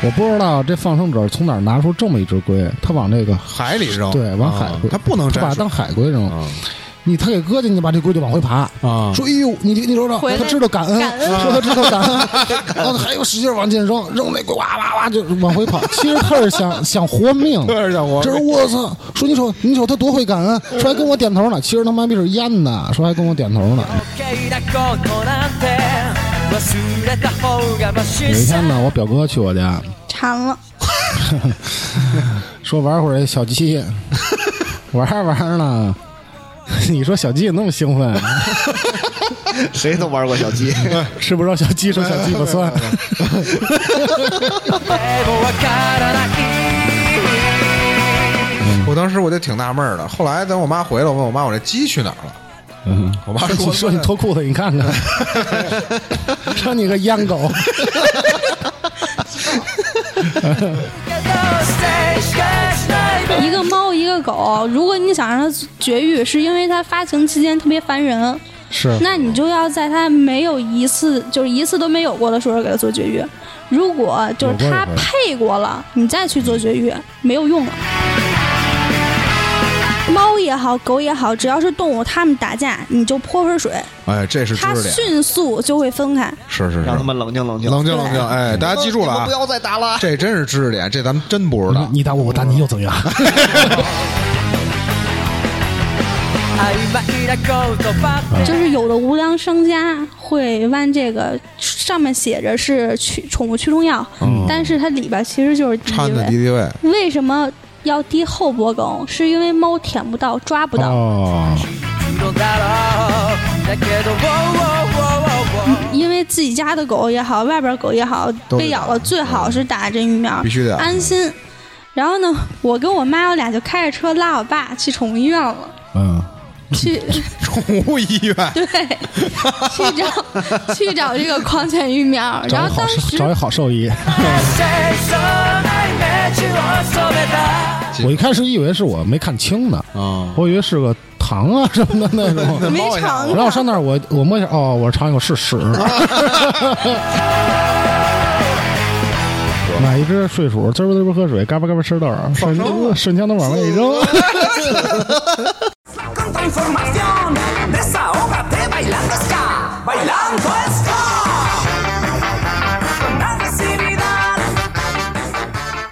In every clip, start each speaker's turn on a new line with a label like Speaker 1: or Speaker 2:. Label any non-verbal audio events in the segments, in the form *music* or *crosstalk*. Speaker 1: 我不知道这放生者从哪儿拿出这么一只龟，他往这个
Speaker 2: 海里扔，
Speaker 1: 对往海
Speaker 2: 啊
Speaker 1: 龟
Speaker 2: 哦它不能
Speaker 1: 他把
Speaker 2: 沾
Speaker 1: 它
Speaker 2: 水
Speaker 1: 当海龟扔，
Speaker 2: 啊
Speaker 1: 你他给搁进去吧，这龟就往回爬。
Speaker 2: 啊
Speaker 1: 说：“哎呦，你你瞅瞅，
Speaker 3: 回来
Speaker 1: 他知道感恩，
Speaker 3: 感恩
Speaker 1: 说他知道感恩，然后还有使劲往前扔，扔那龟哇哇哇就往回跑。其实他是想想活命，
Speaker 2: 对小伙
Speaker 1: 这是我操！说你瞅你瞅他多会感恩，说还跟我点头呢。其实他妈逼是烟的，说还跟我点头
Speaker 3: *laughs*
Speaker 1: 呢。
Speaker 3: 啊
Speaker 4: OK なことなんて忘れた方がマシ
Speaker 1: 有一
Speaker 4: さ
Speaker 1: 天呢，我表哥去我家，
Speaker 3: 馋了，
Speaker 1: 说玩会儿小鸡，玩着玩着呢， *laughs* 你说小鸡有那么兴奋，啊
Speaker 5: 谁都玩过小鸡，
Speaker 1: *laughs* 吃不着小鸡说小鸡巴酸，
Speaker 4: でもわからない
Speaker 2: 我当时我就挺纳闷儿的。后来等我妈回来，我问我妈我这鸡去哪儿了，
Speaker 1: 嗯，
Speaker 2: 我妈
Speaker 1: 你说你脱裤子你看看，说你个烟狗。
Speaker 4: どうしてしかしない
Speaker 3: 一个猫一个狗，如果你想让它绝育，是因为它发情期间特别烦人，
Speaker 1: 是
Speaker 3: 那你就要在它没有一次就是一次都没有过的时候给它做绝育。如果就是
Speaker 1: 有过
Speaker 3: 它
Speaker 1: 有过
Speaker 3: 配过了，你再去做绝育没有用了。猫也好，狗也好，只要是动物，它们打架，你就泼盆水，
Speaker 2: 哎，这是知
Speaker 3: 它
Speaker 2: 识点，
Speaker 3: 迅速就会分开。
Speaker 2: 是是是，
Speaker 5: 让他们冷静冷静，
Speaker 2: 冷静冷静，哎，大家记住了
Speaker 5: 你们
Speaker 2: 啊
Speaker 5: 不，要再打了。
Speaker 2: 这真是知识点，这咱们真不知道。
Speaker 1: 你打我，我打你又怎么样？
Speaker 4: 曖昧な言葉って
Speaker 3: 就是有的无良商家会弯这个，上面写着是驱宠物驱虫药，但是它里边其实就是敌
Speaker 2: 掺的敌
Speaker 3: 畏。
Speaker 2: 敌畏，
Speaker 3: 为啊什么要滴后脖梗？是因为猫舔不到、抓不到，
Speaker 1: 哦，
Speaker 4: のだろうだけど wow, wow, wow, wow, wow
Speaker 3: 因为自己家的狗也好，外边狗也好，
Speaker 2: 都得
Speaker 3: 被咬了最好是打针疫苗
Speaker 2: 必，须得啊
Speaker 3: 安心。然后呢，我跟我妈我俩就开着车拉我爸去宠物医院了，
Speaker 1: 嗯，
Speaker 3: 去
Speaker 2: 宠物医院
Speaker 3: 对去找去找这个狂犬疫苗。然
Speaker 1: 找一
Speaker 3: 后
Speaker 1: 好
Speaker 3: 当时
Speaker 1: 找一好兽医。
Speaker 4: 清楚なイメージを染めた
Speaker 1: 我一开始以为是我没看清呢，
Speaker 2: 啊，
Speaker 1: 我以为是个糖啊什么的那
Speaker 2: *laughs*
Speaker 1: 种。
Speaker 3: 没
Speaker 2: 猫一样
Speaker 3: 尝
Speaker 1: 然后我上那儿，我我摸一下，哦，我尝一口是屎。买一只睡鼠，滋儿滋儿喝水，嘎巴嘎巴吃豆儿，顺顺枪都往外一扔。
Speaker 6: Contra información, desahógate bailando ska, bailando ska. Con agresividad.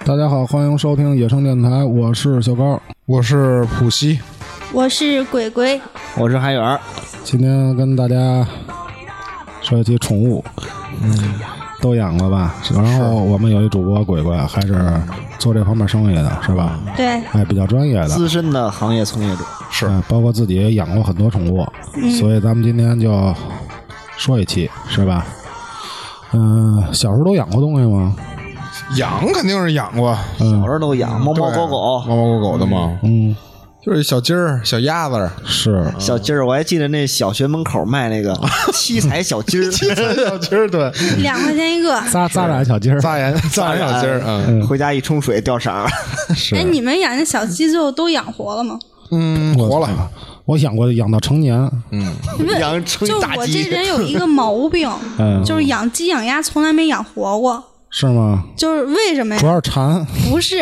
Speaker 1: 大家好，欢迎收听野生电台，我是小高。
Speaker 2: 我是普西，
Speaker 3: 我是鬼鬼，
Speaker 5: 我是韩远，
Speaker 1: 今天跟大家说一期宠物，嗯，都养过吧？然后我们有一主播鬼鬼，还是做这方面生意的，是吧？
Speaker 3: 对，
Speaker 1: 哎，比较专业的，
Speaker 5: 资深的行业从业者，
Speaker 2: 是
Speaker 1: 哎包括自己也养过很多宠物，所以咱们今天就说一期，是吧？嗯、小时候都养过东西吗？
Speaker 2: 养肯定是养过，
Speaker 5: 小时候都养猫猫狗狗。
Speaker 2: 猫猫狗狗的嘛，
Speaker 1: 嗯，
Speaker 2: 就是小鸡儿、小
Speaker 1: *laughs*
Speaker 2: 鸭子儿，
Speaker 1: 是，
Speaker 5: 小鸡儿，我还记得那小学门口卖那个七彩小鸡儿，
Speaker 2: 小鸡儿 *laughs* 对，
Speaker 3: 两块钱一个。
Speaker 1: 扎扎染小鸡儿，
Speaker 2: 仨眼仨眼小鸡儿，嗯
Speaker 5: 回家一冲水掉色儿。
Speaker 1: 是
Speaker 3: 哎，你们养那小鸡最后都养活了吗？
Speaker 2: 嗯，活了，
Speaker 1: 我养过，养到成年，
Speaker 5: 养成
Speaker 3: 就
Speaker 5: 一
Speaker 3: 是
Speaker 5: 大
Speaker 3: 我这
Speaker 5: *laughs* 鸡，
Speaker 3: 人有一个毛病，
Speaker 1: 嗯，
Speaker 3: 就是养鸡养鸭从来没养活过。
Speaker 1: 是吗？
Speaker 3: 就是为什么
Speaker 1: 主
Speaker 3: 呀？
Speaker 1: 要是馋，
Speaker 3: 不
Speaker 5: *laughs*
Speaker 3: 是，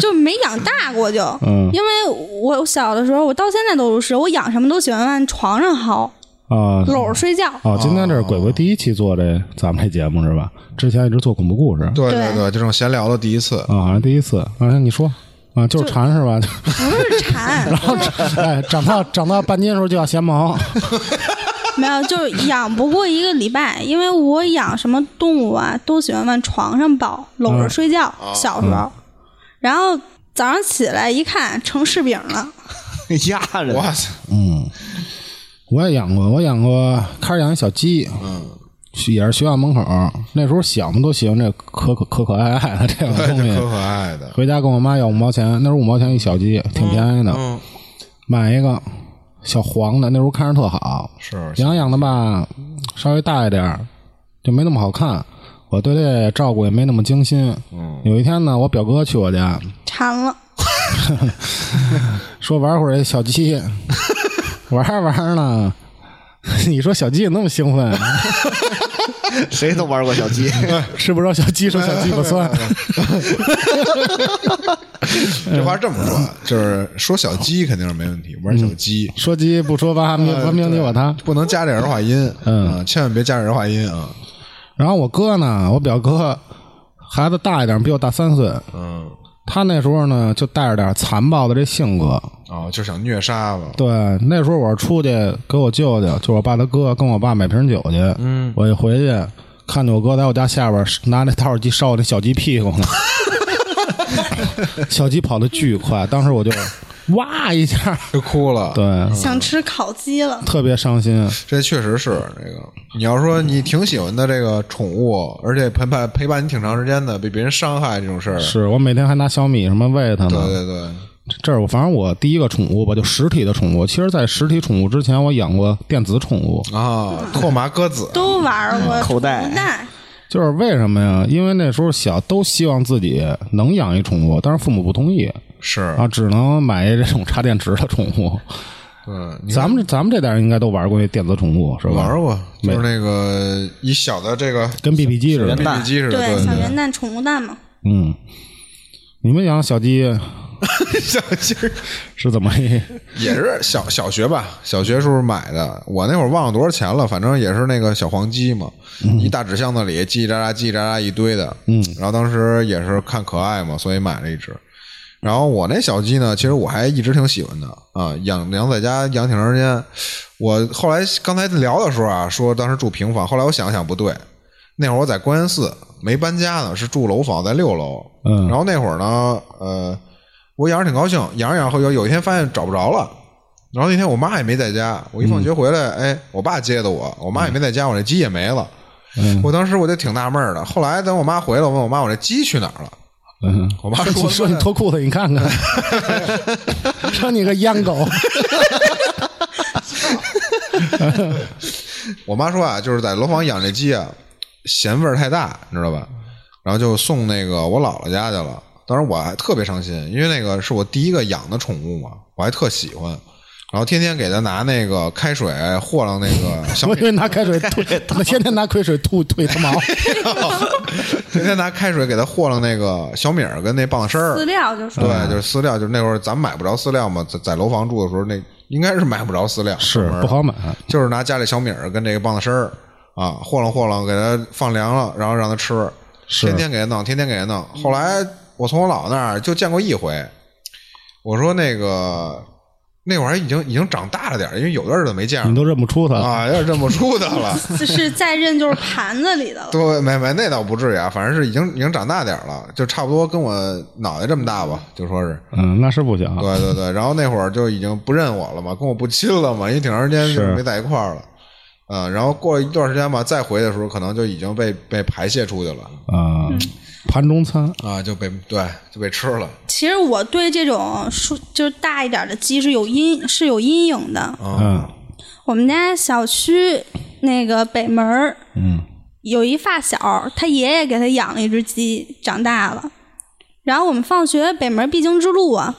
Speaker 3: 就没养大过就。
Speaker 1: 嗯
Speaker 3: 因为我小的时候，我到现在都是，我养什么都喜欢往床上薅，
Speaker 1: 啊，
Speaker 3: 搂着睡觉。
Speaker 1: 哦，今天这是鬼鬼第一期做这咱们这节目是吧？之前一直做恐怖故事，
Speaker 2: 对
Speaker 3: 对
Speaker 2: 对对，这种闲聊的第一次，
Speaker 1: 啊，好像第一次啊，你说啊，就是馋是吧？ *laughs*
Speaker 3: 不是
Speaker 5: *laughs*
Speaker 3: 馋，
Speaker 1: 哎，长到长到半斤的时候就要嫌毛，
Speaker 3: 没有，就是养不过一个礼拜，因为我养什么动物啊，都喜欢往床上抱，搂着睡觉。小时候，然后早上起来一看成柿饼了，
Speaker 5: *laughs* 压人。
Speaker 2: 哇塞，
Speaker 1: 嗯，我也养过，我养过，开始养一小鸡，嗯，也是学校门口，那时候小嘛，都喜欢这可可可可爱爱的这种
Speaker 2: 对，
Speaker 1: 东
Speaker 2: 这可
Speaker 1: 西。
Speaker 2: 可爱的，
Speaker 1: 回家跟我妈要五毛钱，那时候五毛钱一小鸡，挺便宜的，
Speaker 2: 嗯，
Speaker 1: 买一个小黄的，那时候看着特好，
Speaker 2: 是
Speaker 1: 养养的吧，稍微大一点儿就没那么好看。我对这照顾也没那么精心。
Speaker 2: 嗯
Speaker 1: 有一天呢，我表哥去我家，
Speaker 3: 馋了。
Speaker 1: *laughs* 说玩会儿这小鸡，玩着玩着呢， *laughs* 你说小鸡有那么兴奋，
Speaker 5: 谁都玩过小鸡，
Speaker 1: 吃不着小鸡说小鸡巴酸，
Speaker 2: *laughs* 这话这么说，啊就是说小鸡肯定是没问题，玩小鸡。
Speaker 1: *laughs* 说鸡不说蛙，明分明你我他。
Speaker 2: 不能加这儿化音，
Speaker 1: 嗯
Speaker 2: 啊，千万别加这儿化音啊，
Speaker 1: *laughs* 然后我哥呢，我表哥孩子大一点，比我大三岁，
Speaker 2: 嗯，
Speaker 1: 他那时候呢就带着点残暴的这性格。
Speaker 2: 哦，就想虐杀吧，
Speaker 1: 对，那时候我是出去给我舅舅，就我爸他哥跟我爸买瓶酒去，嗯，我一回去看见我哥在我家下边拿那打火机烧我那小鸡屁 *laughs* 股呢，小鸡跑的巨快，当时我就哇一下，
Speaker 2: 就哭了。
Speaker 1: 对，
Speaker 3: 想吃烤鸡了。
Speaker 1: 特别伤心。
Speaker 2: 这确实是这个。你要说你挺喜欢的这个宠物，而且陪伴陪伴你挺长时间的，被别人伤害这种事儿，
Speaker 1: 是我每天还拿小米什么喂它呢，
Speaker 2: 对对对，
Speaker 1: 这是我反正我第一个宠物吧，就实体的宠物。其实，在实体宠物之前，我养过电子宠物，
Speaker 2: 啊，拓麻
Speaker 1: *laughs*
Speaker 2: 鸽子，
Speaker 3: 都玩过
Speaker 5: 口袋
Speaker 3: 口袋，
Speaker 1: 就是为什么呀？因为那时候小，都希望自己能养一宠物，但是父母不同意
Speaker 2: 是，
Speaker 1: 啊，只能买一这种插电池的宠物。
Speaker 2: 嗯，你
Speaker 1: 咱们咱们这代人应该都玩过那电子宠物是吧？
Speaker 2: 玩过，就
Speaker 1: 没
Speaker 2: 是那个一小的这个
Speaker 1: 跟 BB 机似
Speaker 5: 是
Speaker 1: 的。
Speaker 5: 吧
Speaker 2: BB 机似的，
Speaker 3: 对，
Speaker 2: 对
Speaker 3: 小元蛋、宠物蛋嘛，
Speaker 1: 嗯，你们养小鸡
Speaker 2: 对， *laughs* 小鸡儿
Speaker 1: 是怎么一？
Speaker 2: 也是小小学吧，小学时候买的。我那会儿忘了多少钱了，反正也是那个小黄鸡嘛，一大纸箱子里叽叽喳喳、叽叽喳喳一堆的。嗯，然后当时也是看可爱嘛，所以买了一只。然后我那小鸡呢，其实我还一直挺喜欢的啊，养养在家养挺长时间。我后来刚才聊的时候啊，说当时住平房，后来我想了想不对，那会儿我在观音寺没搬家呢，是住楼房，在六楼。
Speaker 1: 嗯
Speaker 2: 然后那会儿呢，呃，我养着挺高兴，养着养着后有有一天发现找不着了。然后那天我妈也没在家，我一放学回来，哎，我爸接的我，我妈也没在家，我这鸡也没了。我当时我就挺纳闷儿的。后来等我妈回来，我问我妈我这鸡去哪儿了，
Speaker 1: 嗯，
Speaker 2: 我
Speaker 1: *laughs*
Speaker 2: 妈
Speaker 1: 说
Speaker 2: 说
Speaker 1: 你说你脱裤子，你看
Speaker 2: *laughs*
Speaker 1: 看， *laughs* 说你个烟狗。
Speaker 2: 我妈说啊，就是在楼房养这鸡啊，咸味儿太大，你知道吧？然后就送那个我姥姥家去了。当时我还特别伤心，因为那个是我第一个养的宠物嘛，我还特喜欢。然后天天给它拿那个开水和上那个小
Speaker 1: *laughs* 我以
Speaker 2: 米，
Speaker 1: 为拿开水吐， *laughs* 天天拿开水吐吐它毛。
Speaker 2: 天天拿开水给它和上那个小米儿跟那棒子
Speaker 3: *laughs*
Speaker 2: 丝儿
Speaker 3: 饲，料就说
Speaker 2: 对，就是饲料，就是那会儿咱们买不着饲料嘛，在在楼房住的时候，那应该是买不着饲
Speaker 1: *laughs*
Speaker 2: 料，
Speaker 1: 是
Speaker 2: 专门
Speaker 1: *laughs* 不好买。
Speaker 2: 就是拿家里小米儿跟这个棒子丝儿啊和弄和弄，给它放凉了，然后让它吃，
Speaker 1: 是
Speaker 2: 天天给它弄，天天给它弄。后来我从我姥姥那儿就见过一回，我说那个那会儿已经已经长大了点儿，因为有的日子没见
Speaker 1: 你
Speaker 2: 着
Speaker 1: 都认不出它了。
Speaker 2: 啊，有点认不出它了。 *laughs*
Speaker 3: 就是再认就是盘子里的了。
Speaker 2: 对，没没，那倒不至于啊，反正是已经已经长大点儿了，就差不多跟我脑袋这么大吧，就说是。
Speaker 1: 嗯，那是不小。
Speaker 2: 对对对，然后那会儿就已经不认我了嘛，跟我不亲了嘛，因为挺长时间就是没在一块儿了。嗯，然后过了一段时间吧，再回的时候，可能就已经被被排泄出去了
Speaker 1: 啊，
Speaker 3: 嗯
Speaker 1: 盘中餐
Speaker 2: 啊，就被对就被吃了
Speaker 3: 其实我对这种数就是大一点的鸡是有阴是有阴影的。
Speaker 1: 嗯
Speaker 3: 我们家小区那个北门儿
Speaker 1: 嗯，
Speaker 3: 有一发小，他爷爷给他养了一只鸡，长大了。然后我们放学北门必经之路啊，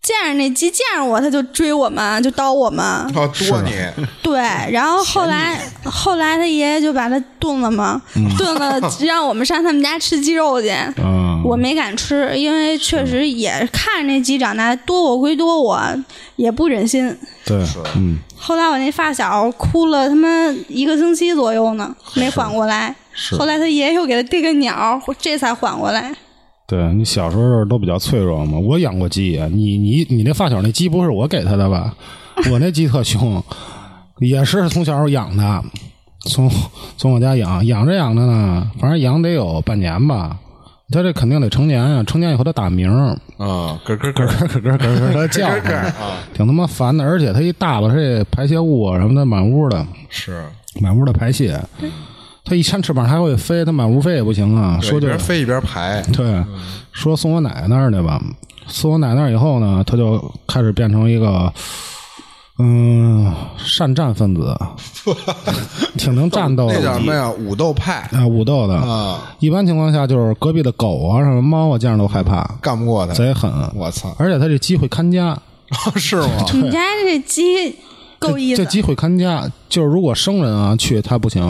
Speaker 3: 见着那鸡见着我，他就追我们，就叨我们。
Speaker 2: 啊，多你
Speaker 3: 对，然后后来后来他爷爷就把他炖了嘛，炖了让我们上他们家吃鸡肉去。
Speaker 1: 啊，
Speaker 3: 我没敢吃，因为确实也看着那鸡长大，多我归多我，也不忍心。
Speaker 1: 对，嗯，
Speaker 3: 后来我那发小哭了他妈一个星期左右呢，没缓过来。后来他爷爷又给他逮个鸟，这才缓过来。
Speaker 1: 对你小时候都比较脆弱嘛。我养过鸡，啊你你你那发小那鸡不是我给他的吧？我那鸡特凶，也是从小养的，从从我家养，养着养着呢，反正养得有半年吧。它这肯定得成年啊，成年以后它打鸣儿，
Speaker 2: 啊，咯咯咯
Speaker 1: 咯咯咯咯咯它叫，挺他妈烦的。而且它一大把它这排泄物啊什么的满屋的，
Speaker 2: 是
Speaker 1: 满屋的排泄。它一扇翅膀还会飞，它满屋飞也不行啊。
Speaker 2: 对
Speaker 1: 说
Speaker 2: 一
Speaker 1: 这
Speaker 2: 边飞一边排，
Speaker 1: 对，说送我奶奶那儿去吧。送我奶奶那儿以后呢，它就开始变成一个嗯善战分子，挺能战斗
Speaker 2: 那
Speaker 1: 的
Speaker 2: 叫什么呀？武斗派
Speaker 1: 啊，武斗的。
Speaker 2: 啊，
Speaker 1: 一般情况下就是隔壁的狗啊、什么猫啊，见着都害怕，
Speaker 2: 干不过他，
Speaker 1: 贼狠。
Speaker 2: 我操，
Speaker 1: 而且它这鸡会看家，
Speaker 2: *laughs* 是吗？
Speaker 3: 我们家这鸡够意
Speaker 1: 这
Speaker 3: 思。
Speaker 1: 鸡会看家，就是如果生人啊去他不行，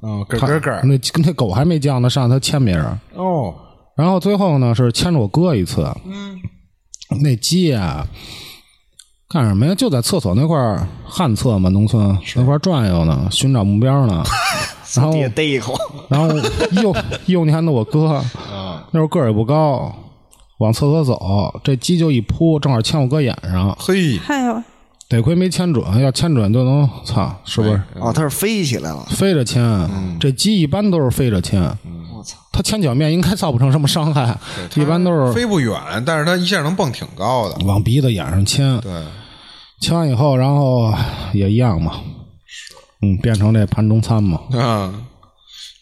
Speaker 2: 嗯，咯
Speaker 1: 他
Speaker 2: 咯咯，
Speaker 1: 那那狗还没降呢，上他牵别人。
Speaker 2: 哦，
Speaker 1: 然后最后呢是牵着我哥一次，嗯，那鸡啊，干什么呀？就在厕所那块儿旱厕嘛，农村那块儿转悠呢，寻找目标 *laughs* 呢。然后
Speaker 5: 底下逮一口，
Speaker 1: 然后 *laughs* 幼幼年的我哥，那时候个儿也不高，往厕所走，这鸡就一扑，正好牵我哥眼上，
Speaker 2: 嘿，
Speaker 3: 哎呦，
Speaker 1: 得亏没牵准，要牵准就能操，是不是？
Speaker 5: 哦，它是飞起来
Speaker 1: *laughs*
Speaker 5: 了，
Speaker 1: 飞着牵，这鸡一般都是飞着牵。
Speaker 5: 我操，
Speaker 1: 它牵脚面应该造不成什么伤害，啊一般都是
Speaker 2: 飞不远，但是它一下能蹦挺高的，
Speaker 1: 往鼻子眼上牵。
Speaker 2: 对，
Speaker 1: 牵完以后，然后也一样嘛，嗯，变成这盘中餐嘛。
Speaker 2: 啊，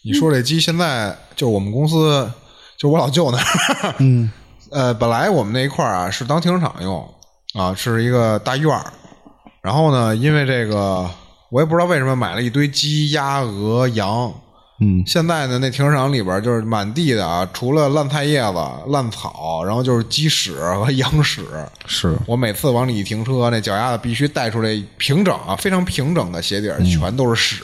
Speaker 2: 你说这鸡现在就我们公司，就我老舅那儿，嗯，呃， *laughs* 本来我们那一块儿啊是当停车场用啊，是一个大院儿，然后呢，因为这个我也不知道为什么买了一堆鸡、鸭、鹅、羊。
Speaker 1: 嗯
Speaker 2: 现在呢，那停车场里边就是满地的啊，除了烂菜叶子、烂草，然后就是鸡屎和羊屎。
Speaker 1: 是，
Speaker 2: 我每次往里一停车，那脚丫子必须带出来平整啊，非常平整的鞋底儿，全都是屎。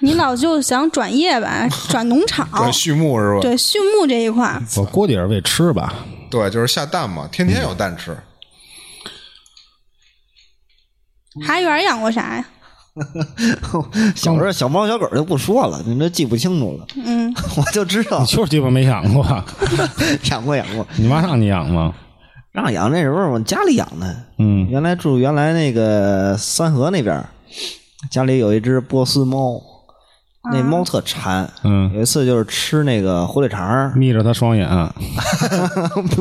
Speaker 3: 你老舅想转业吧，转农场，
Speaker 2: *laughs* 这畜牧是吧？
Speaker 3: 对畜牧这一块儿，
Speaker 1: 我估计也是为吃吧。
Speaker 2: 对，就是下蛋嘛，天天有蛋吃。
Speaker 1: 嗯
Speaker 3: 海源养过啥呀？
Speaker 5: 小时候小猫小狗就不说了，你这记不清楚了，
Speaker 3: 嗯，
Speaker 5: 我就知道
Speaker 1: 你就是鸡巴没养过，
Speaker 5: 养过养过，
Speaker 1: 你妈让你养吗？
Speaker 5: 让养那时候我家里养的，
Speaker 1: 嗯
Speaker 5: 原来住原来那个三河那边儿，家里有一只波斯猫，
Speaker 3: 啊
Speaker 5: 那猫特馋。
Speaker 1: 嗯
Speaker 5: 有一次就是吃那个火腿肠儿， *laughs*
Speaker 1: 眯着它双眼，啊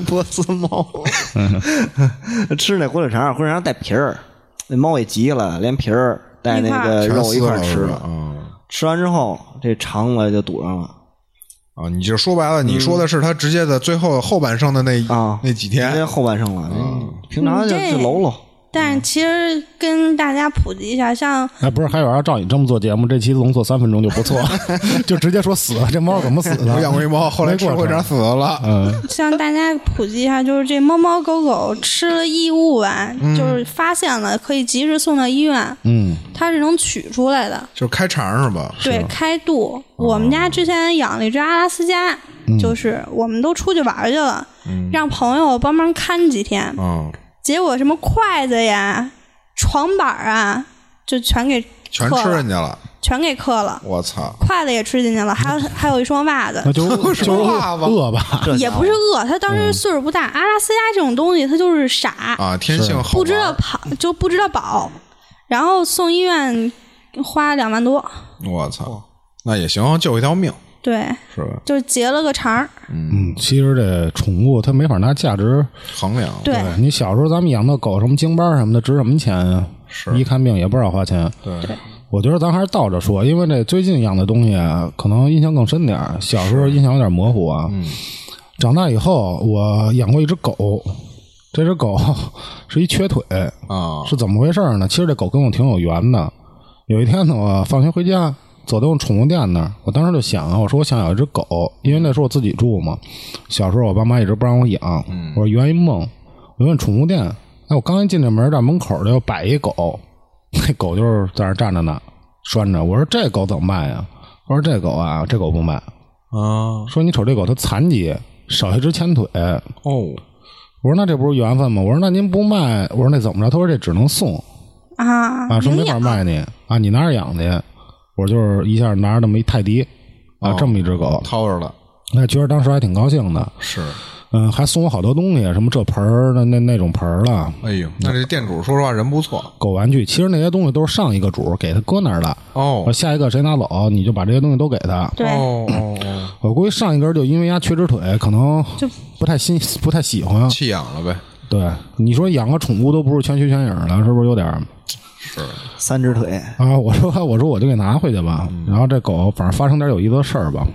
Speaker 5: 波斯猫， *laughs* 吃那火腿肠儿，火腿肠儿带皮儿，那猫也急了，连皮儿带那个
Speaker 2: 全
Speaker 5: 肉一
Speaker 2: 撕
Speaker 5: 块儿吃
Speaker 2: 了
Speaker 5: 了。
Speaker 2: 啊
Speaker 5: 吃完之后，这肠子就堵上了。
Speaker 2: 啊！你就说白了，你说的是他直接的最后后半生的
Speaker 1: 嗯
Speaker 2: 那
Speaker 5: 啊
Speaker 2: 那几
Speaker 5: 直接
Speaker 2: 天，
Speaker 5: 后半生了，平常就
Speaker 3: 你这
Speaker 5: 就搂搂。
Speaker 3: 但是其实跟大家普及一下，像
Speaker 1: 哎，不是，还有要照你这么做节目，这期浓缩三分钟就不错，就直接说死了，这猫怎么死的？
Speaker 2: 我养过一猫，后来吃
Speaker 1: 过
Speaker 2: 会肠死了。
Speaker 1: 嗯，
Speaker 3: 向大家普及一下，就是这猫猫狗狗吃了异物啊，就是发现了可以及时送到医院，
Speaker 1: 嗯，
Speaker 3: 它是能取出来的。
Speaker 2: 就是开肠是哦吧？
Speaker 3: 对，开肚。我们家之前养了一只阿拉斯加，
Speaker 2: 嗯
Speaker 3: 就是我们都出去玩去了，让朋友帮忙看几天，
Speaker 2: 啊，
Speaker 3: 结果什么筷子呀、床板啊，就全给
Speaker 2: 全
Speaker 3: 克
Speaker 2: 吃
Speaker 3: 了
Speaker 2: 人家了，
Speaker 3: 全给克了，
Speaker 2: 我操！
Speaker 3: 筷子也吃进去了，还有还有一双袜子
Speaker 1: 那。就就是
Speaker 2: 袜子
Speaker 1: 饿吧，
Speaker 5: 这
Speaker 3: 也不是饿，它当时岁数不大。阿拉斯加这种东西，它就是傻，
Speaker 2: 嗯啊，哦天性好玩
Speaker 3: 不知道跑就不知道饱，然后送医院花两万多，
Speaker 2: 我操，那也行，救一条命
Speaker 3: 对，
Speaker 2: 是吧？
Speaker 3: 就是结了个肠儿。
Speaker 1: 嗯，其实这宠物它没法拿价值，
Speaker 2: 衡量
Speaker 3: 对，
Speaker 1: 你小时候咱们养的狗什么京巴什么的值什么钱啊？是一看病也不少花钱。
Speaker 2: 对，
Speaker 1: 我觉得咱还是倒着说，因为这最近养的东西啊可能印象更深点儿，小时候印象有点模糊啊。嗯，长大以后我养过一只狗，这只狗 *laughs* 是一瘸腿，
Speaker 2: 啊，
Speaker 1: 是怎么回事儿呢？其实这狗跟我挺有缘的。有一天呢，我放学回家，走到宠物店那儿，我当时就想啊，我说我想养一只狗，因为那时候我自己住嘛。小时候我爸妈一直不让我养，
Speaker 2: 嗯
Speaker 1: 我说圆一梦。我问宠物店，哎，我刚一进这门，在门口就摆一狗，那狗就是在那儿站着呢，拴着。我说这狗怎么卖呀？我说这狗啊，这狗不卖。
Speaker 2: 啊，
Speaker 1: 说你瞅这狗它残疾，少一只前腿。
Speaker 2: 哦，
Speaker 1: 我说那这不是缘分吗？我说那您不卖，我说那怎么着？他说这只能送。
Speaker 3: 啊
Speaker 1: 啊，说没
Speaker 3: 领
Speaker 1: 法
Speaker 3: 养
Speaker 1: 卖你啊，你哪儿养的呀？我就是一下拿着那么一泰迪啊，这么一只狗，
Speaker 2: 掏着了，
Speaker 1: 那觉得当时还挺高兴的，
Speaker 2: 是，
Speaker 1: 嗯，还送我好多东西，啊什么这盆儿那那那种盆儿了，
Speaker 2: 哎呦，那这店主说实话人不错
Speaker 1: 狗玩具，其实那些东西都是上一个主给他搁那儿的，
Speaker 2: 哦
Speaker 1: 我下一个谁拿走，你就把这些东西都给他。
Speaker 3: 对，
Speaker 2: 哦哦哦，
Speaker 1: 我估计上一根就因为丫缺只腿，可能
Speaker 3: 就
Speaker 1: 不太心不太喜欢。
Speaker 2: 弃养了呗，
Speaker 1: 对，你说养个宠物都不是全虚全影儿的，是不是有点儿？
Speaker 5: 三只腿，
Speaker 1: 啊，我说 *laughs* 我说我就给拿回去吧。然后这狗反正发生点有意思的事儿吧。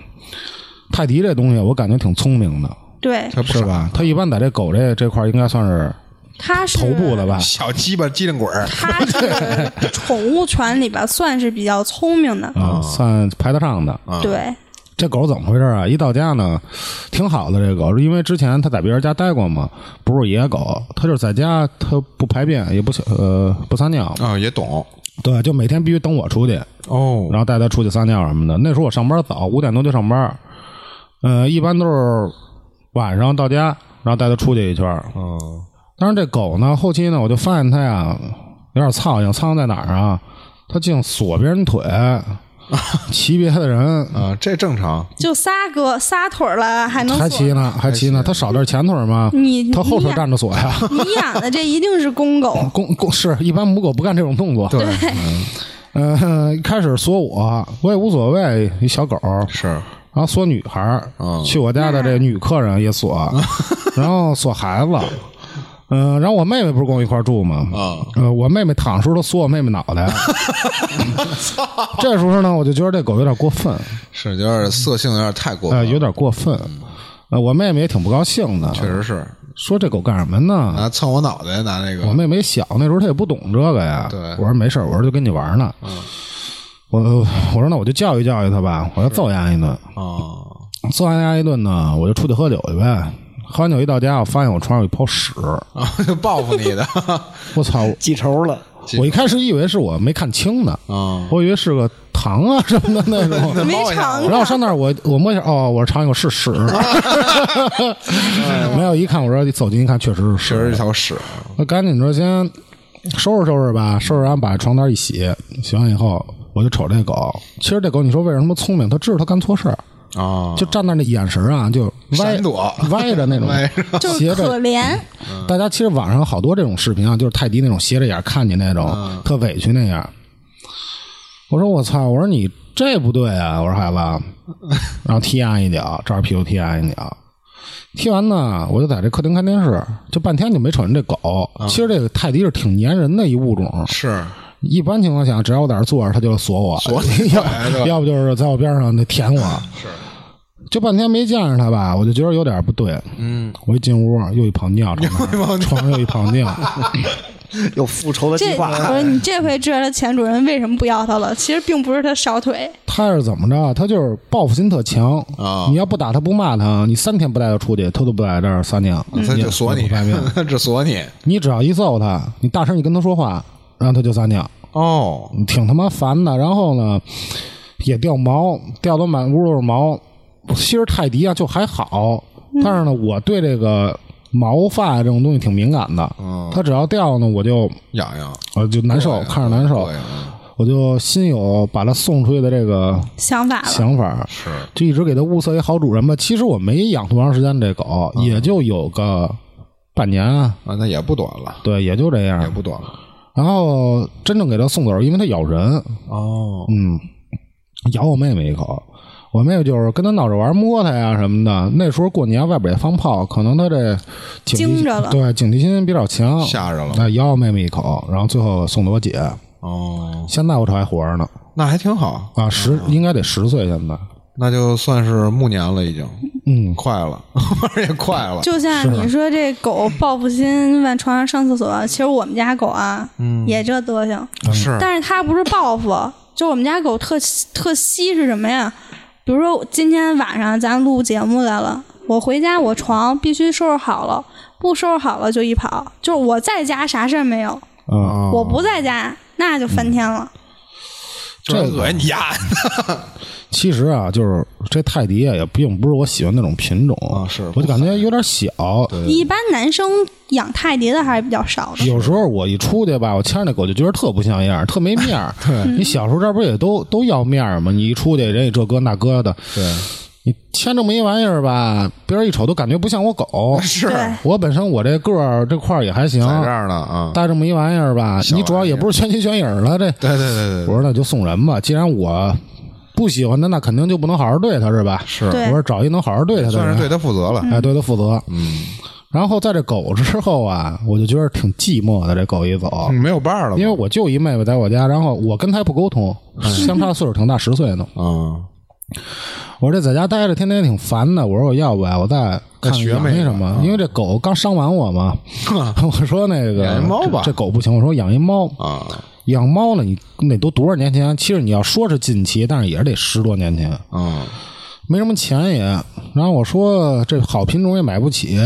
Speaker 1: 泰迪这东西我感觉挺聪明的，
Speaker 3: 对，
Speaker 2: 他不
Speaker 1: 是
Speaker 2: 傻
Speaker 1: 吧？它一啊般在这狗这这块儿应该算是
Speaker 3: 它是
Speaker 1: 头部的吧？
Speaker 2: 小鸡巴机灵鬼儿，
Speaker 3: 它是宠物犬里边算是比较聪明的，
Speaker 1: 啊，算排得上的。
Speaker 3: 对，
Speaker 1: 这狗怎么回事啊？一到家呢，挺好的这狗，因为之前它在别人家待过嘛，不是野狗，它就是在家它不排便也不小呃不撒尿
Speaker 2: 啊，也懂
Speaker 1: 对，就每天必须等我出去，
Speaker 2: 哦，
Speaker 1: 然后带它出去撒尿什么的。那时候我上班早，五点多就上班，呃，一般都是晚上到家，然后带它出去一圈儿。
Speaker 2: 嗯，
Speaker 1: 但是这狗呢，后期呢，我就发现它呀有点苍蝇，苍蝇在哪儿啊？它净锁别人腿，骑别的人，
Speaker 2: 啊，这正常，
Speaker 3: 就仨胳仨腿儿了，还能
Speaker 1: 还
Speaker 3: 锁
Speaker 1: 骑呢，还骑呢，它少点前腿吗？
Speaker 3: 你
Speaker 1: 它后
Speaker 3: 你
Speaker 1: 腿
Speaker 3: 呀
Speaker 1: 站着锁
Speaker 3: *laughs*
Speaker 1: 呀。，
Speaker 3: 你养的这一定是公狗
Speaker 1: *laughs* 公公是一般母狗不干这种动作。
Speaker 2: 对，
Speaker 1: 嗯，一开始缩我，我也无所谓，一小狗儿。
Speaker 2: 是，
Speaker 1: 然后缩女孩儿
Speaker 2: 嗯，
Speaker 1: 去我家的这女客人也
Speaker 2: *laughs*
Speaker 1: 锁，然后锁孩子。嗯、然后我妹妹不是跟我一块儿住吗？
Speaker 2: 啊
Speaker 1: 呃，我妹妹躺的时候都缩我妹妹脑
Speaker 2: *laughs*
Speaker 1: 袋。这时候呢，我就觉得这狗有点过分，
Speaker 2: 是有点色性，有点太过分
Speaker 1: 呃，
Speaker 2: 了，
Speaker 1: 有点过分。呃，我妹妹也挺不高兴的，
Speaker 2: 确实啊是
Speaker 1: 说这狗干什么呢？
Speaker 2: 拿蹭我脑袋拿那个，
Speaker 1: 我妹妹小那时候她也不懂这个呀。
Speaker 2: 对嗯
Speaker 1: 我说没事儿，我说就跟你玩呢。我我说那我就教育教育她吧，我就揍丫一顿。
Speaker 2: 啊
Speaker 1: 揍完丫一顿呢，我就出去喝酒去呗。喝完酒一到家，我发现我床上有一泡屎，
Speaker 2: 啊，就报复你的 *laughs*
Speaker 1: 我操！
Speaker 5: 记仇了，
Speaker 1: 我一开始以为是我没看清呢，
Speaker 2: 啊，
Speaker 1: 我以为是个糖啊什么的那
Speaker 2: *laughs*
Speaker 1: 种。
Speaker 2: 嗯
Speaker 3: 没尝
Speaker 1: 然后
Speaker 3: 过
Speaker 1: 我上那儿我，我摸一下，哦，我说尝一口是屎，没有一看，我说一走近一看，确实是
Speaker 2: 确
Speaker 1: 屎。
Speaker 2: 实是条屎，
Speaker 1: 那赶紧说先收拾收拾吧，收拾完把床单一洗，洗完以后我就瞅这狗。其实这狗，你说为什么聪明？它知道它干错事儿，
Speaker 2: 啊，
Speaker 1: 就站那儿那眼神儿啊，就歪
Speaker 2: 闪躲
Speaker 1: 歪着那种
Speaker 2: 歪着，
Speaker 3: 就是
Speaker 1: 斜着
Speaker 3: 可怜，
Speaker 1: 大家其实网上好多这种视频啊，就是泰迪那种斜着眼看你那种，特委屈那样。我说我操！我说你这不对啊！我说孩子，然后踢俺一脚，照着屁股踢俺一脚。踢完呢，我就在这客厅看电视，就半天就没瞅见这狗。其实这个泰迪是挺粘人的一物种，
Speaker 2: 是
Speaker 1: 一般情况下，只要我在这儿坐着，它就锁我，
Speaker 2: 锁你
Speaker 1: *laughs* 要要不就是在我边上那舔我。是，就半天没见着它吧，我就觉得有点不对。嗯，我一进屋又一泡尿，床上床上又一泡 *laughs* 尿。
Speaker 5: 有复仇的计
Speaker 3: 这
Speaker 5: 划
Speaker 3: 我。说你这回知道它前主人为什么不要它了，其实并不是它少腿，
Speaker 1: 它是怎么着？它就是报复心特强
Speaker 2: 啊
Speaker 1: 你要不打它不骂它，你三天不带它出去，它都不在这儿撒尿，
Speaker 2: 他就锁
Speaker 1: 也
Speaker 2: 你
Speaker 1: 不排便。，
Speaker 2: 就锁你，
Speaker 1: 你只要一揍它，你大声你跟它说话，然后它就撒尿。
Speaker 2: 哦，
Speaker 1: 挺他妈烦的。然后呢，也掉毛，掉的满屋都是毛。其实泰迪啊就还好，但是呢，我对这个毛发这种东西挺敏感的。
Speaker 2: 嗯
Speaker 1: 它只要掉呢，我就
Speaker 2: 痒痒，
Speaker 1: 我就难受，
Speaker 2: 对
Speaker 1: 看着难受
Speaker 2: 对，嗯
Speaker 1: 我就心有把它送出去的这个
Speaker 3: 想法了。
Speaker 1: 想法。
Speaker 2: 是啊
Speaker 1: 就一直给它物色一好主人吧。其实我没养多长时间这狗，
Speaker 2: 嗯
Speaker 1: 也就有个半年啊，
Speaker 2: 啊，那也不短了，
Speaker 1: 对，也就这样
Speaker 2: 也。不短了，
Speaker 1: 然后真正给它送走，因为它咬人，
Speaker 2: 哦，
Speaker 1: 嗯，咬我妹妹一口。我妹妹就是跟她闹着玩，摸她呀什么的。那时候过年外边也放炮，可能她这警惕
Speaker 3: 惊着了
Speaker 1: 对警惕心比较强，
Speaker 2: 吓着了
Speaker 1: 那咬我妹妹一口，然后最后送的我姐。
Speaker 2: 哦，
Speaker 1: 现在我这还活着呢，
Speaker 2: 那还挺好，
Speaker 1: 啊，十、应该得十岁现在。
Speaker 2: 那就算是暮年了，已经
Speaker 1: 嗯，
Speaker 2: 快了， *laughs* 反正也快了，
Speaker 3: 就像你说这狗报复心往床上上厕所，其实我们家狗啊，
Speaker 1: 嗯
Speaker 3: 也这德行，
Speaker 2: 是
Speaker 3: 但是它不是报复，就我们家狗特特稀是什么呀？比如说今天晚上咱录节目来了，我回家我床必须收拾好了，不收拾好了就一跑，就是我在家啥事儿没有，
Speaker 1: 啊、
Speaker 3: 我
Speaker 2: 哦
Speaker 3: 不在家那就翻天了。
Speaker 2: 就是
Speaker 1: 这个
Speaker 2: 恶心你丫
Speaker 1: 其实啊，就是这泰迪啊，也并不是我喜欢那种品种
Speaker 2: 啊是
Speaker 1: 我就感觉有点小。
Speaker 3: 一般男生养泰迪的还是比较少的，
Speaker 1: 有时候我一出去吧，我牵着那狗就觉得特不像样，特没面
Speaker 2: *laughs*
Speaker 1: 儿。你小时候这不也都都要面儿吗？你一出去，人也这哥那哥的，
Speaker 2: 对，
Speaker 1: 你牵这么一玩意儿吧，别人一瞅都感觉不像我狗。
Speaker 2: 是
Speaker 3: 对
Speaker 1: 我本身我这个儿这块儿也还行，
Speaker 2: 在这儿呢啊，
Speaker 1: 带这么一玩意儿吧，
Speaker 2: 玩意儿
Speaker 1: 你主要也不是全心全影儿了。这
Speaker 2: 对对对对
Speaker 1: 我
Speaker 2: 对，
Speaker 1: 说那就送人吧，既然我不喜欢它，那肯定就不能好好对它是吧？
Speaker 2: 是
Speaker 1: 我
Speaker 3: 对
Speaker 1: 说找一能好好对它的人，
Speaker 2: 算是对他负责了，
Speaker 1: 哎，对它负责。嗯。然后在这狗之后啊，我就觉得挺寂寞的。这狗一走，
Speaker 2: 嗯没有伴儿了嘛，
Speaker 1: 因为我就一妹妹在我家，然后我跟她不沟通，
Speaker 2: 嗯
Speaker 1: 相差岁数挺大，十岁呢。
Speaker 2: 啊，
Speaker 1: 我这在家待着，天天挺烦的。我说我要不呀，我再看
Speaker 2: 再学
Speaker 1: 养
Speaker 2: 妹啊
Speaker 1: 一
Speaker 2: 吧
Speaker 1: 什么，因为这狗刚伤完我嘛。 *laughs*
Speaker 2: 啊
Speaker 1: 我说那个
Speaker 2: 养一猫吧
Speaker 1: 这这狗不行。我说养一猫，
Speaker 2: *laughs* 啊
Speaker 1: 养猫呢，你那都多少年前？其实你要说是近期，但是也是得十多年前，
Speaker 2: 啊
Speaker 1: 没什么钱也。然后我说这好品种也买不起，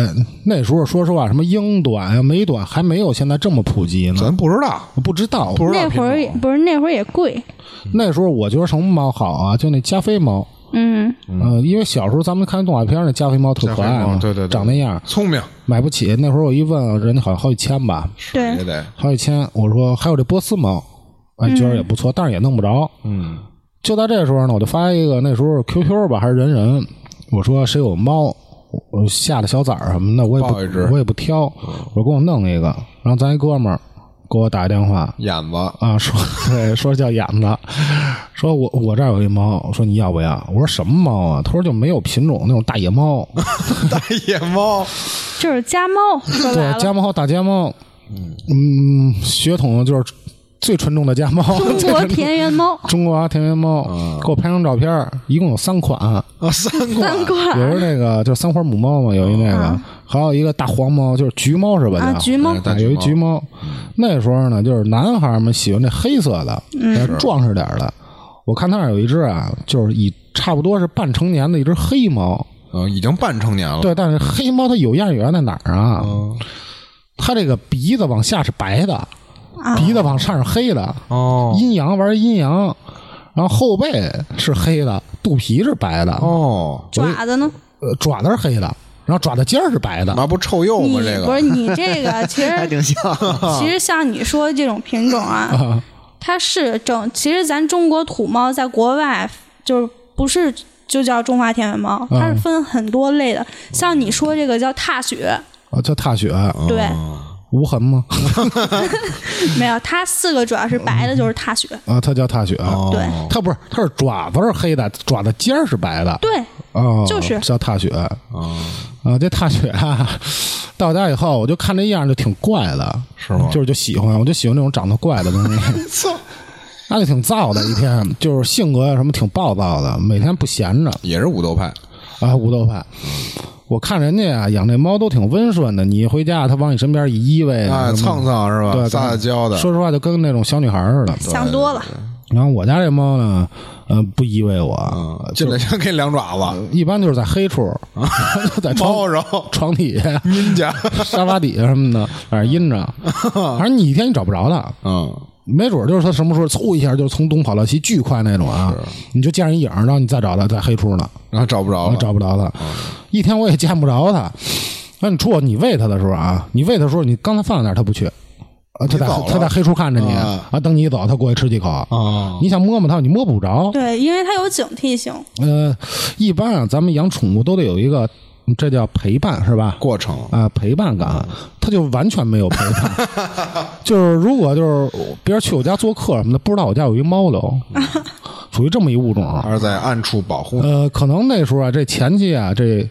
Speaker 1: 那时候说实话，什么英短呀、美短还没有现在这么普及呢。
Speaker 2: 咱不知道，
Speaker 1: 不知道，
Speaker 2: 不知道
Speaker 3: 那
Speaker 2: 品
Speaker 3: 会
Speaker 2: 种
Speaker 3: 儿也不是那会儿也贵，
Speaker 2: 嗯
Speaker 1: 那时候我觉得什么猫好啊？就那加菲猫，
Speaker 3: 嗯，
Speaker 1: 嗯、因为小时候咱们看动画片儿那加菲猫特可爱
Speaker 2: 加菲
Speaker 1: 嘛，
Speaker 2: 猫对对对
Speaker 1: 长那样
Speaker 2: 聪明
Speaker 1: 买不起。那会儿我一问，人家好像好几千吧，
Speaker 3: 对
Speaker 2: 也，得，
Speaker 1: 好几千。我说还有这波斯猫，哎，觉得也不错，但是也弄不着。
Speaker 2: 嗯，
Speaker 1: 就在这时候呢，我就发一个那时候 QQ 吧还是人人，我说谁有猫，我下的小崽儿什么的，我也
Speaker 2: 抱一只嗯
Speaker 1: 不我也不挑，我说给我弄一个。然后咱一哥们儿给我打一电话
Speaker 2: 眼子 *laughs*
Speaker 1: 啊，说 *laughs* 对，说叫眼子，说我我这儿有一猫，我说你要不要？我说什么猫啊？他说就没有品种那种大野猫，
Speaker 2: 大野猫，
Speaker 3: 就是家猫，说白
Speaker 1: 对，
Speaker 3: 了，
Speaker 1: 家猫大家猫，嗯，血统就是最纯种的家猫，
Speaker 3: 中
Speaker 1: 最
Speaker 3: 国
Speaker 1: 纯种，
Speaker 3: 田园猫
Speaker 1: 中国田园猫，给我拍张照片儿，一共有三款。
Speaker 2: 啊，三
Speaker 1: *laughs*
Speaker 3: 三
Speaker 2: 款，
Speaker 3: 罐
Speaker 1: 有一
Speaker 3: 儿
Speaker 1: 个那个就是三花母猫嘛，有一那个，还有一个大黄猫，就是橘猫是吧？
Speaker 3: 啊
Speaker 1: 叫，
Speaker 3: 橘猫
Speaker 2: 哎，大
Speaker 1: 啊
Speaker 2: 橘
Speaker 1: 有一
Speaker 2: 猫嗯
Speaker 1: 橘猫。那时候呢，就是男孩们喜欢这黑色的，呃壮实点儿的。我看那儿有一只啊，就是以差不多是半成年的一只黑猫，
Speaker 2: 嗯，已经半成年了，
Speaker 1: 对，但是黑猫它有样有样在哪儿啊？
Speaker 2: 哦
Speaker 1: 它这个鼻子往下是白的，鼻子往上是黑的，
Speaker 2: 哦
Speaker 1: 阴阳玩阴阳，然后后背是黑的，肚皮是白的，
Speaker 2: 哦，
Speaker 3: 爪子呢？
Speaker 1: 呃，爪子是黑的，然后爪子尖儿是白的。
Speaker 2: 那不臭鼬
Speaker 3: 你
Speaker 2: 吗？这个
Speaker 3: 不是你这个，其
Speaker 5: 还
Speaker 3: 实
Speaker 5: 挺像。
Speaker 3: 其实像你说的这种品种啊，它是正，其实咱中国土猫在国外就是不是就叫中华田园猫，它是分很多类的，像你说这个叫踏雪，
Speaker 1: 啊，叫踏雪，
Speaker 2: 哦
Speaker 3: 对，
Speaker 1: 无痕吗？
Speaker 3: 没有，它四个主要是白的，就是踏雪，
Speaker 1: 啊，它叫踏雪。
Speaker 2: 哦
Speaker 3: 对
Speaker 1: 它不是，它是爪子是黑的，爪子尖儿是白的。
Speaker 3: 对，
Speaker 1: 哦，
Speaker 3: 就是
Speaker 1: 叫踏雪。啊，这踏雪啊，到我家以后，我就看这样就挺怪的，
Speaker 2: 是吗
Speaker 1: 就是就喜欢，我就喜欢这种长得怪的东
Speaker 2: *laughs*
Speaker 1: 西。 *laughs* 那就挺燥的，一天就是性格呀什么挺暴躁的，每天不闲着
Speaker 2: 也是武斗派，
Speaker 1: 啊，武斗派。我看人家啊，养这猫都挺温顺的，你一回家它往你身边一依偎
Speaker 2: 啊，
Speaker 1: 什哎么
Speaker 2: 蹭蹭是吧？
Speaker 1: 对，
Speaker 2: 撒撒娇的，
Speaker 1: 说实话，就跟那种小女孩似的。
Speaker 3: 想多了，
Speaker 1: 然后我家这猫呢，呃，不依偎我
Speaker 2: 嗯，，进来先给两爪子，
Speaker 1: 一般就是在黑处， *laughs* 就在
Speaker 2: 啊猫
Speaker 1: 床
Speaker 2: 着
Speaker 1: *laughs* 床底下、
Speaker 2: 阴家，
Speaker 1: 沙发底下什么的，反正阴
Speaker 2: *laughs*
Speaker 1: 着。反正你一天你找不着它，
Speaker 2: 嗯，
Speaker 1: 没准儿就是它什么时候嗖一下就从东跑到西，巨快那种啊！你就见人影儿，然后你再找它，在黑处呢，
Speaker 2: 然后找不着
Speaker 1: 然后
Speaker 2: 了，
Speaker 1: 找不着它，
Speaker 2: 哦
Speaker 1: 一天我也见不着它。那你出你喂它的时候啊，你喂它的时候，你刚才放在那儿它不去，啊，它在
Speaker 2: 你走了
Speaker 1: 它在黑处看着你
Speaker 2: 啊
Speaker 1: 啊，等你一走，它过去吃几口。
Speaker 2: 啊，
Speaker 1: 你想摸摸它，你摸不着。
Speaker 3: 对，因为它有警惕性，
Speaker 1: 呃，一般啊，咱们养宠物都得有一个，这叫陪伴是吧？
Speaker 2: 过程
Speaker 1: 啊、陪伴感，它就完全没有陪伴。就是如果就是别人去我家做客什么的，不知道我家有一猫溜，属于这么一物种。啊
Speaker 2: 还是在暗处保护，
Speaker 1: 呃，可能那时候啊，这前期啊，这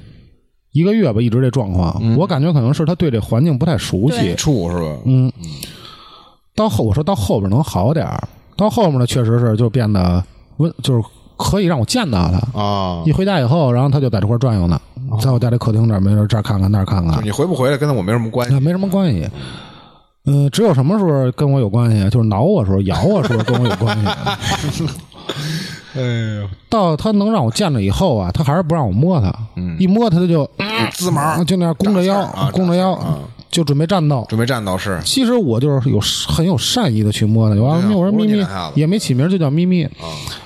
Speaker 1: 一个月吧，一直这状况，我感觉可能是它对这环境不太熟悉
Speaker 3: 对。
Speaker 2: 处是吧？
Speaker 1: 到后我说到后边能好点儿，到后面呢，确实是就变得温，就是可以让我见到它。
Speaker 2: 啊
Speaker 1: 一，回家以后，然后他就在这块儿转悠呢，在我家这客厅这儿，没事儿这儿看看那儿看看
Speaker 2: 就，你回不回来跟我没什么关系
Speaker 1: 那没什么关系。嗯、只有什么时候跟我有关系，啊就是挠我时候、咬我时候跟我有关系。啊
Speaker 2: 哎呦，
Speaker 1: 到他能让我见着以后啊，他还是不让我摸他，
Speaker 2: 嗯
Speaker 1: 一摸他他就啊
Speaker 2: 滋毛
Speaker 1: 就那样弓着腰，
Speaker 2: 长刺啊儿啊
Speaker 1: 弓着腰、就准备战斗。
Speaker 2: 准备战斗 *laughs* 是
Speaker 1: 其实我就是有很有善意的去摸它，我
Speaker 2: 对啊
Speaker 1: 说我说咪
Speaker 2: 我说你
Speaker 1: 咪
Speaker 2: 俩啊呀
Speaker 1: 也没起名，就叫咪咪。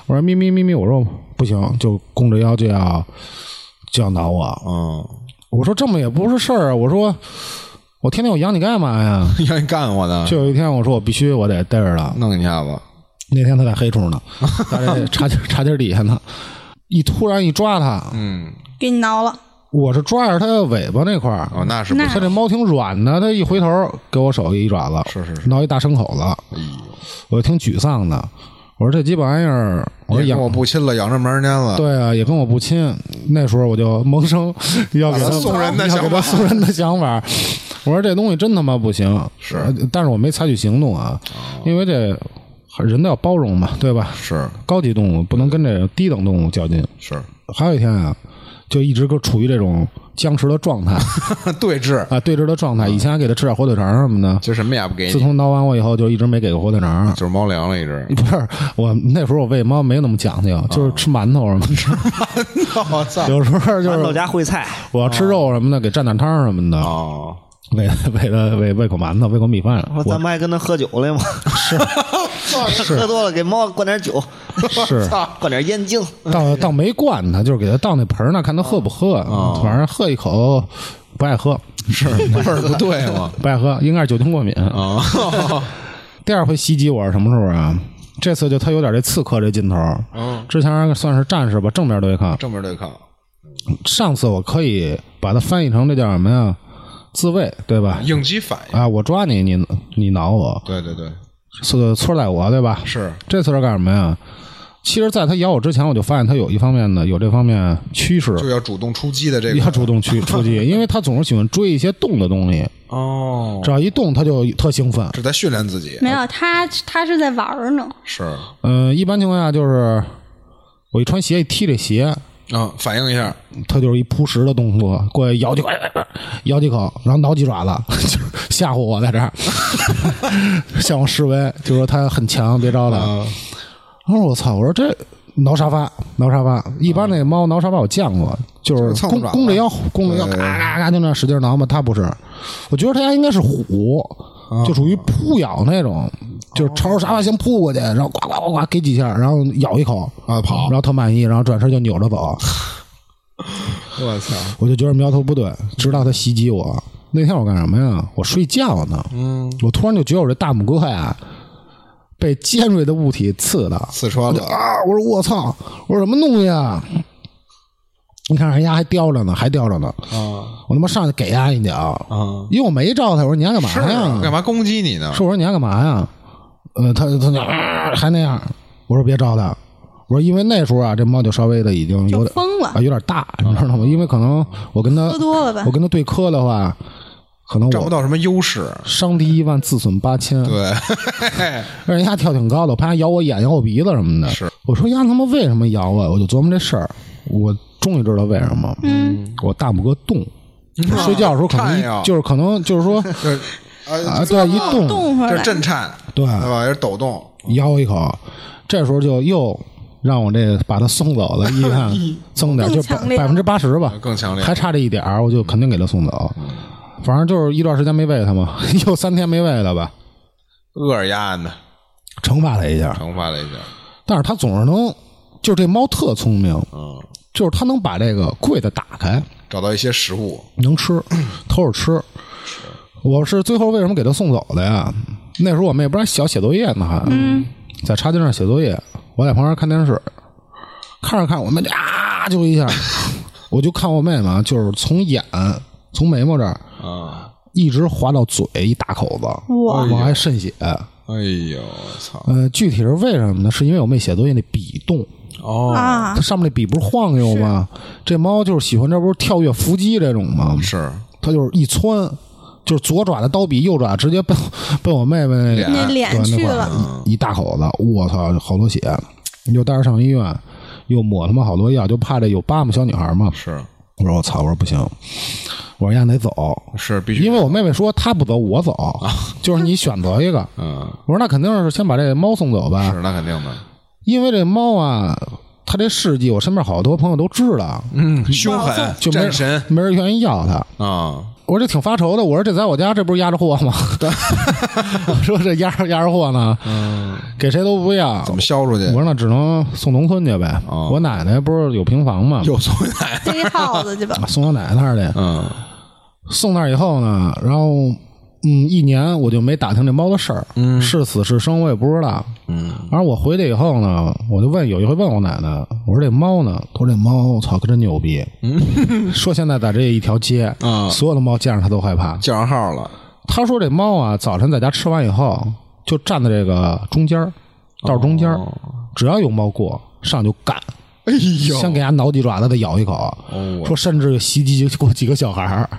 Speaker 1: 我说咪咪咪咪，我说不行，就弓着腰就要就要挠我。
Speaker 2: 嗯，
Speaker 1: 我说这么也不是事儿啊，我说我天天我养你干嘛呀？
Speaker 2: 让你干我呢，
Speaker 1: 就有一天我说我必须我得逮着它。
Speaker 2: 弄一下子，
Speaker 1: 那天它在黑
Speaker 2: *laughs*
Speaker 1: 处呢，在这茶几茶几底下呢，一突然一抓它，
Speaker 2: 嗯，
Speaker 3: 给你挠了，
Speaker 1: 我是抓着它的尾巴那块儿，
Speaker 2: 哦，那是不
Speaker 3: 那
Speaker 1: 它这猫挺软的，它一回头给我手一爪子，
Speaker 2: 是是哎
Speaker 1: 挠一大伤口子，我挺沮丧的。我说这鸡巴玩意儿，我说
Speaker 2: 也
Speaker 1: 养
Speaker 2: 跟我不亲了，养这么长时间了，
Speaker 1: 对啊，也跟我不亲。那时候我就萌生要给
Speaker 2: 把
Speaker 1: 他
Speaker 2: 他送人的
Speaker 1: 要
Speaker 2: 想
Speaker 1: 给
Speaker 2: 法
Speaker 1: 他送人的想法。我说这东西真他妈不行，
Speaker 2: 是哦
Speaker 1: 呃但是我没采取行动啊，因为这人都要包容嘛，对吧？
Speaker 2: 是
Speaker 1: 高级动物不能跟这低等动物较劲。
Speaker 2: 是， *laughs*
Speaker 1: 还有一天啊，就一直搁处于这种僵持的状态 *laughs*
Speaker 2: 对峙，
Speaker 1: 啊，对峙的状
Speaker 5: 嗯
Speaker 1: 态。以前还给它吃点火腿肠什么的，
Speaker 2: 就什么也不
Speaker 5: 哎
Speaker 2: 给
Speaker 1: 自
Speaker 2: 你，
Speaker 1: 从挠完我以后，就一直没给过火腿肠。
Speaker 5: 嗯
Speaker 2: 就是猫粮了一只。
Speaker 1: 不是我那时候我喂猫没那么讲
Speaker 5: 哦
Speaker 1: 究，就是吃馒头什么
Speaker 5: *laughs*
Speaker 1: 的，
Speaker 2: *laughs* 我操！
Speaker 1: 有时候就
Speaker 5: 馒头
Speaker 1: 是
Speaker 5: 加烩菜，
Speaker 1: 我要吃肉什么的，给蘸点汤什么的，
Speaker 2: 哦，
Speaker 1: 喂 *laughs* 喂它喂喂口馒头，喂口米饭。
Speaker 5: 我哦咱们还跟他喝酒来吗？ *laughs* 是，喝多了给猫灌点酒， *laughs*
Speaker 1: 我是
Speaker 5: 灌点烟精，
Speaker 1: 倒倒没灌它，就是给它倒那盆儿那，看它喝不喝。
Speaker 5: 哦
Speaker 1: 反正喝一口不爱喝，
Speaker 2: 是味儿不对吗？
Speaker 1: *laughs* 不爱喝，应该是酒精过敏。
Speaker 5: 哦
Speaker 2: 啊，
Speaker 1: 第二回袭击我是什么时候啊？这次就他有点这刺客这劲头儿，
Speaker 2: 嗯
Speaker 1: 之前算是战士吧，正面对抗。
Speaker 2: *laughs* 正面对抗，
Speaker 1: 上次我可以把它翻译成这叫什么呀？自卫，对吧？
Speaker 2: 应激反应。
Speaker 1: 啊，我抓你，你你挠我，
Speaker 2: 对对对，
Speaker 1: 是错在我，对吧？
Speaker 2: 是
Speaker 1: 这次是干什么呀？其实，在他咬我之前，我就发现他有一方面呢，有这方面趋势，
Speaker 2: 就要主动出击的这个。
Speaker 1: 要主动
Speaker 2: *laughs*
Speaker 1: 去出击，因为他总是喜欢追一些动的东西，
Speaker 2: 哦，
Speaker 1: 只要一动他就特兴奋。
Speaker 2: 是在训练自己。
Speaker 3: 没有他，他是在玩儿呢。
Speaker 2: 是，
Speaker 1: 嗯、一般情况下就是我一穿鞋一踢这鞋，
Speaker 2: 嗯，反应一下，
Speaker 1: 他就是一扑食的动作，过去咬几口，哎咬几口，然后挠几爪子， *laughs* 就是吓唬我在这儿， *laughs* 向我示威，就说他很强，别招他。
Speaker 2: 啊
Speaker 1: 然后我操，我说这挠沙发，挠沙发，一般那猫挠沙发我见过，就是
Speaker 2: 蹭
Speaker 1: 弓
Speaker 2: 爪子
Speaker 1: 弓着腰，弓着腰，嘎
Speaker 2: 对对对
Speaker 1: 嘎嘎就那使劲挠嘛。它不是，我觉得它应该是虎，
Speaker 2: 啊
Speaker 1: 就属于扑咬那种，就是朝着沙发先扑过去，然后呱呱呱呱给几下，然后咬一口
Speaker 2: 啊跑
Speaker 1: 然后特满意，然后转身就扭着走。
Speaker 2: 我操，
Speaker 1: 我就觉得苗头不对，直到他袭击我。那天我干什么呀？我睡觉呢，嗯，我突然就觉得我这大拇哥呀被尖锐的物体刺的，
Speaker 2: 刺穿
Speaker 1: 我就
Speaker 2: 了，
Speaker 1: 啊！我说我操！我说什么东西啊？你看人家还叼着呢，还叼着呢，
Speaker 2: 啊
Speaker 1: 我他妈上去给丫一脚，
Speaker 2: 啊！
Speaker 1: 因为我没招他，我说你还干嘛
Speaker 2: 是
Speaker 1: 呀
Speaker 2: 啊，？干嘛攻击你呢？
Speaker 1: 是我说你还干嘛呀？呃，他他就、啊还那样，我说别招他，我说因为那时候啊，这猫就稍微的已经有
Speaker 3: 就
Speaker 1: 点
Speaker 3: 疯了
Speaker 1: 啊，有点大，你知道吗？因为可能我跟他
Speaker 3: 喝多了吧
Speaker 1: 我跟他对磕的话，可能
Speaker 2: 占不
Speaker 1: 我
Speaker 2: 到什么优势。
Speaker 1: 伤敌一万，自损八千。
Speaker 2: *laughs* 对，
Speaker 1: 让人家跳挺高的，我怕它咬我眼、咬我鼻子什么的。
Speaker 2: 是，
Speaker 1: 我说丫他妈为什么咬我？我就琢磨这事儿，我终于知道为什么。嗯，我大拇哥动，睡觉的时候可能
Speaker 2: 颤
Speaker 1: 一
Speaker 2: 呀
Speaker 1: 就是可能就是说
Speaker 2: *laughs* 就是
Speaker 1: 啊，
Speaker 2: 啊，
Speaker 1: 对，一动
Speaker 3: 动会儿
Speaker 2: 这
Speaker 3: 来，
Speaker 2: 震颤，
Speaker 1: *laughs* 对
Speaker 2: 对吧？也是抖动，
Speaker 1: 咬我一口，这时候就又让我这把他送走了，医
Speaker 3: *laughs*
Speaker 1: 院增点儿就
Speaker 3: 嗯更强烈
Speaker 1: 百分之八十吧，
Speaker 2: 更强烈
Speaker 1: 还差这一点儿，我就肯定给他送走。反正就是一段时间没喂他嘛， *laughs* 又三天没喂他吧，
Speaker 2: 扼尔压按的，
Speaker 1: 惩罚他一下。
Speaker 2: 惩罚了一下。
Speaker 1: 但是他总是能，就是这猫特聪明，
Speaker 2: 嗯，
Speaker 1: 就是它能把这个柜子打开，
Speaker 2: 找到一些食物，
Speaker 1: 能吃， *clears throat* 偷着吃。我是最后为什么给他送走的呀？那时候我们也不是还小写作业呢，还、
Speaker 3: 嗯
Speaker 1: 在插件上写作业，我在旁边看电视，看着看着我妹就啊就一下， *laughs* 我就看我妹妹啊，就是从眼从眉毛这儿
Speaker 2: 啊，
Speaker 1: 一直划到嘴一大口子，
Speaker 3: 哇
Speaker 1: 我还渗血。
Speaker 2: 哎呦，我操！
Speaker 1: 呃，具体是为什么呢？是因为我妹写作业那笔动，
Speaker 2: 哦，
Speaker 3: 啊
Speaker 1: 它！上面那笔不是晃悠吗？这猫就是喜欢，这不是跳跃伏击这种吗？
Speaker 2: 是
Speaker 1: 它就是一窜，就是左爪的刀比右爪直接奔奔我妹妹那
Speaker 2: 脸
Speaker 1: 对
Speaker 2: 嗯
Speaker 3: 那脸
Speaker 1: 那
Speaker 3: 去
Speaker 1: 块
Speaker 3: 了，
Speaker 1: 儿啊一一大口子，我操，好多血，又带着上医院，又抹他妈好多药，就怕这有疤嘛，小女孩嘛。
Speaker 2: 是
Speaker 1: 我说我操，我说不行，我说丫得走，
Speaker 2: 是，必须啊
Speaker 1: 因为我妹妹说她不走我走，就是你选择一个。
Speaker 2: 嗯，
Speaker 1: 我说那肯定是先把这猫送走吧，
Speaker 2: 是那肯定的，
Speaker 1: 因为这猫啊，它这事迹我身边好多朋友都知道，
Speaker 2: 嗯，凶狠，
Speaker 1: 就没
Speaker 2: 战
Speaker 1: 人
Speaker 2: 神
Speaker 1: 没人愿意要它。
Speaker 2: 啊，
Speaker 1: 我说这挺发愁的，我说这在我家这不是压着货吗？我 *laughs* 说这压着压着货呢，
Speaker 2: 嗯，
Speaker 1: 给谁都不要。
Speaker 2: 怎么销出去
Speaker 1: 我？说那只能送农村去呗。
Speaker 2: 哦
Speaker 1: 我奶奶不是有平房吗？。
Speaker 2: 又从哪？
Speaker 3: 逮耗子去吧
Speaker 1: *laughs* 送我奶奶那儿去。
Speaker 2: 嗯
Speaker 1: 送那儿以后呢，然后嗯，一年我就没打听这猫的事儿，
Speaker 2: 嗯
Speaker 1: 是死是生我也不知道。
Speaker 2: 嗯，
Speaker 1: 而我回去以后呢，我就问有一回问我奶奶，我说这猫呢？她说这猫我操可真牛逼，说现在在这一条街
Speaker 2: 嗯啊
Speaker 1: 所有的猫见着它都害怕。
Speaker 2: 叫上号了，
Speaker 1: 他说这猫啊，早晨在家吃完以后，就站在这个中间儿
Speaker 2: 哦
Speaker 1: 道中间儿、只要有猫过，上就干，
Speaker 2: 哎呦
Speaker 1: 先给它挠几爪子，再咬一口。
Speaker 2: 哦
Speaker 1: 说甚至袭击过几个小孩儿，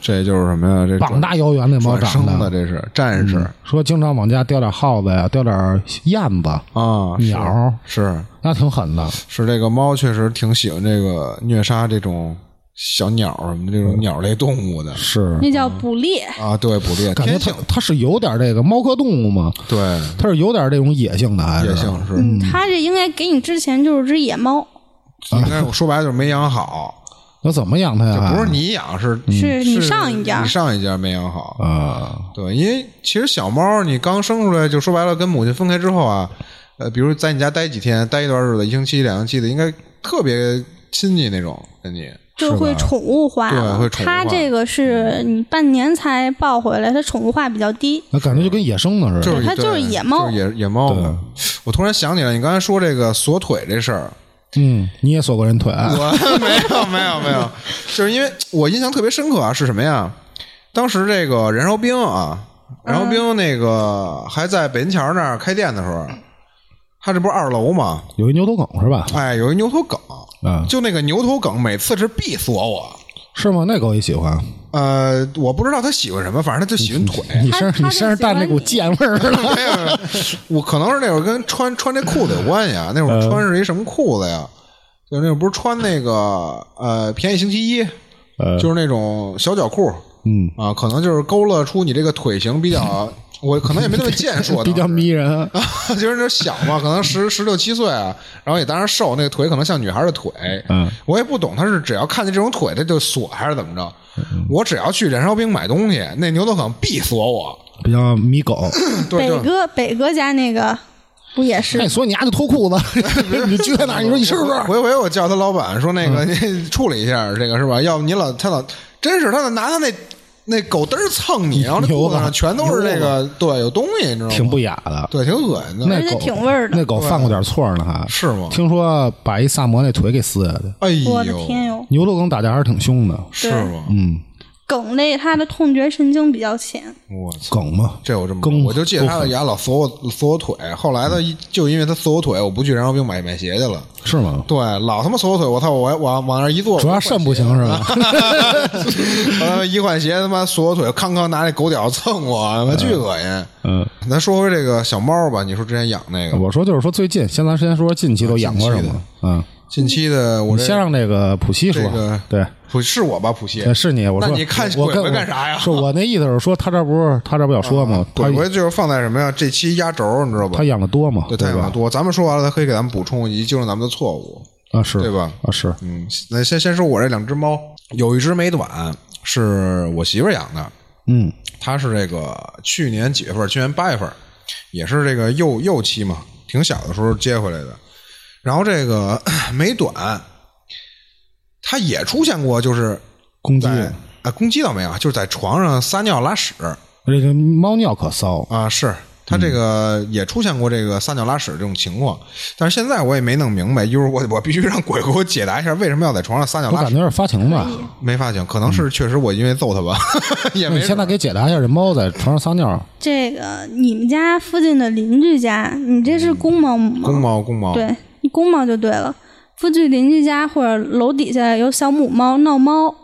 Speaker 2: 这就是什么呀？这
Speaker 1: 膀大腰圆那猫
Speaker 2: 转
Speaker 1: 长嗯
Speaker 2: 生
Speaker 1: 得
Speaker 2: 的，。这是战士
Speaker 1: 说经常往家叼点耗子呀，叼点燕子，
Speaker 2: 啊，
Speaker 3: 嗯
Speaker 1: 鸟儿
Speaker 2: 是
Speaker 1: 那挺狠的。
Speaker 2: 是是这个猫确实挺喜欢这个虐杀这种小鸟儿什么这
Speaker 1: 嗯
Speaker 2: 种鸟类动物的
Speaker 1: 是
Speaker 3: 那叫捕猎，
Speaker 2: 啊，对，捕猎，
Speaker 1: 感觉
Speaker 2: 天
Speaker 1: 它
Speaker 2: 性，
Speaker 1: 它是有点这个猫科动物嘛，
Speaker 2: 对，
Speaker 1: 它是有点这种野性的，还是啊
Speaker 2: 野性是，
Speaker 3: 嗯它这应该给你之前就是只野猫，
Speaker 2: 应该我说白了就是没养好，
Speaker 1: 那怎么养它
Speaker 2: 就
Speaker 1: 呀？
Speaker 2: 不是你养，是
Speaker 3: 是你上一
Speaker 2: 你
Speaker 3: 家，
Speaker 2: 上一家没养好，
Speaker 1: 嗯啊，
Speaker 2: 对，因为其实小猫你刚生出来，就说白了，跟母亲分开之后啊，呃，比如在你家待几天，待一段日子，一星期、两星期的，应该特别亲近那种跟你。
Speaker 3: 就会宠物化
Speaker 2: 对
Speaker 3: 了
Speaker 2: 会。宠物化嗯
Speaker 3: 它这个是你半年才抱回来，它宠物化比较低。
Speaker 1: 那感觉就跟野生的似
Speaker 2: 就
Speaker 1: 的。
Speaker 2: 是
Speaker 3: 它就是
Speaker 2: 对
Speaker 3: 野猫
Speaker 2: 就是野野猫嘛。我突然想起来，你刚才说这个锁腿这事儿，
Speaker 1: 嗯，你也锁过人腿，
Speaker 3: *laughs*
Speaker 2: 我没有没有没有，就是因为我印象特别深刻啊，是什么呀？当时这个燃烧兵啊，燃烧
Speaker 3: 嗯
Speaker 2: 兵那个还在北新桥那儿开店的时候，他这不是二楼吗？
Speaker 1: 有一牛头梗是吧？
Speaker 2: 哎，有一牛头梗，
Speaker 1: 啊，
Speaker 2: 就那个牛头梗，每次是必锁我。
Speaker 1: 是吗？那狗也喜欢。
Speaker 2: 呃，我不知道他喜欢什么，反正他就喜欢腿。
Speaker 1: 你身
Speaker 3: 它
Speaker 1: 你身上带那股
Speaker 3: 它就喜
Speaker 1: 贱味儿 *laughs* 了。
Speaker 2: 没有没有我可能是那会儿跟穿穿这裤子有关系
Speaker 1: 嗯
Speaker 2: 啊。那会儿穿是一什么裤子呀？就那会儿不是穿那个呃便宜星期一，
Speaker 1: 呃
Speaker 2: 就是那种小脚裤
Speaker 1: 嗯，
Speaker 2: 啊，可能就是勾勒出你这个腿型比
Speaker 1: *laughs*
Speaker 2: 较，我可能也没那么健硕，
Speaker 1: 比较迷人。啊
Speaker 2: 当时， *laughs* 就是那小嘛，可能十十六七岁啊，然后也当然瘦，那个腿可能像女孩的腿，
Speaker 1: 嗯，
Speaker 2: 我也不懂他是只要看见这种腿他就锁还是怎么着，
Speaker 1: 嗯
Speaker 2: 我只要去燃烧兵买东西，那牛头梗必锁我，
Speaker 1: 比较迷狗。
Speaker 2: 对
Speaker 3: 北
Speaker 2: 对。
Speaker 3: 哥北哥家那个不也是
Speaker 1: 哎，？所以你丫就脱裤子， *laughs* 你撅在哪儿？你说你嗯是不是？
Speaker 2: 回回我叫他老板说那个、你 *laughs* 处理一下这个是吧？要不你老他老真是他拿他那那狗嘚儿蹭你，然后那
Speaker 1: 牛
Speaker 2: 裤子
Speaker 1: 吧
Speaker 2: 上全都是那
Speaker 1: 牛吧
Speaker 2: 个对有东西，你知道吗？
Speaker 1: 挺不雅的。
Speaker 2: 对，挺恶心的。
Speaker 1: 那
Speaker 3: 而且
Speaker 1: 狗
Speaker 3: 挺味儿的
Speaker 1: 那狗犯过点错呢，还
Speaker 2: 是吗
Speaker 1: 听说把一萨摩那腿给撕下来的。
Speaker 2: 哎呦，
Speaker 3: 我的天哟！
Speaker 1: 牛头梗打架还是挺凶的，
Speaker 2: 是吗？
Speaker 1: 嗯，
Speaker 3: 梗类它的痛觉神经比较浅，
Speaker 2: 我操！
Speaker 1: 梗嘛，
Speaker 2: 这我这么
Speaker 1: 更嗯
Speaker 2: 我就记得他的牙老锁我锁我腿，后来他一就因为他锁我腿，我不去燃烧兵买买鞋去了。
Speaker 1: 是吗？
Speaker 2: 对，老他妈锁我腿，我操！我还往往那儿一坐，
Speaker 1: 主要肾不行是吧？ *laughs*
Speaker 2: *laughs* 后来一换鞋，他妈锁我腿，康康拿那狗屌蹭我，他妈巨恶心。
Speaker 1: 嗯，
Speaker 2: 咱说回这个小猫吧，你说之前养那个，
Speaker 1: 我说就是说最近，先咱先说啊近期都养过什么？嗯，
Speaker 2: 近期的我
Speaker 1: 你
Speaker 2: 这
Speaker 1: 先让那个普希
Speaker 2: 这
Speaker 1: 说
Speaker 2: 个，
Speaker 1: 对。
Speaker 2: 不是我吧，普希
Speaker 1: 呃，是你，我说
Speaker 2: 那你看
Speaker 1: 我
Speaker 2: 鬼
Speaker 1: 跟
Speaker 2: 鬼干啥呀啊
Speaker 1: 是我那意思是说，他这不是他这不要说吗？他
Speaker 2: 鬼鬼就是放在什么呀？这期压轴，你知道吧
Speaker 1: 他？养的多嘛？
Speaker 2: 对，他
Speaker 1: 对
Speaker 2: 养的
Speaker 1: 吧？
Speaker 2: 多。咱们说完了，他可以给咱们补充以及纠正咱们的错误。
Speaker 1: 啊是，
Speaker 2: 对吧
Speaker 1: 啊是，
Speaker 2: 嗯，那先先说我这两只猫，有一只美短是我媳妇儿养的，
Speaker 1: 嗯
Speaker 2: 它是这个去年几月份儿？去年八月份儿，也是这个幼幼期嘛，挺小的时候接回来的。然后这个美短，它也出现过，就是
Speaker 1: 公鸡
Speaker 2: 在啊攻击倒没有，就是在床上撒尿拉屎
Speaker 1: 这个猫尿可骚，
Speaker 2: 啊，是它这个也出现过这个撒尿拉屎这种情况。但是现在我也没弄明白，一会儿我我必须让鬼给我解答一下，为什么要在床上撒尿
Speaker 1: 我
Speaker 2: 拉
Speaker 1: 感
Speaker 2: 屎嗯
Speaker 1: 觉有？点发情吧？
Speaker 2: *laughs* 没发情，可能是确实我因为揍他吧， *laughs* 也
Speaker 1: 那你
Speaker 2: 没
Speaker 1: 现在给解答一下，这猫在床上撒尿，
Speaker 3: 这个你们家附近的邻居家，你这是公猫母吗？
Speaker 2: 嗯公猫公猫，
Speaker 3: 对，你公猫就对了。附近邻居家或者楼底下有小母猫闹猫，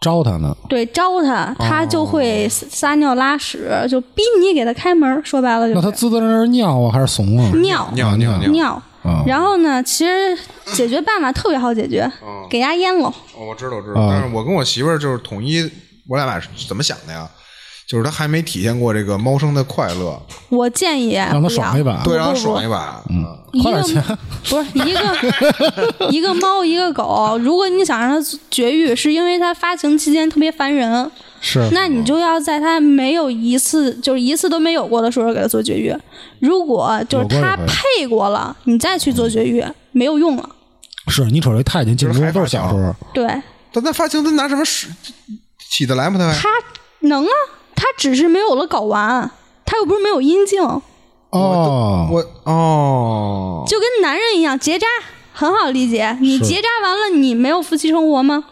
Speaker 1: 招它呢？
Speaker 3: 对，招
Speaker 2: 哦
Speaker 3: 它，它就会撒撒尿拉屎，就逼你给它开门。说白了就
Speaker 1: 那它
Speaker 3: 是
Speaker 1: 滋滋那儿尿啊，还是怂啊？
Speaker 3: 尿
Speaker 2: 尿尿尿，
Speaker 3: 尿。
Speaker 1: 嗯
Speaker 3: 然后呢，其实解决办法特别好解决，
Speaker 1: 嗯
Speaker 3: 给它淹了。
Speaker 2: 哦我知道知
Speaker 3: 啊
Speaker 2: 道，但是我跟我媳妇儿就是统一，我俩俩是怎么想的呀？就是她还没体现过这个猫生的快乐，
Speaker 3: 我建议
Speaker 1: 让
Speaker 3: 让
Speaker 1: 它爽一把，
Speaker 2: 对，让她
Speaker 3: 不
Speaker 2: 爽一把。嗯，
Speaker 3: 一
Speaker 1: 花
Speaker 3: 个
Speaker 1: 点钱
Speaker 3: *laughs* 不是一个 *laughs* 一个猫一个狗，如果你想让它绝育，是因为它发情期间特别烦人，
Speaker 1: 是
Speaker 3: 那你就要在它没有一次就是一次都没有过的时候给它做绝育。如果就是它
Speaker 1: 有过一回
Speaker 3: 配过了，你再去做绝育、没有用了。
Speaker 1: 是你瞅这太监进
Speaker 2: 就是
Speaker 1: 屋
Speaker 2: 害怕
Speaker 1: 都是小时候，
Speaker 3: 对，
Speaker 2: 但她发情，她拿什么屎起得来吗？她还
Speaker 3: 它能啊，它只是没有了睾丸，它又不是没有阴茎，
Speaker 1: 哦，
Speaker 2: 我哦，
Speaker 3: 就跟男人一样结扎，很好理解。你
Speaker 1: 是
Speaker 3: 结扎完了，你没有夫妻生活吗？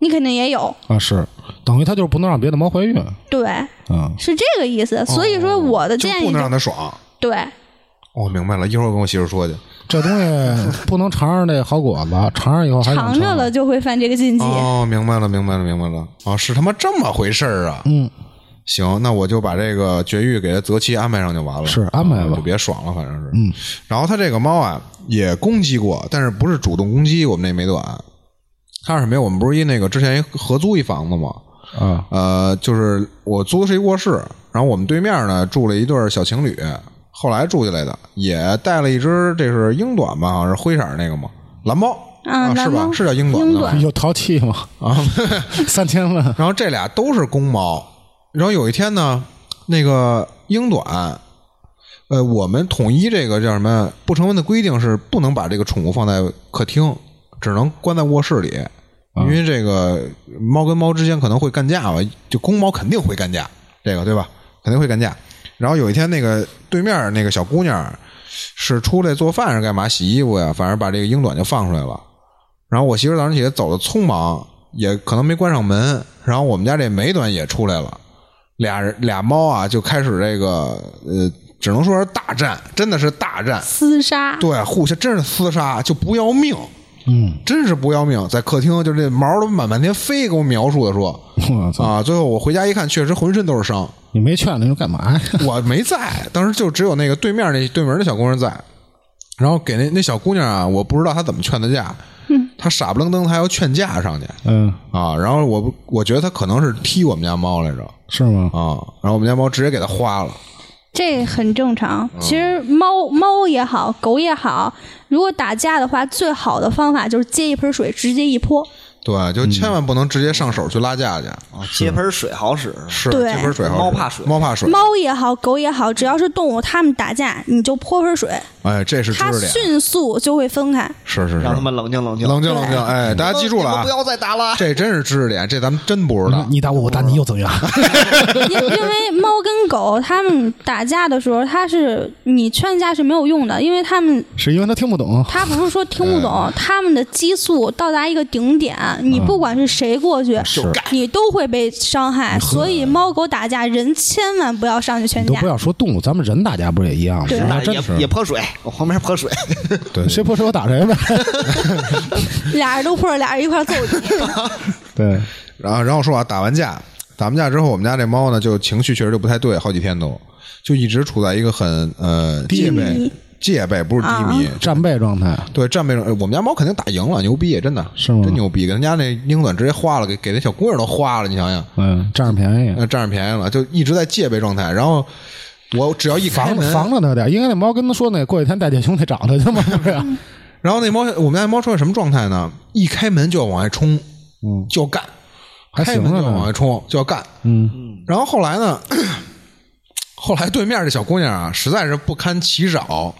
Speaker 3: 你肯定也有，
Speaker 1: 啊是，等于它就是不能让别的猫怀孕
Speaker 3: 对。
Speaker 1: 啊。
Speaker 3: 是这个意思。所以说我的
Speaker 2: 哦就
Speaker 3: 建
Speaker 2: 不
Speaker 3: 议
Speaker 2: 能
Speaker 3: 就
Speaker 2: 让她爽。
Speaker 3: 对，
Speaker 2: 我、明白了，一会儿我跟我媳妇儿说去。
Speaker 1: 这东西不能尝上这好果子，尝上以后还想
Speaker 3: 尝着了就会犯这个禁忌。
Speaker 2: 哦，明白了，明白了，明白了。哦，是他妈这么回事儿啊。
Speaker 1: 嗯，
Speaker 2: 行，那我就把这个绝育给它择期安排上就完了。哦
Speaker 1: 是安排吧
Speaker 2: 我就别爽了，反正是。嗯。然后它这个猫啊，也攻击过，但是不是主动攻击我们那美短，他是什么呀？我们不是一那个之前一合租一房子吗？
Speaker 1: 啊，
Speaker 2: 呃，就是我租的是一卧室，然后我们对面呢住了一对儿小情侣，后来住进来的，也带了一只这是英短吧，好像是灰色儿那个嘛，蓝猫
Speaker 3: 啊
Speaker 2: 是
Speaker 3: 蓝
Speaker 2: 吧？
Speaker 3: 猫
Speaker 2: 是叫英短
Speaker 3: 英
Speaker 2: 的吧
Speaker 3: 短
Speaker 1: 有淘气吗？
Speaker 2: 啊。
Speaker 1: 三千问，
Speaker 2: 然后这俩都是公猫，然后有一天呢，那个英短，呃，我们统一这个叫什么不成文的规定是不能把这个宠物放在客厅，只能关在卧室里，因为这个猫跟猫之间可能会干架吧，就公猫肯定会干架，这个对吧？肯定会干架。然后有一天，那个对面那个小姑娘是出来做饭是干嘛？洗衣服呀，反正把这个英短就放出来了。然后我媳妇儿早上起来走的匆忙，也可能没关上门。然后我们家这美短也出来了，俩人俩猫啊就开始这个呃，只能说是大战，真的是大战，
Speaker 3: 厮杀，
Speaker 2: 对，互相真是厮杀，就不要命，
Speaker 1: 嗯，
Speaker 2: 真是不要命，在客厅就这毛都满半天飞，给我描述的说
Speaker 1: 我操，
Speaker 2: 啊，最后我回家一看，确实浑身都是伤，
Speaker 1: 你没啊劝他，你干嘛呀？
Speaker 2: 我没在，当时就只有那个对面那对门的小姑娘在，然后给那那小姑娘啊，我不知道她怎么劝的架，她傻不愣登，她还要劝架上去。
Speaker 1: 嗯，
Speaker 2: 啊，然后我不我觉得他可能是踢我们家猫来着
Speaker 1: 是吗？
Speaker 2: 啊，然后我们家猫直接给它花了，
Speaker 3: 这很正
Speaker 2: 哦
Speaker 3: 常。其实猫猫也好，狗也好，如果打架的话，最好的方法就是接一盆水直接一泼。
Speaker 2: 对，
Speaker 5: 嗯
Speaker 2: 就千万不能直接上手去拉架去，
Speaker 5: 接盆水好使，
Speaker 2: 啊是
Speaker 3: 对
Speaker 2: 这盆水好使
Speaker 5: 啊猫怕水
Speaker 2: 猫怕水，
Speaker 3: 猫也好，狗也好，只要是动物，它们打架，你就泼盆水，
Speaker 2: 哎，这是知
Speaker 3: 它
Speaker 2: 识点，
Speaker 3: 迅速就会分开。
Speaker 2: 是是是，
Speaker 5: 让他们冷静冷静。
Speaker 2: 冷静冷静，哎，大家记住了
Speaker 5: 你们
Speaker 2: 啊
Speaker 5: 不，要嗯再打了。
Speaker 2: 这真是知识点，这咱们真不知道，
Speaker 1: 你打我，我打你又怎么样？
Speaker 3: 因因为猫跟狗它们打架的时候，它是你劝架是没有用的，因为它们
Speaker 1: 是因为他听不懂，
Speaker 3: 它不是说听不
Speaker 1: 嗯
Speaker 3: 懂，它们的激素到达一个顶点，你不管是谁过去，你都会被伤害。所以猫狗打架，人千万不要上去劝
Speaker 1: 你都
Speaker 3: 架
Speaker 1: 不。要说动物，咱们人打架不是也一样吗？
Speaker 5: 打
Speaker 1: 那真
Speaker 5: 也
Speaker 1: 是
Speaker 5: 哎也泼水，往旁边泼水，
Speaker 2: 对，
Speaker 1: 谁泼谁我打谁呗。
Speaker 3: 俩人都或者俩人一块儿揍
Speaker 1: *laughs*
Speaker 3: 你。
Speaker 1: 对，
Speaker 2: 然后然后说啊，打完架，打完架之后，我们家这猫呢就情绪确实就不太对，好几天都就一直处在一个很呃戒备
Speaker 3: 迷啊
Speaker 2: 戒备，不是低迷，
Speaker 1: 战备状态，
Speaker 2: 对，战备上，呃我们家猫肯定打赢了，牛逼，真的
Speaker 1: 是吗
Speaker 2: 真牛逼，给人家那英短直接花了，给给那小姑娘都花了，你想想，
Speaker 1: 嗯，占着便宜
Speaker 2: 那，占着便宜了，就一直在戒备状态。然后我只要一开
Speaker 1: 防
Speaker 2: 门，
Speaker 1: 防着他点儿，应该那猫跟他说那过几天带姐兄弟找他去嘛，不是？
Speaker 2: 然后那猫，我们家猫出现什么状态呢？一开门就要往外冲，
Speaker 1: 嗯，
Speaker 2: 就要干，
Speaker 1: 还
Speaker 2: 开
Speaker 1: 行
Speaker 2: 门就
Speaker 1: 了
Speaker 2: 要往
Speaker 1: 呢
Speaker 2: 外，冲，就要干。
Speaker 1: 嗯，
Speaker 2: 然后后来呢，后来对面这小姑娘啊，实在是不堪其扰，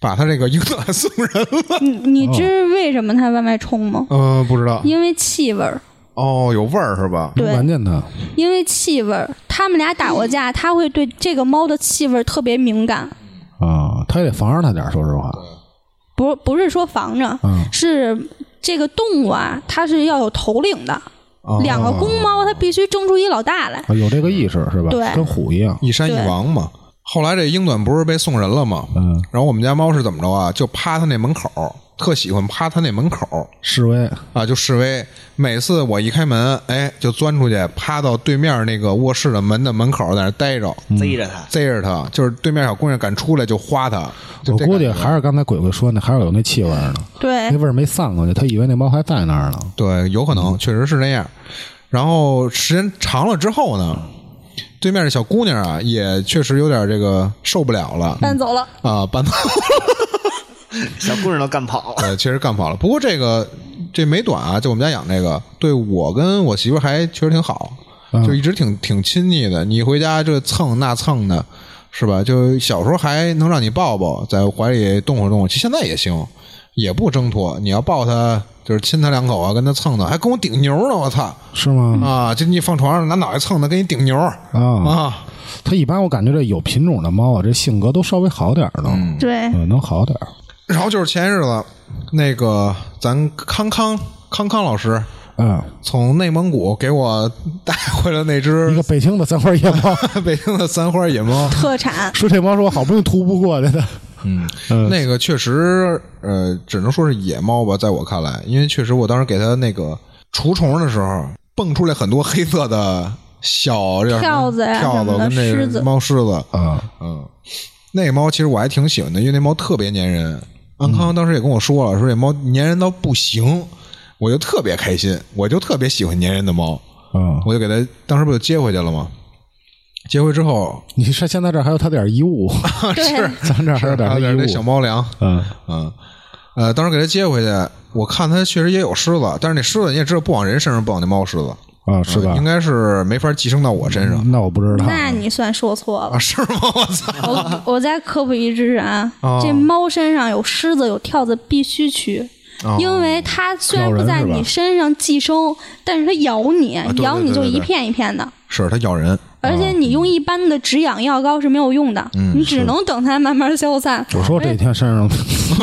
Speaker 2: 把她这个英短送人了。 *laughs*
Speaker 3: 你你
Speaker 1: 哦
Speaker 3: 知为什么它往外冲吗？
Speaker 2: 嗯，不知道
Speaker 3: 因为气味儿，
Speaker 2: 哦，有味儿是吧？
Speaker 3: 对
Speaker 1: 关键他，
Speaker 3: 因为气味儿，他们俩打过架，它会对这个猫的气味儿特别敏感。
Speaker 1: 啊，他也得防着他点儿，说实话，
Speaker 3: 不不是说防着，
Speaker 1: 嗯
Speaker 3: 是这个动物啊，它是要有头领的。
Speaker 1: 哦
Speaker 3: 两个公猫，它必须争出一老大来。
Speaker 1: 啊有这个意识是吧？
Speaker 3: 对
Speaker 1: 跟虎一样，
Speaker 2: 一山一王嘛。后来这英短不是被送人了吗？
Speaker 1: 嗯
Speaker 2: 然后我们家猫是怎么着啊？就趴他那门口，特喜欢趴他那门口
Speaker 1: 示威，
Speaker 2: 啊，就示威。每次我一开门，哎，就钻出去，趴到对面那个卧室的门的门口，在那儿待着，
Speaker 5: 逮着他。
Speaker 2: 贼着他。就是对面小姑娘敢出来就花他。就
Speaker 1: 我
Speaker 2: 这
Speaker 1: 估计
Speaker 2: 感觉
Speaker 1: 还是刚才鬼鬼说那，还是有那气味儿呢，
Speaker 3: 对
Speaker 1: 那，味儿没散过去，他以为那猫还在那儿呢。
Speaker 2: 对，有可能确实是那样。然后时间长了之后呢，对面这小姑娘啊，也确实有点这个受不了了
Speaker 3: 搬走了。
Speaker 2: 啊，搬到。
Speaker 5: 小姑娘都干跑了。
Speaker 2: 呃，确实干跑了。不过这个这美短啊，就我们家养这个，对我跟我媳妇儿还确实挺好，
Speaker 1: 啊嗯
Speaker 2: 就一直挺挺亲昵的。你回家这蹭那蹭的，是吧？就小时候还能让你抱抱，在怀里动会儿动会儿，其实现在也行，也不挣脱。你要抱它，就是亲它两口啊，跟它蹭蹭，还跟我顶牛呢，我操！
Speaker 1: 是吗？
Speaker 2: 啊，就你放床上拿脑袋蹭它，跟你顶牛
Speaker 1: 啊，
Speaker 2: 啊！
Speaker 1: 它一般我感觉这有品种的猫啊，这性格都稍微好点儿的，
Speaker 3: 对，
Speaker 1: 嗯，能好点儿。
Speaker 2: 然后就是前些日子，那个咱康康康康老师，
Speaker 1: 嗯，
Speaker 2: 从内蒙古给我带回了那
Speaker 1: *laughs* 一
Speaker 2: 只
Speaker 1: 个北京的三花野猫，
Speaker 2: 北京的三花野猫，
Speaker 1: *laughs*
Speaker 3: 特产。
Speaker 1: 说这猫是我好不容易徒步过去
Speaker 2: *laughs*
Speaker 1: 的。
Speaker 2: 那个确实，呃，只能说是野猫吧，在我看来，因为确实我当时给它那个除虫的时候，蹦出来很多黑色的小这叫什么
Speaker 3: 跳子呀
Speaker 2: 跳
Speaker 3: 什
Speaker 2: 子
Speaker 3: 么的
Speaker 2: 跟那
Speaker 3: 虱子
Speaker 2: 个猫虱子，
Speaker 1: 啊，
Speaker 2: 嗯，那个猫其实我还挺喜欢的，因为那猫特别粘人。安康当时也跟我说了，说这猫粘人到不行，我就特别开心，我就特别喜欢粘人的猫，
Speaker 1: 啊，
Speaker 2: 我就给它当时不就接回去了吗？接回之后，
Speaker 1: 你说现在这儿还有他点遗物， *laughs*
Speaker 3: 对，
Speaker 1: 咱这儿还有点
Speaker 2: 还
Speaker 1: 他
Speaker 2: 有点那
Speaker 1: 遗
Speaker 2: 小
Speaker 1: 物，
Speaker 2: 猫粮，
Speaker 1: 嗯
Speaker 2: 嗯，呃，当时给它接回去，我看它确实也有虱子，但是那虱子你也知道不往人身上蹦，那猫虱子嗯
Speaker 1: 啊，是吧
Speaker 2: 应？啊该是没法寄生到我身上
Speaker 1: 那我不知道，啊
Speaker 3: 那你算说错了
Speaker 2: 啊，。是吗？ *laughs* 我操！
Speaker 3: 我我再科普一知识啊，
Speaker 1: 哦
Speaker 3: 这猫身上有虱子有跳蚤，必须驱。
Speaker 2: 哦
Speaker 3: 因为它虽然
Speaker 1: 哦咬
Speaker 3: 不
Speaker 1: 人
Speaker 3: 在
Speaker 1: 是吧啊
Speaker 3: 你身上寄生，但是它咬你，
Speaker 2: 对
Speaker 3: 咬
Speaker 2: 对
Speaker 3: 你
Speaker 2: 对
Speaker 3: 就
Speaker 2: 对
Speaker 3: 一
Speaker 2: 对
Speaker 3: 片一片的，
Speaker 2: 是它咬人，
Speaker 3: 而
Speaker 1: 哦
Speaker 3: 且你用一般的止痒药膏是没有用的，
Speaker 1: 嗯
Speaker 3: 你只能等它慢慢消散。
Speaker 1: 我说这天身上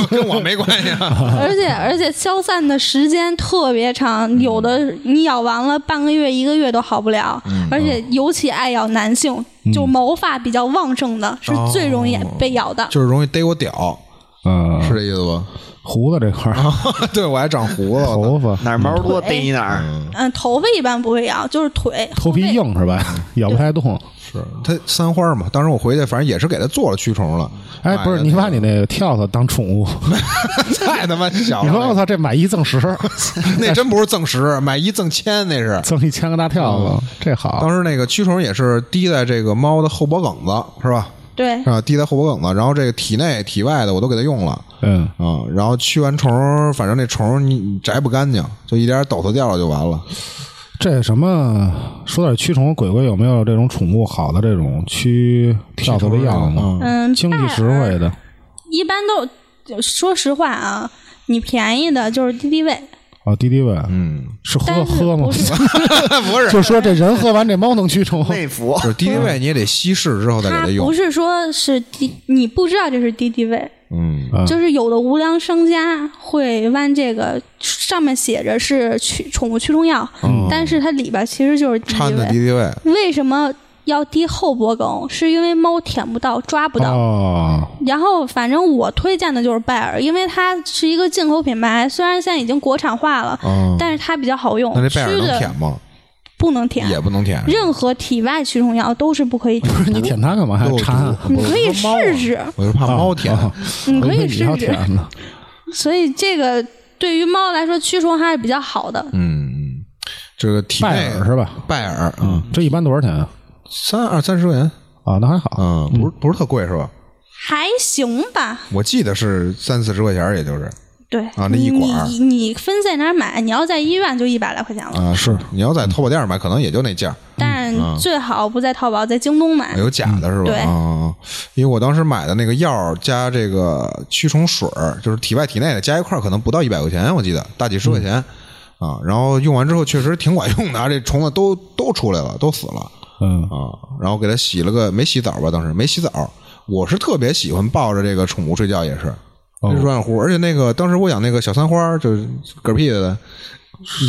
Speaker 2: 跟我没关系
Speaker 3: *laughs*
Speaker 1: *laughs*
Speaker 2: 啊。
Speaker 3: 而且而且消散的时间特别长，有的
Speaker 1: 嗯
Speaker 3: 你咬完了半个月、一个月都好不了，而且
Speaker 1: 嗯
Speaker 3: 尤其爱咬男性，就毛发比较旺盛的是最容
Speaker 1: 哦
Speaker 3: 易被咬的。
Speaker 2: 就是容易逮
Speaker 1: *laughs*
Speaker 2: 我屌，
Speaker 1: 啊，
Speaker 2: 是这意思吧？
Speaker 1: 胡子这块儿，
Speaker 2: *laughs* 对，我还长啊胡子，我操
Speaker 1: *laughs* 头发、嗯
Speaker 5: 哪儿毛多逮你哪儿，
Speaker 3: 嗯，头发一般不会咬，就是腿、
Speaker 1: 头皮硬是吧？
Speaker 2: 嗯
Speaker 1: *laughs* 咬不太动。
Speaker 2: 是它三花嘛。当时我回去，反正也是给它做了驱虫了。 *laughs*
Speaker 1: 哎，不是，
Speaker 2: 买的
Speaker 1: 你把你那个跳蚤当宠物，
Speaker 2: 太他妈小
Speaker 1: 你说我
Speaker 2: 了，
Speaker 1: 操，这买一赠
Speaker 2: *laughs*
Speaker 1: 十，
Speaker 2: 那真不是赠十，买一赠千那是。
Speaker 1: 赠一千个大跳蚤，这好
Speaker 2: 嗯当。时那个驱虫也是滴在这个猫的后脖梗子，是吧？
Speaker 3: 对
Speaker 2: 啊，滴在后脖梗子，然后这个体内体外的我都给它用了
Speaker 1: 嗯，
Speaker 2: 啊、然后驱完虫，反正那虫你你摘不干净，就一点抖擞掉了就完了。
Speaker 1: 这什么？说点驱虫，鬼鬼有没有这种宠物好的这种驱跳蚤的药吗？
Speaker 3: 嗯，
Speaker 1: 经济
Speaker 3: 拜
Speaker 1: 实
Speaker 3: 耳
Speaker 1: 惠的，
Speaker 3: 一般都说实话啊，你便宜的就是敌敌畏，
Speaker 1: 啊，敌敌畏，
Speaker 2: 嗯，
Speaker 1: 是喝
Speaker 3: 但是
Speaker 1: 喝吗
Speaker 3: 不？
Speaker 1: *laughs*
Speaker 3: 是
Speaker 2: 不是，
Speaker 1: 就说这人喝完这猫能驱虫，
Speaker 5: 内服
Speaker 2: 就是敌敌畏你也得稀释之后再给
Speaker 3: 它
Speaker 2: 它用
Speaker 3: 不。是说是敌，你不知道这是敌敌畏，
Speaker 2: 嗯，
Speaker 1: 嗯
Speaker 3: 就是有的无良商家会弯这个上面写着是驱宠物驱虫药，但是它里边其实就是敌
Speaker 2: 嗯掺
Speaker 3: 敌
Speaker 2: 的敌
Speaker 3: 畏。
Speaker 2: 敌畏。
Speaker 3: 为什么要滴后脖梗？是因为猫舔不到、抓不到。
Speaker 1: 哦，
Speaker 3: 然后，反正我推荐的就是拜耳，因为它是一个进口品牌，虽然现在已经国产化了，
Speaker 2: 哦
Speaker 3: 但是它比较好用。
Speaker 2: 那这贝尔
Speaker 3: 驱
Speaker 2: 能
Speaker 3: 的
Speaker 2: 舔吗？
Speaker 3: 不能舔，
Speaker 2: 也不能舔。
Speaker 3: 任何体外驱虫药都是不可以
Speaker 2: *laughs*
Speaker 3: 舔。
Speaker 1: 不是你舔它干嘛？还
Speaker 2: 肉毒
Speaker 1: 馋？
Speaker 3: 你可以试试，
Speaker 2: 我就怕猫舔。
Speaker 1: 啊
Speaker 3: 你可
Speaker 1: 我以为
Speaker 3: 以
Speaker 1: 你
Speaker 3: 试
Speaker 1: 要
Speaker 3: 试。
Speaker 1: 舔呢。
Speaker 3: 所以这个对于猫来说，驱虫还是比较好的。
Speaker 2: 嗯，嗯，这个体内
Speaker 1: 拜耳是吧？
Speaker 2: 拜耳，
Speaker 1: 嗯，这一般多少钱啊？
Speaker 2: 三二三十块钱，
Speaker 1: 啊，那还好。
Speaker 2: 嗯，不是不是特贵是吧？
Speaker 3: 还行吧，
Speaker 2: 我记得是三四十块钱，也就是
Speaker 3: 对
Speaker 2: 啊那一管儿
Speaker 3: 你你分在哪儿买？你要在医院就一百来块钱了，
Speaker 2: 啊，是你要在淘宝店买，可能也就那价儿，
Speaker 3: 但
Speaker 2: 嗯
Speaker 3: 最好不在淘宝，在京东买。
Speaker 2: 有假的是吧？
Speaker 3: 哎对
Speaker 2: 啊啊，啊因为我当时买的那个药加这个驱虫水儿，就是体外体内的加一块儿，可能不到一百块钱，我记得大几十块钱啊。然后用完之后确实挺管用的，这 *laughs* 虫子都都出来了，都死了。
Speaker 1: 嗯，
Speaker 2: 啊，然后给它洗了个没洗澡吧，当时没洗澡。我是特别喜欢抱着这个宠物睡觉，也是
Speaker 1: 哦
Speaker 2: 软软乎，而且那个当时我养那个小三花儿，就是嗝屁的，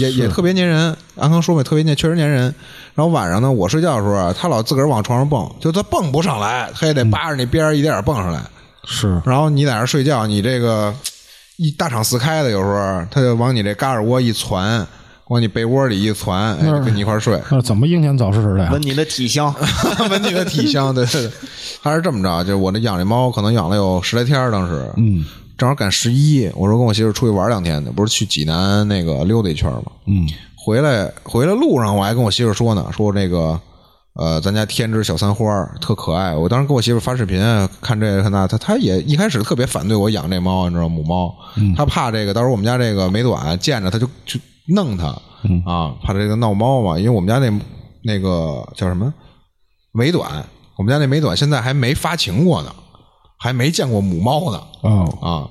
Speaker 2: 也也特别粘人。安康说嘛，特别粘，确实粘人。然后晚上呢，我睡觉的时候啊，它老自个儿往床上蹦，就它蹦不上来，它也得扒着那边儿一点点蹦上来。
Speaker 1: 是
Speaker 2: 然后你在那儿睡觉，你这个一大敞四开的，有时候它就往你这嘎吱窝一窜，往你被窝里一窜，哎，就跟你一块儿睡。
Speaker 1: 那怎么英年早逝
Speaker 2: 啊
Speaker 1: 的呀？
Speaker 5: 闻你的
Speaker 2: *laughs*
Speaker 5: 体香，
Speaker 2: 闻你的体香，对对对，还是这么着，就是我那养这猫，可能养了有十来天儿，当时，嗯，正好赶十一，我说跟我媳妇出去玩两天去，不是去济南那个溜达一圈儿嘛，嗯，回来回来路上我还跟我媳妇说呢，说那个。呃，咱家添只小三花儿特可爱，我当时给我媳妇发视频，啊看这个看那，她她也一开始特别反对我养这猫，你知道吗母猫，她怕这个到时候我们家这个美短见着她就就弄它，啊，怕这个闹猫嘛，因为我们家那那个叫什么美短，我们家那美短现在还没发情过呢，还没见过母猫呢
Speaker 1: 哦，
Speaker 2: 啊。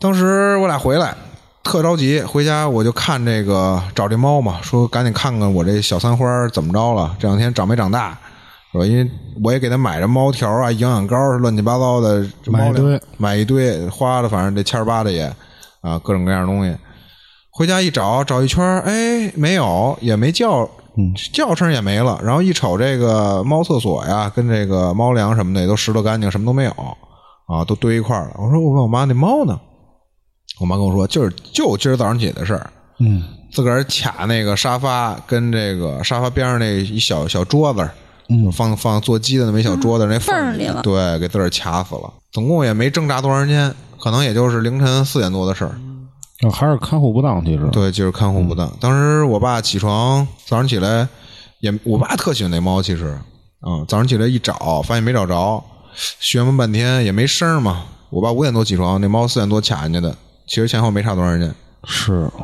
Speaker 2: 当时我俩回来特着急，回家我就看这个找这猫嘛，说赶紧看看我这小三花怎么着了，这两天长没长大。是吧？因为我也给它买着猫条啊、营养膏啊，乱七八糟的，
Speaker 1: 买一堆
Speaker 2: 猫粮，买一堆，花了反正这千儿八的也啊，各种各样的东西。回家一找，找一圈儿，哎，没有，也没叫，
Speaker 1: 嗯
Speaker 2: 叫声也没了。然后一瞅这个猫厕所呀，跟这个猫粮什么的也都拾掇干净，什么都没有啊，都堆一块儿了。我说我问我妈那猫呢，我妈跟我说就是就今儿早上起的事儿，
Speaker 1: 嗯
Speaker 2: 自个儿卡那个沙发跟这个沙发边上那一小小桌子，
Speaker 1: 嗯
Speaker 2: 放放坐鸡的那么一小桌子那缝
Speaker 3: 嗯缝
Speaker 2: 儿
Speaker 3: 儿里了
Speaker 2: 对，给自个儿卡死了。总共也没挣扎多长时间，可能也就是凌晨四点多的事儿。
Speaker 1: 啊还是看护不当，其实，
Speaker 2: 对，就是看护不当。当时我爸起床，早上起来也，我爸特喜欢那猫，其实，嗯，早上起来一找，发现没找着，寻摸半天也没声儿嘛。我爸五点多起床，那猫四点多卡人家的，其实前后没差多少人家。
Speaker 1: 是，啊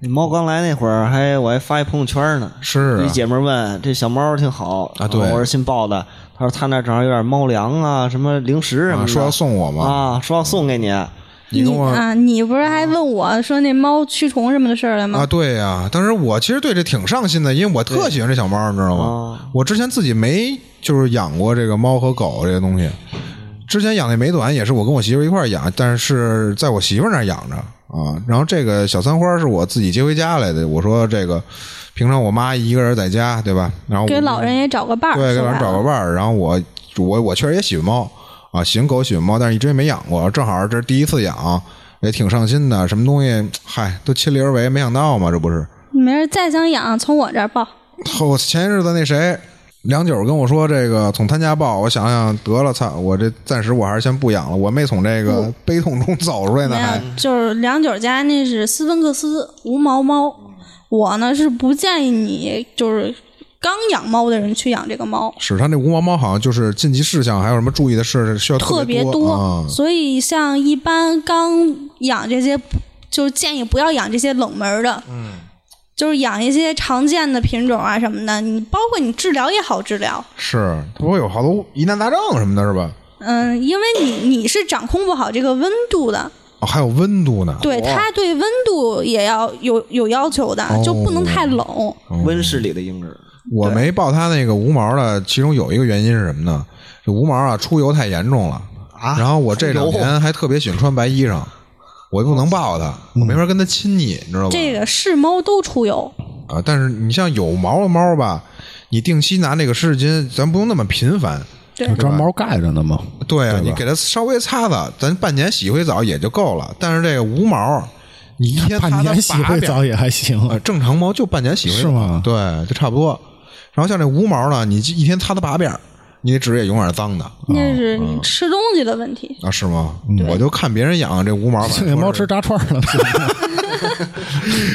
Speaker 5: 那猫刚来那会儿还我还发一朋友圈呢，
Speaker 2: 是啊
Speaker 5: 一姐们儿问这小猫挺好
Speaker 2: 啊对
Speaker 5: 我说新抱的，她说她那正好有点猫粮啊，什么零食什
Speaker 2: 啊
Speaker 5: 么的，
Speaker 2: 说要送我嘛
Speaker 5: 啊，说要送给你，
Speaker 2: 你跟我
Speaker 3: 啊，你不是还问我说那猫驱虫什么的事儿了吗？
Speaker 2: 啊，对呀、当时我其实对这挺上心的，因为我特喜欢这小猫，你知道吗？我之前自己没就是养过这个猫和狗这个东西，之前养那美短也是我跟我媳妇儿一块儿养，但是在我媳妇儿那儿养着啊。然后这个小三花是我自己接回家来的，我说这个平常我妈一个人在家，对吧？然后我
Speaker 3: 给老人也找个伴儿，
Speaker 2: 对，给
Speaker 3: 说
Speaker 2: 老
Speaker 3: 白
Speaker 2: 人找
Speaker 3: 了
Speaker 2: 个伴儿。然后我我我确实也喜欢猫啊，喜欢狗，喜欢猫，但是一直也没养过，正好这是第一次养，也挺上心的。什么东西，嗨，都亲力而为，没想到嘛，这不是。
Speaker 3: 没事，再想养从我这儿报。
Speaker 2: 后我前些日子那谁梁九跟我说这个从他家抱，我想想得了，操，我这暂时我还是先不养了，我没从这个悲痛中走出来呢，
Speaker 3: 嗯没
Speaker 2: 还
Speaker 3: 有，就是梁九家那是斯芬克斯无毛猫，我呢是不建议你就是刚养猫的人去养这个猫，
Speaker 2: 使他那无毛猫好像就是禁忌事项，还有什么注意的事需要
Speaker 3: 特
Speaker 2: 别
Speaker 3: 别
Speaker 2: 啊。
Speaker 3: 所以像一般刚养这些，就是建议不要养这些冷门的，嗯，就是养一些常见的品种啊什么的，你包括你治疗也好治疗，
Speaker 2: 是，不过有好多疑难杂症什么的，是吧？
Speaker 3: 嗯，因为你你是掌控不好这个温度的，
Speaker 2: 哦，还有温度呢。
Speaker 3: 对，它对温度也要有有要求的，就不能太冷。
Speaker 1: 嗯
Speaker 5: 温室里的婴儿，
Speaker 2: 我没抱它那个无毛的，其中有一个原因是什么呢？这无毛啊，出油太严重了。
Speaker 5: 啊
Speaker 2: 然后我这两
Speaker 5: 出油
Speaker 2: 年还特别喜欢穿白衣裳，我又不能抱它，我没法跟它亲昵，你知道吧？
Speaker 3: 这个是猫都出油，
Speaker 2: 啊，但是你像有毛的猫吧，你定期拿那个湿纸巾，咱不用那么频繁。
Speaker 3: 对
Speaker 1: 有，专猫盖着呢嘛，
Speaker 2: 对啊，
Speaker 1: 对吧
Speaker 2: 你给它稍微擦擦，咱半年洗一回澡也就够了。但是这个无毛，你一天擦它
Speaker 1: *laughs* 半年洗
Speaker 2: 八
Speaker 1: 回
Speaker 2: 遍
Speaker 1: 澡也还行，
Speaker 2: 呃，正常猫就半年洗回
Speaker 1: 是吗
Speaker 2: 对，就差不多。然后像这无毛呢，你就一天擦它八遍儿，你那纸也永远是脏的
Speaker 3: 那是你吃东西的问题。
Speaker 2: 啊？是吗？我就看别人养这无毛，
Speaker 1: 就
Speaker 2: *laughs*
Speaker 1: 给猫吃炸串了，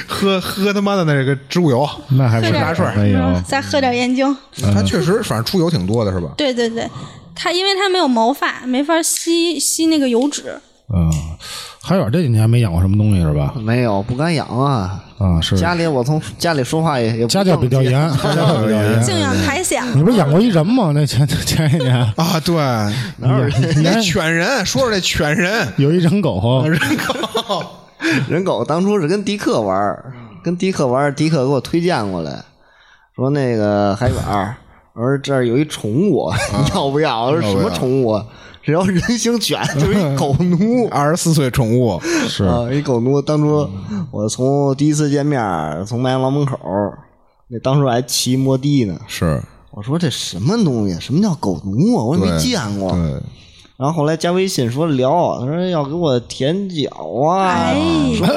Speaker 2: 喝喝他妈的那个植物油，
Speaker 1: *laughs* 那还不是
Speaker 3: 喝点
Speaker 2: 炸串儿
Speaker 1: 哎 *laughs* 呦，
Speaker 3: 嗯再喝点燕京，
Speaker 2: 它确实反正出油挺多的，是吧？
Speaker 3: 对对对，它因为它没有毛发，没法吸吸那个油脂。
Speaker 1: 嗯，海远这几年没养过什么东西是吧？
Speaker 5: 没有不敢养啊。
Speaker 1: 啊，是
Speaker 5: 家里我从家里说话也也不
Speaker 1: 家教比较
Speaker 5: 正经
Speaker 1: 严，家教比较
Speaker 2: 嗯
Speaker 1: 严。
Speaker 3: 静养苔藓，
Speaker 1: 你不是养过一人吗？那前前几
Speaker 2: *laughs*
Speaker 1: 年
Speaker 2: 啊，对，
Speaker 1: 哪有人
Speaker 2: 你那犬人，说说这犬人，
Speaker 1: 有一人狗，
Speaker 5: *laughs* 人狗当初是跟迪克玩儿，跟迪克玩儿，迪克给我推荐过来，说那个海远儿，我说这儿有一宠物，
Speaker 1: 啊
Speaker 5: 你 *laughs* 要不要？我说什么宠物？只要人
Speaker 1: *laughs*
Speaker 5: 形犬，就是一狗奴。
Speaker 2: 二十四岁宠物，
Speaker 1: 是嗯
Speaker 5: 啊，一狗奴。当初我从第一次见面儿，从麦当劳门口儿，那当时我还骑摩的呢。
Speaker 2: 是
Speaker 5: 我说这什么东西？什么叫狗奴啊？我也没
Speaker 2: 对
Speaker 5: 见过。
Speaker 2: 对，
Speaker 5: 然后后来加微信说聊，他说要给我舔脚啊，
Speaker 3: 哎
Speaker 5: 说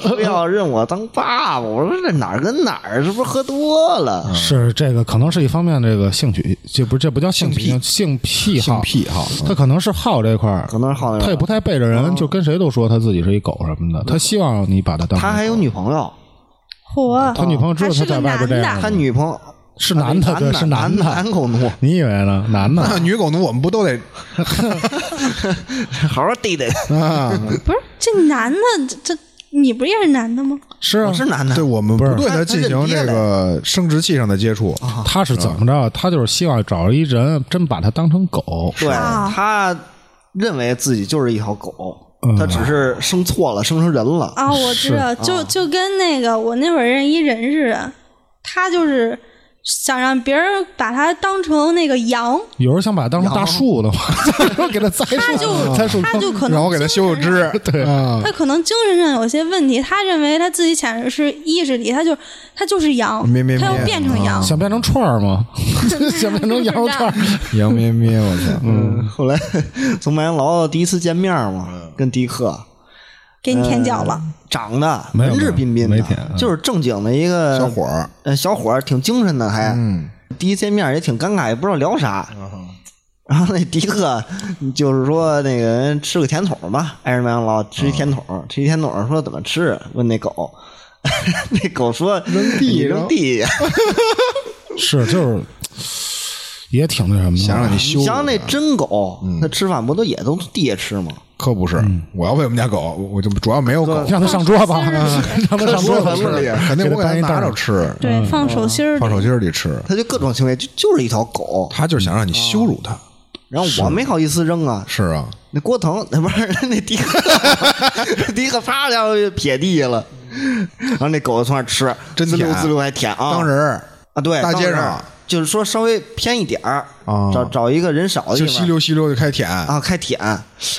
Speaker 5: 说要认我当爸爸。我说这哪儿跟哪儿？是不是喝多了？
Speaker 1: 是这个，可能是一方面，这个兴趣，这不这不叫兴趣，性癖好，
Speaker 2: 癖好
Speaker 1: 他可能是好这块儿，
Speaker 5: 可能是好那
Speaker 1: 他也不太背着人，就跟谁都说他自己是一狗什么的，他希望你把他当。
Speaker 5: 他还有女朋友，
Speaker 3: 嚯，
Speaker 2: 嗯
Speaker 1: 他女朋友知道
Speaker 3: 他
Speaker 1: 他
Speaker 3: 是个
Speaker 1: 在外边这
Speaker 3: 男
Speaker 1: 样
Speaker 5: 他
Speaker 3: 的，
Speaker 5: 女朋友
Speaker 1: 嗯
Speaker 5: 哎
Speaker 1: 是男的，对，是
Speaker 5: 男
Speaker 1: 的
Speaker 5: 男。狗奴。
Speaker 1: *laughs* 你以为呢？男的，
Speaker 2: 那女狗奴我们不都得
Speaker 5: 好好逮逮，
Speaker 2: 啊？
Speaker 3: 不是这男的，这这你不也是男的吗？
Speaker 1: 是啊
Speaker 5: 我，是男的
Speaker 2: 对，。我们
Speaker 1: 不是
Speaker 2: 对它进行这个生殖器上的啊接触，
Speaker 1: 他是怎么着？啊他就是希望找一人真把他当成狗，
Speaker 5: 对
Speaker 3: 啊
Speaker 5: 他认为自己就是一条狗，
Speaker 1: 嗯
Speaker 5: 他只是生错了，生成人了。
Speaker 3: 啊，我知
Speaker 1: 是
Speaker 3: 道，就就跟那个我那会儿认一人似的，他就是想让别人把他当成那个羊，
Speaker 1: 有人想把他当成大树的话， *laughs* 就给他栽树，
Speaker 3: 他就
Speaker 1: 栽树
Speaker 3: 他就可能
Speaker 2: 嗯让我给它修修枝， *laughs* 对啊，
Speaker 3: 他可能精神上有些问题，他认为他自己潜意识意识里，他就他就是羊，
Speaker 2: 咩咩咩
Speaker 3: 他要变成羊。
Speaker 2: 嗯
Speaker 1: 想变成串儿吗？ *laughs* 想变成羊肉串儿？
Speaker 2: 羊咩咩，我操，嗯，
Speaker 5: 后来 *laughs* 从麦当劳第一次见面
Speaker 1: 嗯
Speaker 5: 嘛，跟迪克，
Speaker 3: 给你舔脚了，
Speaker 2: 嗯
Speaker 5: 长得
Speaker 1: 没有
Speaker 5: 文质彬彬
Speaker 1: 没
Speaker 5: 的
Speaker 1: 有没舔，嗯
Speaker 5: 就是正经的一个
Speaker 2: 小伙儿，嗯
Speaker 5: 呃，小伙儿挺精神的，还，第一见面也挺尴尬，也不知道聊啥。 *laughs* 然后那迪克就是说那个人吃个甜筒吧，挨着麦当劳吃一甜筒，
Speaker 2: 嗯
Speaker 5: 吃一甜筒，说怎么吃？问那狗， *laughs* 那狗说扔
Speaker 2: 地上
Speaker 5: 扔地下。
Speaker 1: 是就是也挺那什么的，
Speaker 2: 想让你羞
Speaker 5: 你
Speaker 2: 辱
Speaker 5: 想想那
Speaker 2: 它
Speaker 5: 真狗，
Speaker 2: 嗯
Speaker 5: 那吃饭不都也都地下吃吗？
Speaker 2: 可不是，我要喂我们家狗，我我就主要没有狗，
Speaker 1: 让他上桌吧，让他上桌
Speaker 2: 不
Speaker 1: 子
Speaker 2: 是
Speaker 1: 吃，
Speaker 2: 啊肯定
Speaker 1: 给
Speaker 2: 我
Speaker 1: 他
Speaker 2: 给
Speaker 1: 搬一
Speaker 2: 它拿
Speaker 1: 袋
Speaker 2: 着
Speaker 1: 儿。
Speaker 2: 吃，
Speaker 3: 对，放手心儿
Speaker 2: 嗯放手心儿里吃，
Speaker 5: 它就各种行为，就就是一条狗。
Speaker 2: 他就是想让你羞辱他。
Speaker 5: 然后我没好意思扔啊，
Speaker 2: 是啊，
Speaker 5: 那郭腾那不是那迪克，迪克啪家伙就撇地下了，然后那狗从那儿吃，
Speaker 2: 嗯真
Speaker 5: 滋溜
Speaker 2: 舔
Speaker 5: 滋溜还舔啊，
Speaker 2: 当人儿
Speaker 5: 啊，对，
Speaker 2: 大街
Speaker 5: 当人
Speaker 2: 上
Speaker 5: 就是说稍微偏一点儿
Speaker 2: 啊
Speaker 5: 找找一个人少的地
Speaker 2: 就
Speaker 5: 方
Speaker 2: 吸溜吸溜就开舔，
Speaker 5: 啊，开舔，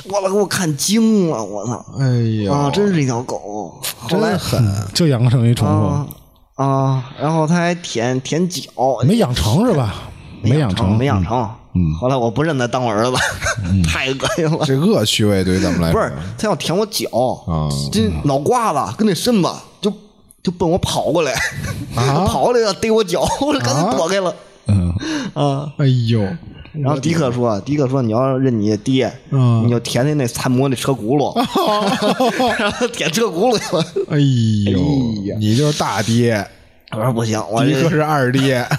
Speaker 5: 我了给我看惊了，我操
Speaker 2: 哎呦，
Speaker 5: 啊，真是一条狗，后来
Speaker 2: 真狠，
Speaker 1: 就养成一宠
Speaker 5: 啊
Speaker 1: 物，
Speaker 5: 啊，然后他还舔舔脚，
Speaker 1: 没养成是吧？
Speaker 5: 没
Speaker 1: 养成，
Speaker 5: 没养成，嗯，后来我不认他当我儿子，
Speaker 2: 嗯
Speaker 5: *laughs* 太恶心了，
Speaker 2: 这恶趣味对于咱们来
Speaker 5: 不
Speaker 2: 说
Speaker 5: 是，他要舔我脚
Speaker 2: 啊
Speaker 5: 这脑瓜子跟那身子就就奔我跑过来，
Speaker 2: 啊
Speaker 5: *laughs* 跑过来要逮我脚， *laughs* 我赶紧躲开了
Speaker 1: 嗯，
Speaker 5: 啊。
Speaker 2: 哎呦，
Speaker 5: 然后迪克说：“迪克说你要认你爹，
Speaker 2: 嗯
Speaker 5: 你就舔舔那参谋那车轱
Speaker 2: *laughs*
Speaker 5: 辘， *laughs* 然后舔车轱辘去了。
Speaker 2: 哎呦
Speaker 5: 哎呀，
Speaker 2: 你就是大爹，”
Speaker 5: 我说不行，我
Speaker 2: 迪克
Speaker 5: 这
Speaker 2: 是二爹。 *laughs*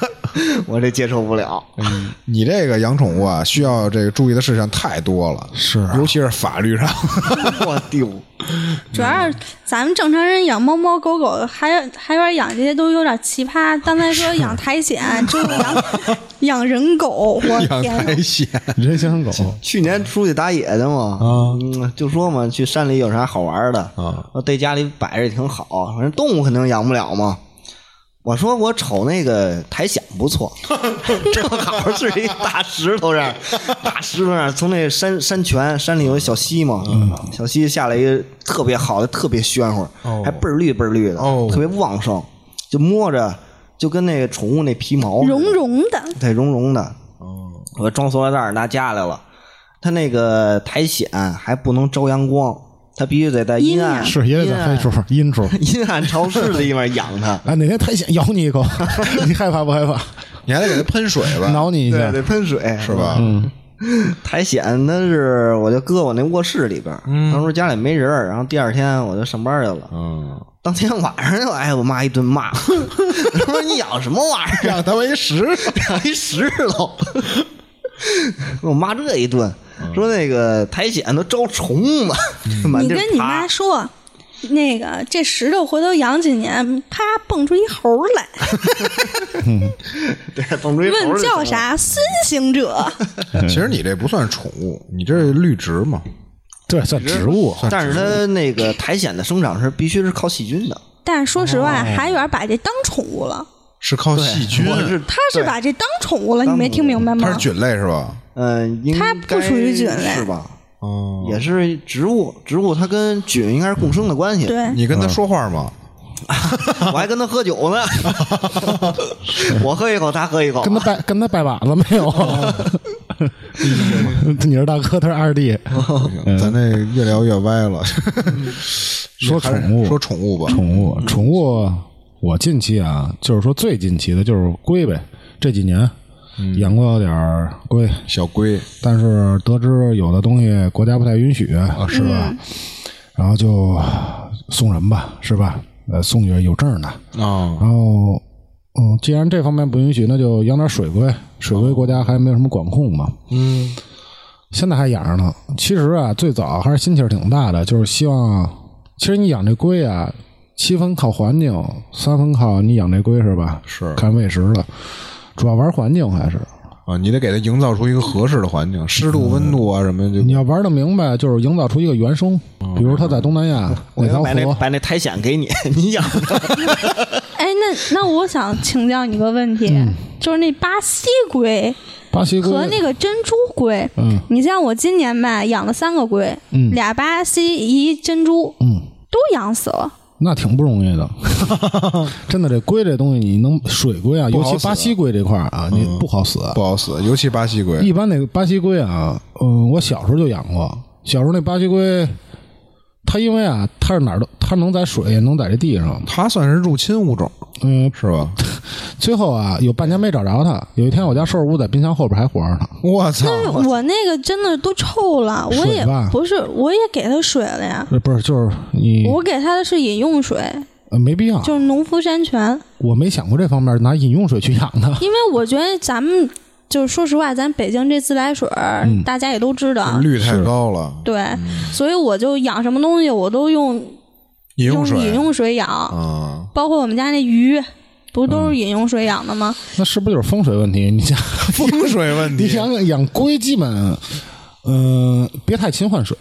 Speaker 5: 我这接受不了。 *laughs*
Speaker 2: 你这个养宠物啊，需要这个注意的事项太多了，
Speaker 1: 是啊
Speaker 2: 尤其是法律上。
Speaker 5: 我丢，
Speaker 3: 主要是咱们正常人养猫猫狗狗，还有还有点养这些都有点奇葩。刚才说养苔藓，就是养养人狗，我
Speaker 2: 养
Speaker 3: 天
Speaker 2: 苔
Speaker 3: 哪，
Speaker 2: 藓，
Speaker 1: 人形狗，
Speaker 5: 去年出去打野去嘛，嗯，就说嘛，去山里有啥好玩的
Speaker 2: 啊？
Speaker 5: 我在家里摆着也挺好，反正动物肯定养不了嘛。我说我瞅那个苔藓不错， *laughs* 正好是一大石头
Speaker 2: *laughs*
Speaker 5: 上，大石头上从那山山泉山里有一小溪嘛，
Speaker 2: 嗯
Speaker 5: 小溪下来一个特别好的，特别暄乎，还倍儿绿倍儿绿的，
Speaker 2: 哦
Speaker 5: 特别旺盛，就摸着就跟那个宠物那皮毛似的
Speaker 3: 绒绒的，
Speaker 5: 对，绒绒的。
Speaker 1: 哦
Speaker 5: 我装塑料袋儿拿家来了。它那个苔藓还不能招阳光，它必须得在阴暗、
Speaker 1: 是也得在黑处、阴处。。
Speaker 5: 阴暗潮湿的地方养它
Speaker 1: 哎，哪天苔藓咬你一口， *laughs* 你害怕不害怕？
Speaker 2: 你还得给它喷水吧？
Speaker 1: 挠你一
Speaker 5: 对，
Speaker 1: 下，
Speaker 5: 得喷水
Speaker 2: 是？吧？
Speaker 5: 苔藓它是，我就搁我那卧室里边儿。当时家里没人儿，然后第二天我就上班去了。
Speaker 2: 嗯，
Speaker 5: 当天晚上就哎挨我妈一顿骂， *laughs* 我说你养什么玩意儿？
Speaker 2: 让它为食。
Speaker 5: *laughs* 养一石头。 *laughs* 给我妈这一顿，说那个苔藓都招虫子，满
Speaker 3: 你
Speaker 5: 地儿
Speaker 3: 跟你
Speaker 5: 爬
Speaker 3: 妈说。那个，这石头回头养几年，啪蹦出一猴儿来，
Speaker 5: 对， *laughs* 风追猴
Speaker 3: 问
Speaker 5: 儿就行
Speaker 3: 叫
Speaker 5: 了？
Speaker 3: 啥？孙行者。
Speaker 2: 其实你这不算宠物，你这是绿植嘛？
Speaker 1: 对，算植物。
Speaker 5: 但是它那个苔藓的生长是必须是靠细菌的，
Speaker 3: 但是说实话，海远把这当宠物了，
Speaker 2: 是靠细菌，
Speaker 5: 我是
Speaker 3: 他是把这当宠物了，你没听明白
Speaker 2: 它
Speaker 3: 吗
Speaker 2: 是？菌类是吧？
Speaker 5: 嗯，应
Speaker 3: 它
Speaker 5: 该
Speaker 3: 不属于菌类
Speaker 5: 是吧？
Speaker 2: 哦，
Speaker 5: 也是植物，植物它跟菌应该是共生的关系。，
Speaker 3: 对，
Speaker 2: 你
Speaker 1: 啊
Speaker 2: 跟它说话吗？
Speaker 5: 我还跟它喝酒 *laughs* 呢，我喝一口，它喝一口
Speaker 1: 跟，他拜跟他拜把子没有？ *laughs* 你是大哥，他是二弟。
Speaker 2: 嗯咱这越聊越歪了。
Speaker 1: 嗯
Speaker 2: *laughs*
Speaker 1: 说宠物，
Speaker 2: 说宠物吧，
Speaker 1: 宠物，宠物，我近期啊，就是说最近期的就是龟呗，这几年养过点儿龟，
Speaker 2: 小龟
Speaker 1: 但是得知有的东西国家不太允许，啊是吧？然后就送人吧，是吧？呃，送去有证的。
Speaker 2: 啊，
Speaker 1: 然后，嗯，既然这方面不允许，那就养点水龟。水龟国家还没有什么管控嘛。嗯，现在还养着呢。其实啊，最早还是心气儿挺大的，就是希望，其实你养这龟啊，七分靠环境，三分靠你养这龟是吧？
Speaker 2: 是
Speaker 1: 看喂食了，主要玩环境还是。
Speaker 2: 啊，你得给它营造出一个合适的环境，湿度、温度啊什么就
Speaker 1: 你要玩的明白，就是营造出一个原生，
Speaker 2: 哦
Speaker 1: 比如他在东南
Speaker 2: *laughs*
Speaker 1: 亚
Speaker 5: 我
Speaker 1: 哪条
Speaker 5: 要把那
Speaker 1: 河，
Speaker 5: 把那苔藓给你，你养 *laughs*
Speaker 3: 哎，那那我想请教你个问题，就是那巴西龟
Speaker 1: 巴西龟
Speaker 3: 和那个珍珠龟，
Speaker 1: 嗯
Speaker 3: 你像我今年吧，养了三个龟，
Speaker 1: 嗯
Speaker 3: 俩巴西一珍珠，
Speaker 1: 嗯，
Speaker 3: 都养死了。
Speaker 1: 那挺不容易
Speaker 2: *laughs*
Speaker 1: 的，真的，这龟这东西，你能水龟啊，
Speaker 2: 不
Speaker 1: 尤
Speaker 2: 好
Speaker 1: 其巴
Speaker 2: 死嗯
Speaker 1: 西龟这块儿啊，你不好死。
Speaker 2: 不好死，尤其巴西龟
Speaker 1: 一般那个巴西龟啊，嗯，我小时候就养过，小时候那巴西龟，它因为啊，它是哪儿都，它能在水，也能在这地上，
Speaker 2: 它算是入侵物种，
Speaker 1: *laughs* 嗯，
Speaker 2: 是吧？
Speaker 1: 最后啊，有半年没找着它。有一天我家收拾屋在冰箱后边还活着呢。
Speaker 2: 我操！
Speaker 3: 但是我那个真的都臭了，我也
Speaker 1: 水吧
Speaker 3: 不是，我也给它水了呀。
Speaker 1: 呃不是，就是你
Speaker 3: 我给它的是饮用水，
Speaker 1: 呃没必要，
Speaker 3: 就是农夫山泉，
Speaker 1: 我没想过这方面拿饮用水去养它。
Speaker 3: 因为我觉得咱们就是说实话，咱北京这自来水儿、大家也都知
Speaker 5: 啊
Speaker 3: 道，
Speaker 2: 率太高了，
Speaker 3: 对，所以我就养什么东西我都用
Speaker 2: 饮用
Speaker 3: 用
Speaker 2: 水
Speaker 3: 饮用水养，
Speaker 1: *laughs*
Speaker 2: 啊，
Speaker 3: 包括我们家那鱼，不都是饮用水养的吗？
Speaker 1: 那是不是就是风水问题？你 *laughs* 家
Speaker 2: 风水问
Speaker 1: 你
Speaker 2: 题
Speaker 1: 想想养龟，基本嗯、呃别太勤换水。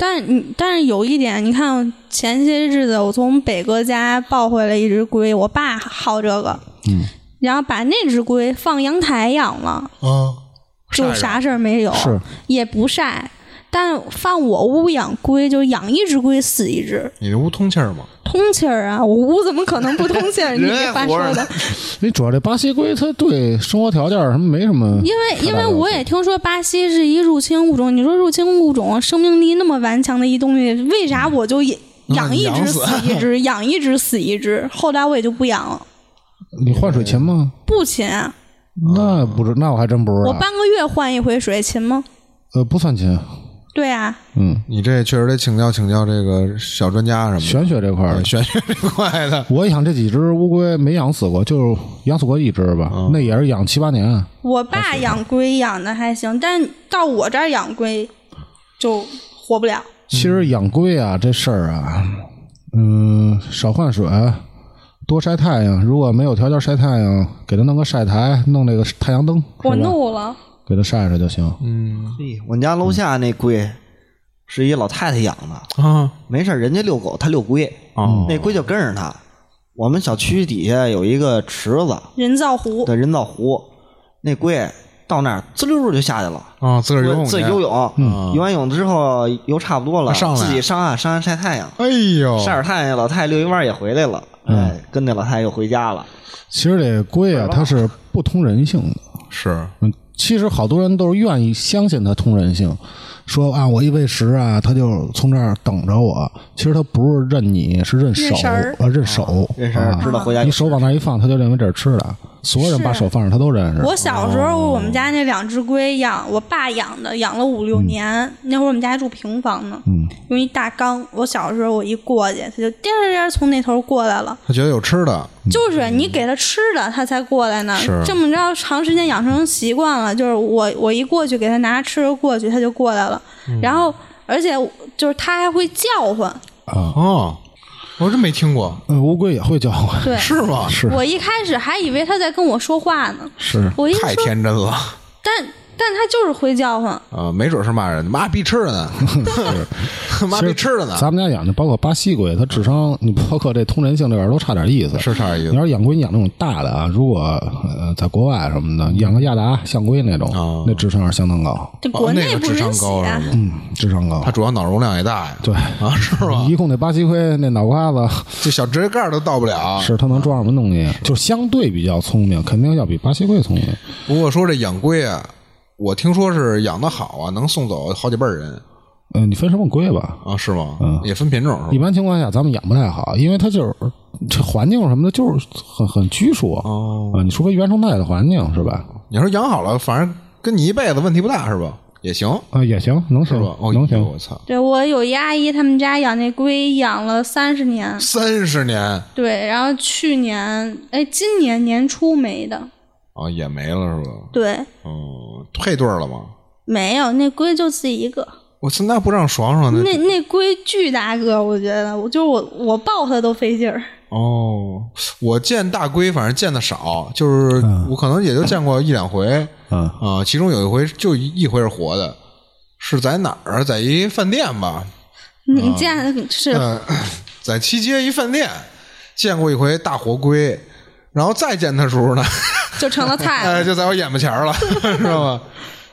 Speaker 3: 但是你，但是有一点，你看前些日子我从北哥家抱回来一只龟，我爸好这个，
Speaker 1: 嗯，
Speaker 3: 然后把那只龟放阳台养了，
Speaker 2: 啊，
Speaker 3: 就啥事儿没有，
Speaker 1: 是
Speaker 3: 也不晒。但放我屋养龟，就养一只龟死一只，
Speaker 2: 你这屋通气儿吗？
Speaker 3: 通气儿啊！我屋怎么可能不通
Speaker 5: *laughs*
Speaker 3: 气儿？你
Speaker 5: 人
Speaker 3: 这话
Speaker 5: 还活
Speaker 3: 说
Speaker 5: 着
Speaker 3: 的
Speaker 5: 呢，
Speaker 1: 你主要这巴西龟，它对生活条件什么没什么。
Speaker 3: 因为
Speaker 1: 太
Speaker 3: 因
Speaker 1: 大
Speaker 3: 为
Speaker 1: 了
Speaker 3: 我也听说巴西是一入侵物种，你说入侵物种生命力那么顽强的一东西，为啥我就也养一只死一只，养一只死一只？后来我也就不养了，
Speaker 1: 你换水勤吗？
Speaker 3: 不勤，
Speaker 1: 那不知，那我还真不知道。
Speaker 3: 我半个月换一回水，勤吗？
Speaker 1: 呃不算勤，
Speaker 3: 对啊，
Speaker 1: 嗯，
Speaker 2: 你这确实得请教请教这个小专家什么的，
Speaker 1: 玄学这块儿的
Speaker 2: 哎玄学这块的，
Speaker 1: 我养这几只乌龟没养死过，就是养死过一只吧，那也是养七八年。啊
Speaker 3: 我爸养龟养的还行，但到我这儿养龟就活不了。
Speaker 1: 其实养龟啊这事儿啊，嗯，少换水，多晒太阳。如果没有条件晒太阳，给它弄个晒台，弄那个太阳灯，
Speaker 3: 我
Speaker 1: 是吧
Speaker 3: 怒了，
Speaker 1: 给它晒晒就行。
Speaker 5: 嘿我们家楼下那龟是一老太太养的，
Speaker 2: 啊，
Speaker 5: 没事儿，人家遛狗，她遛龟，
Speaker 2: 哦
Speaker 5: 那龟就跟着她。我们小区底下有一个池子
Speaker 3: 人造湖
Speaker 5: 的人造湖，那龟到那儿滋溜就下去了，
Speaker 2: 啊，自个儿游泳去嗯啊
Speaker 5: 自己游，泳，嗯游完泳之后游差不多了，
Speaker 2: 上来
Speaker 5: 自己上岸上岸晒太阳，
Speaker 2: 哎呦，
Speaker 5: 晒会儿太阳，老太太遛一弯儿也回来了，
Speaker 2: 嗯
Speaker 5: 哎，跟那老太太又回家了。
Speaker 1: 其实这龟啊，它是不通人性的。
Speaker 2: 是
Speaker 1: 嗯，其实好多人都是愿意相信它通人性，说啊，我一喂食啊，它就从这儿等着我。其实它不是认你，是认手
Speaker 3: 认神儿，啊
Speaker 1: 呃，认手，
Speaker 5: 啊认识知道回家
Speaker 1: 你手往那儿一放，它就认为这是吃的。所有人把
Speaker 3: 是啊
Speaker 1: 手放上，它都
Speaker 2: 嗯
Speaker 1: 认识。
Speaker 3: 我小时候，我
Speaker 2: 哦
Speaker 3: 们家那两只龟养，我爸养的，养了五六
Speaker 2: 嗯
Speaker 3: 年。那会儿我们家还住平房呢，
Speaker 1: 嗯
Speaker 3: 用一大缸。我小时候我一过去，它就颠颠颠从那头过来了。
Speaker 2: 他觉得有吃的，
Speaker 3: 就是你给它吃的，它才过来呢
Speaker 2: 嗯是。
Speaker 3: 这么着，长时间养成习惯了，就是我我一过去给它拿吃的过去，它就过来了。
Speaker 2: 嗯
Speaker 3: 然后，而且就是它还会叫唤。
Speaker 1: 啊，
Speaker 2: 哦，我真没听过，
Speaker 1: 呃乌龟也会叫唤，
Speaker 3: 对，
Speaker 2: 是吗？
Speaker 1: 是
Speaker 3: 我一开始还以为它在跟我说话呢，
Speaker 1: 是
Speaker 3: 我一说
Speaker 2: 太，天真了
Speaker 3: 但但它就是会叫唤。
Speaker 2: 啊，没准是骂人的，妈逼吃的呢，妈逼吃的呢，
Speaker 1: 咱们家养的，包括巴西龟，它智商，你包括这通人性这玩意儿都差点意思。
Speaker 2: 是差点意
Speaker 1: 你
Speaker 2: 思
Speaker 1: 要是养龟，你养那种大的啊，如果呃在国外什么的，养个亚达象龟那种，
Speaker 2: 哦
Speaker 1: 那智商是相当高，
Speaker 3: 这国
Speaker 2: 哦
Speaker 3: 内
Speaker 2: 那个
Speaker 3: 不
Speaker 2: 智
Speaker 3: 允
Speaker 2: 商
Speaker 3: 许
Speaker 2: 高
Speaker 3: 啊
Speaker 2: 是。吗？
Speaker 1: 嗯，智商高
Speaker 2: 他。主要脑容量也大呀，
Speaker 1: 对
Speaker 2: 啊，是
Speaker 1: *laughs*
Speaker 2: 吧？啊
Speaker 1: 一共那巴西龟那脑瓜子
Speaker 2: 这小指甲盖儿都到不了。啊
Speaker 1: 是它能装什么东西，就相对比较聪明，肯定要比巴西龟聪明。
Speaker 2: 不过说这养龟啊，我听说是养的好啊，能送走好几辈儿人
Speaker 1: 嗯、你分什么龟吧？
Speaker 2: 啊，是吗？也分品种
Speaker 1: 一
Speaker 2: 是吧？
Speaker 1: 般情况下，咱们养不太好，因为它就是这环境什么的，就是很很拘束
Speaker 2: 哦
Speaker 1: 啊。你除非原生态的环境是吧？
Speaker 2: 你说养好了，反正跟你一辈子问题不大是吧？也行
Speaker 1: 啊，也行，能
Speaker 2: 是
Speaker 1: 行
Speaker 2: 吧？哦，
Speaker 1: 嗯能
Speaker 2: 哎呦
Speaker 1: 行
Speaker 2: 我。操，
Speaker 3: 对我有一阿姨，他们家养那龟养了三十年，
Speaker 2: 三十年
Speaker 3: 对，然后去年哎，今年年初没的，
Speaker 2: 哦，也没了是吧？
Speaker 3: 对，
Speaker 2: 哦，配对儿了吗？
Speaker 3: 没有那龟就自己一个，
Speaker 2: 我操，那不让爽爽
Speaker 3: 那
Speaker 2: 那
Speaker 3: 那龟巨大个，我觉得，我就我我抱它都费劲儿，
Speaker 2: 哦，我见大龟，反正见的少，就是我可能也就见过一两回。
Speaker 1: 嗯，
Speaker 2: 啊，其中有一回就一回是活的，是在哪儿？啊在一饭店吧，
Speaker 7: 啊
Speaker 3: 你见是
Speaker 2: 嗯， *coughs* 在西街一饭店见过一回大活龟，然后再见它时候呢，
Speaker 3: 就成了菜
Speaker 2: 哎，
Speaker 7: 呃
Speaker 2: *laughs*
Speaker 3: 了，
Speaker 2: 就在我眼巴前儿了，知道吗？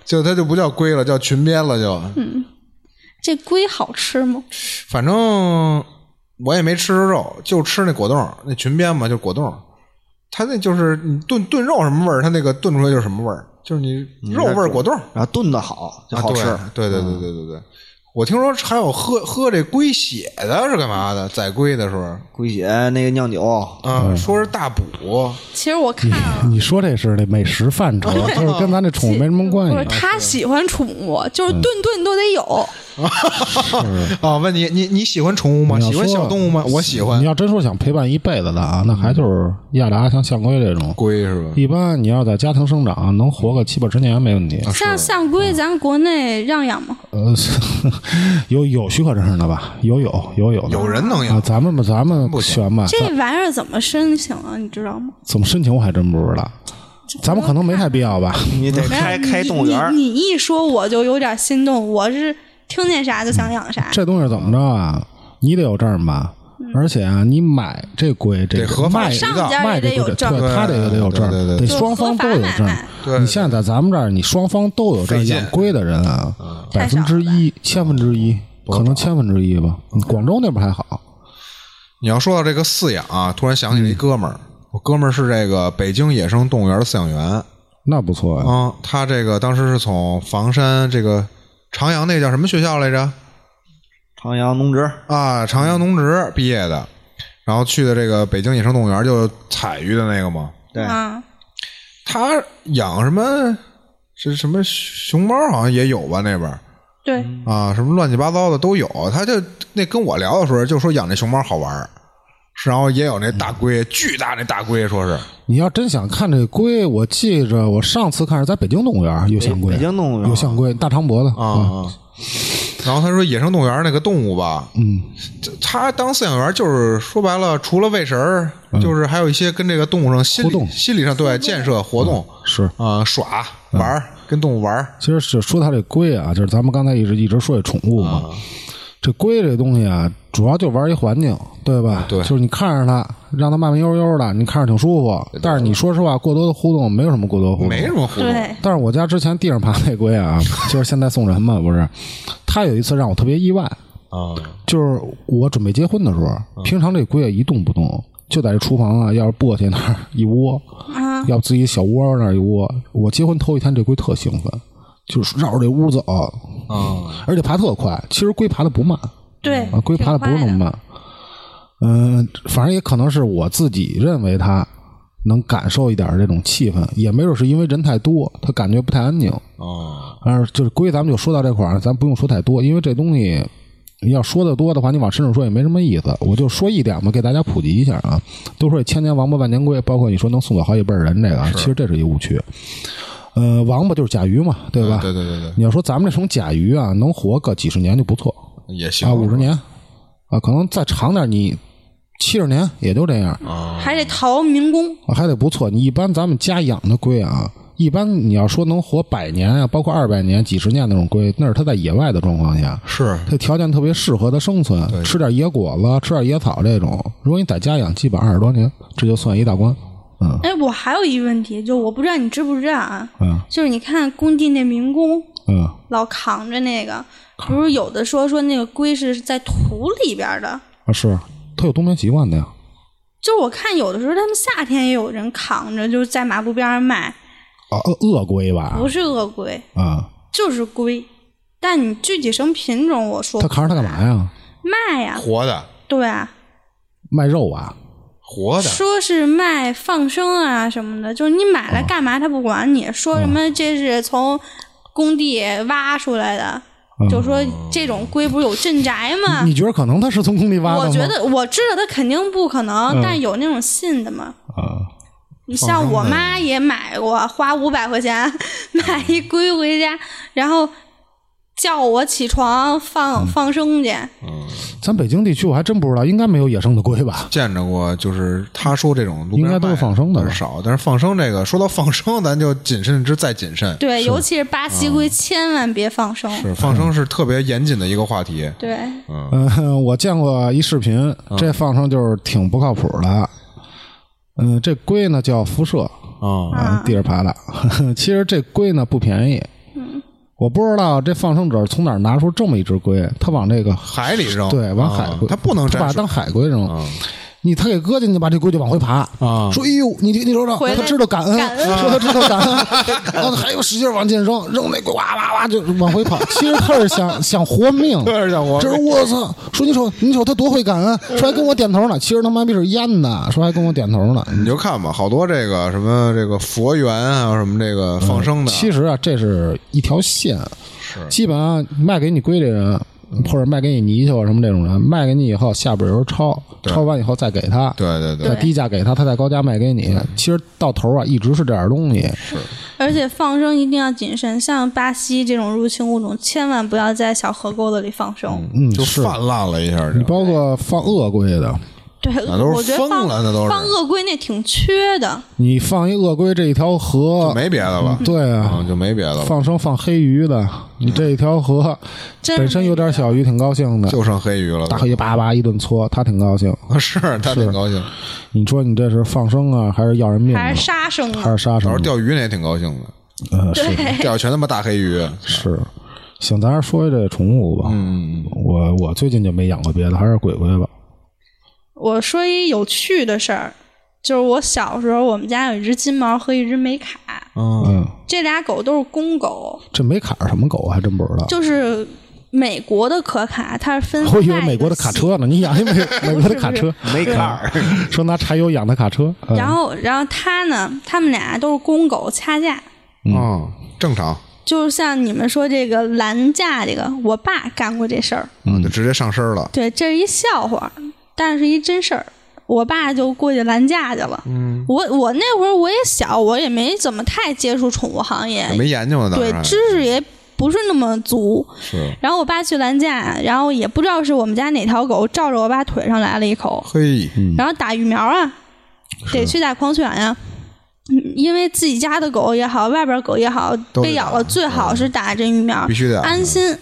Speaker 2: 就它就不叫龟了，叫裙边了就，
Speaker 3: 这龟好吃吗？
Speaker 2: 反正我也没吃肉，就吃那果冻儿，那裙边嘛，就是果冻儿。它那就是你炖炖肉什么味儿，它那个炖出来就是什么味儿，就是你肉味儿果冻儿。
Speaker 5: 然后炖的好就好吃。
Speaker 2: 啊对对对对对对对，我听说还有喝喝这龟血的是干嘛的？宰龟的时候，
Speaker 5: 龟血那个酿酒，
Speaker 2: 啊，说是大补，
Speaker 7: 其实我看了。
Speaker 1: 你说这是那美食范
Speaker 2: *laughs*
Speaker 1: 畴，就是跟咱这宠物没什么关
Speaker 2: 哦
Speaker 7: 不是嗯
Speaker 1: 系。啊
Speaker 7: 他喜欢宠物，就是顿顿都得有。
Speaker 2: 啊，问你，你你喜欢宠物吗？
Speaker 1: 你要
Speaker 2: 喜欢
Speaker 1: 说
Speaker 2: 小动物吗？我喜欢嗯
Speaker 1: 你要真说想陪伴一辈子的啊，那还就是亚达像象龟这种。
Speaker 2: 龟是吧？
Speaker 1: 一般你要在家庭生长，能活个七八十年没问题。
Speaker 3: 像象
Speaker 7: 嗯
Speaker 3: 龟，咱国内让养
Speaker 7: 啊
Speaker 3: 吗？
Speaker 1: 呃， *laughs* 有有许可证的吧？有有有有的
Speaker 2: 有人能
Speaker 1: 啊，
Speaker 2: 养，
Speaker 1: 咱们吧，咱们
Speaker 2: 不行
Speaker 1: 选吧。咱
Speaker 3: 这玩意儿怎么申请啊？你知道吗？
Speaker 1: 怎么申请我还真不知道，咱们可能没太必 *laughs* 要吧。
Speaker 5: 你得
Speaker 3: 嗯
Speaker 5: 开开动物园儿
Speaker 3: 哎 *laughs* 你，你一说我就有点心动，我是听见啥就想养啥。
Speaker 1: 这东西怎么着啊？你得有证吧？
Speaker 3: 嗯
Speaker 1: 而且啊，你买这龟这
Speaker 2: 得合
Speaker 1: 个
Speaker 2: 法
Speaker 1: 卖
Speaker 2: 渠
Speaker 3: 道
Speaker 1: 卖这龟
Speaker 3: 上家也得有证
Speaker 1: 对他这个得有证，
Speaker 2: 对对
Speaker 1: 得
Speaker 2: 对对
Speaker 1: 双方都有
Speaker 3: 就合法
Speaker 1: 证
Speaker 3: 买卖。
Speaker 2: 对
Speaker 1: 你现在在咱们这儿，你双方都有证
Speaker 2: 费劲
Speaker 1: 养龟的人啊，
Speaker 2: 嗯
Speaker 1: 百
Speaker 3: 太
Speaker 1: 分
Speaker 3: 少了
Speaker 1: 之一、千分之一，可能千分之一吧。嗯广州那边还好，
Speaker 2: 你要说到这个饲养啊，突然想起了一
Speaker 1: 嗯
Speaker 2: 哥们儿，我哥们儿是这个北京野生动物园的饲养员
Speaker 1: 那不错呀。
Speaker 2: 啊，他这个当时是从房山这个长阳那叫什么学校来着？
Speaker 5: 长阳农职，
Speaker 2: 啊，长阳农职毕业的，然后去的这个北京野生动物园就采育的那个嘛，
Speaker 5: 对，
Speaker 3: 啊，
Speaker 2: 他养什么是什么熊猫好像也有吧那边儿。
Speaker 3: 对，
Speaker 5: 嗯
Speaker 2: 啊，什么乱七八糟的都有。他就那跟我聊的时候就说养这熊猫好玩儿，是然后也有那大龟，巨大那大龟，说是
Speaker 1: 你要真想看这龟，我记着我上次看是在北京动物园有象龟，
Speaker 5: 北京动物园
Speaker 1: 有象龟，大长脖子嗯
Speaker 2: 啊。然后他说野生动物园那个动物吧，嗯，他当饲养员就是说白了，除了喂食儿，就是还有一些跟这个动物上心
Speaker 1: 互嗯动嗯
Speaker 2: 理心理上对建设活动
Speaker 1: 是
Speaker 2: 啊耍玩儿跟动物玩儿，
Speaker 1: 其实是说它这龟啊，就是咱们刚才一直一直说这宠物
Speaker 2: 啊
Speaker 1: 嘛，这龟这东西啊，主要就玩一环境，对吧？
Speaker 2: 啊对
Speaker 1: 就是你看着它，让它慢慢悠悠的，你看着挺舒服。但是你说实话，过多的互动没有什么过多的互动，
Speaker 2: 没什。么互动。
Speaker 3: 对，
Speaker 1: 但是我家之前地上爬那龟啊， *laughs* 就是现在送人嘛，不是？它有一次让我特别意外，
Speaker 2: 啊，
Speaker 1: 就是我准备结婚的时候，平常这龟啊一动不动，就在这厨房啊，要是簸箕那儿一窝，要不自己小窝那儿一窝。我结婚头一天，这龟特兴奋，就是绕着这屋走，而且爬特快。其实龟爬的不慢，
Speaker 3: 对
Speaker 1: 啊，龟爬的不是那么慢。嗯、反正也可能是我自己认为它能感受一点这种气氛，也没准是因为人太多，它感觉不太安宁。
Speaker 2: 哦，
Speaker 1: 但是就是龟，咱们就说到这块儿，咱不用说太多，因为这东西要说的多的话，你往深处说也没什么意思。我就说一点嘛，给大家普及一下啊。都说这千年王八万年龟，包括你说能送走好几辈儿人这个啊，其实这是一误区。呃，王八就是甲鱼嘛，对吧？
Speaker 2: 嗯对对对对，
Speaker 1: 你要说咱们这种甲鱼啊，能活个几十年就不错
Speaker 2: 也行
Speaker 1: 啊，五十年啊，可能再长点儿你七十年也就这样。
Speaker 3: 还得逃民工，
Speaker 1: 啊还得不错。你一般咱们家养的龟啊，一般你要说能活百年啊，包括二百年、几十年那种龟，那是它在野外的状况下，
Speaker 2: 是
Speaker 1: 它条件特别适合它生存，吃点野果子、吃点野草这种。如果你在家养，基本二十多年，这就算一大关。嗯
Speaker 3: 哎，我还有一问题，就我不知道你知不知道啊，
Speaker 1: 嗯
Speaker 3: 就是你看工地那民工
Speaker 1: 嗯，
Speaker 3: 老扛着那个，不是有的说说那个龟是在土里边的，
Speaker 1: 啊是，它有冬眠习惯的呀。
Speaker 3: 就我看有的时候他们夏天也有人扛着，就是在马路边上卖，
Speaker 1: 啊，鳄鳄龟吧
Speaker 3: 不？是鳄龟
Speaker 1: 啊，
Speaker 3: 就是龟，但你具体什么品种我说
Speaker 1: 它扛着它干嘛呀？
Speaker 3: 卖呀、
Speaker 2: 活的
Speaker 3: 对啊，
Speaker 1: 卖肉啊？
Speaker 2: 活的，
Speaker 3: 说是卖放生啊什么的，就是你买来干嘛他不管你，说什
Speaker 1: 嗯
Speaker 3: 么这是从工地挖出来的，就说这种龟不是有镇宅吗
Speaker 1: 嗯你？觉得可能它是从工地挖的吗？嗯
Speaker 3: 啊我觉得我知道它肯定不可能，但有那种信的嘛。
Speaker 1: 啊，
Speaker 3: 你像我妈也买过，花五百块钱 *laughs* 买一龟回家，然后叫我起床
Speaker 1: 嗯
Speaker 3: 放放生去。
Speaker 1: 咱北京地区我还真不知道，应该没有野生的龟吧？
Speaker 2: 见着过，就是他说这种路边
Speaker 1: 应该都是
Speaker 2: 卖
Speaker 1: 放生的吧
Speaker 2: 很少，但是放生这个，说到放生，咱就谨慎之再谨慎。
Speaker 3: 对，尤其是巴西
Speaker 1: 嗯
Speaker 3: 龟，千万别放生。
Speaker 2: 是放生是特别严谨的一个话题，
Speaker 3: 对，
Speaker 1: 嗯， *laughs* 我见过一视频，这放生就是挺不靠谱的。嗯，这龟呢叫辐射
Speaker 2: 啊，
Speaker 1: 啊，地上爬的。 *laughs* 其实这龟呢不便宜，我不知道这放生者从哪儿拿出这么一只龟，他往这个
Speaker 2: 海里扔，
Speaker 1: 对往海
Speaker 2: 啊
Speaker 1: 龟，
Speaker 2: 它不能哦
Speaker 1: 他把它
Speaker 2: 沾水
Speaker 1: 当海龟扔。你他给搁进去吧，这龟就往回爬
Speaker 2: 啊
Speaker 1: 说哎呦，你你瞅瞅，
Speaker 7: 回来
Speaker 1: 他知道感恩，
Speaker 7: 感恩
Speaker 1: 说他知道感
Speaker 2: *laughs*
Speaker 1: 恩，然后他还有使劲往前扔，扔那龟哇哇哇就往回跑。其实他是想想活
Speaker 2: *laughs*
Speaker 1: 命，
Speaker 2: 他是想活命
Speaker 1: 这是我操！说你瞅你瞅他多会感
Speaker 2: *laughs*
Speaker 1: 恩，说还跟我点头呢，其实他妈逼是烟的，说还跟我点头呢。
Speaker 2: 你就看吧，好多这个什么这个佛缘啊，什么这个放生的，
Speaker 1: 其实啊，这是一条线，基本上卖给你龟这人，或者卖给你泥鳅啊什么这种人，卖给你以后下边有人抄，
Speaker 2: 对
Speaker 1: 抄完以后再给他，
Speaker 2: 对对
Speaker 1: 再
Speaker 2: 对，
Speaker 1: 低价给他，他再高价卖给你。其实到头啊，一直是这点东西。
Speaker 3: 而且放生一定要谨慎，像巴西这种入侵物种，千万不要在小河沟子里放生。
Speaker 1: 嗯，
Speaker 2: 就是泛滥了一下就
Speaker 1: 你。包括放鳄龟的，
Speaker 3: 对，
Speaker 2: 那都是
Speaker 3: 我觉得
Speaker 2: 疯
Speaker 3: 放
Speaker 2: 了那都是
Speaker 3: 放鳄龟那挺缺的，
Speaker 1: 你放一鳄龟这一条河，
Speaker 2: 没别的吧？
Speaker 1: 对啊
Speaker 2: 啊，，就没别的了，
Speaker 1: 放生放黑鱼的，你这一条河
Speaker 3: 真
Speaker 1: 本身有点小鱼，挺高兴的，
Speaker 2: 就剩黑鱼了。
Speaker 1: 大黑鱼叭叭一顿搓，他挺高兴。
Speaker 2: 是他挺高
Speaker 1: 嗯
Speaker 2: 兴，
Speaker 1: 你说你这是放生啊，还是要人命啊？
Speaker 3: 还是杀生
Speaker 1: 还
Speaker 3: 的
Speaker 1: 是。杀
Speaker 2: 嗯到时
Speaker 1: 生
Speaker 2: 候
Speaker 1: 啊？
Speaker 2: 钓鱼那也挺高兴的，
Speaker 1: 呃，是嗯
Speaker 2: 钓的全他妈大黑鱼。
Speaker 1: 是。行，咱还是说这宠物吧。
Speaker 2: 嗯，
Speaker 1: 我我最近就没养过别的，还是鬼鬼吧。
Speaker 3: 我说一有趣的事儿，就是我小时候，我们家有一只金毛和一只美卡，
Speaker 1: 嗯，
Speaker 3: 这俩狗都是公狗，
Speaker 1: 这没卡是什么狗啊还真不知道。
Speaker 3: 就是美国的可卡，它是分。
Speaker 1: *laughs* 我以为哦美国的卡。车呢，你养一美美国的卡车，
Speaker 5: 没坎儿，
Speaker 1: *laughs* 说拿柴油养的卡车。嗯
Speaker 3: 然后，然后它呢，它们俩都是公狗掐架，
Speaker 2: 啊，正常，
Speaker 3: 就是像你们说这个拦架，这个我爸干过这事儿。
Speaker 2: 嗯，就直接上身了。
Speaker 3: 对，这是一笑话，但是一真事儿。我爸就过去拦架去了。嗯，我我那会儿我也小，我也没怎么太接触宠物行业，
Speaker 2: 没研究呢，当
Speaker 3: 哎对
Speaker 2: 时还
Speaker 3: 知识也不是那么足。
Speaker 2: 是
Speaker 3: 然后我爸去拦架，然后也不知道是我们家哪条狗照着我爸腿上来了一口，
Speaker 2: 嘿，
Speaker 3: 然后打疫苗啊，得去打狂犬呀、嗯因为自己家的狗也好，外边狗也好，
Speaker 2: 都得嗯
Speaker 3: 被
Speaker 2: 打
Speaker 3: 咬了最好是打这疫苗，
Speaker 2: 必须得打 *laughs*
Speaker 3: 安心。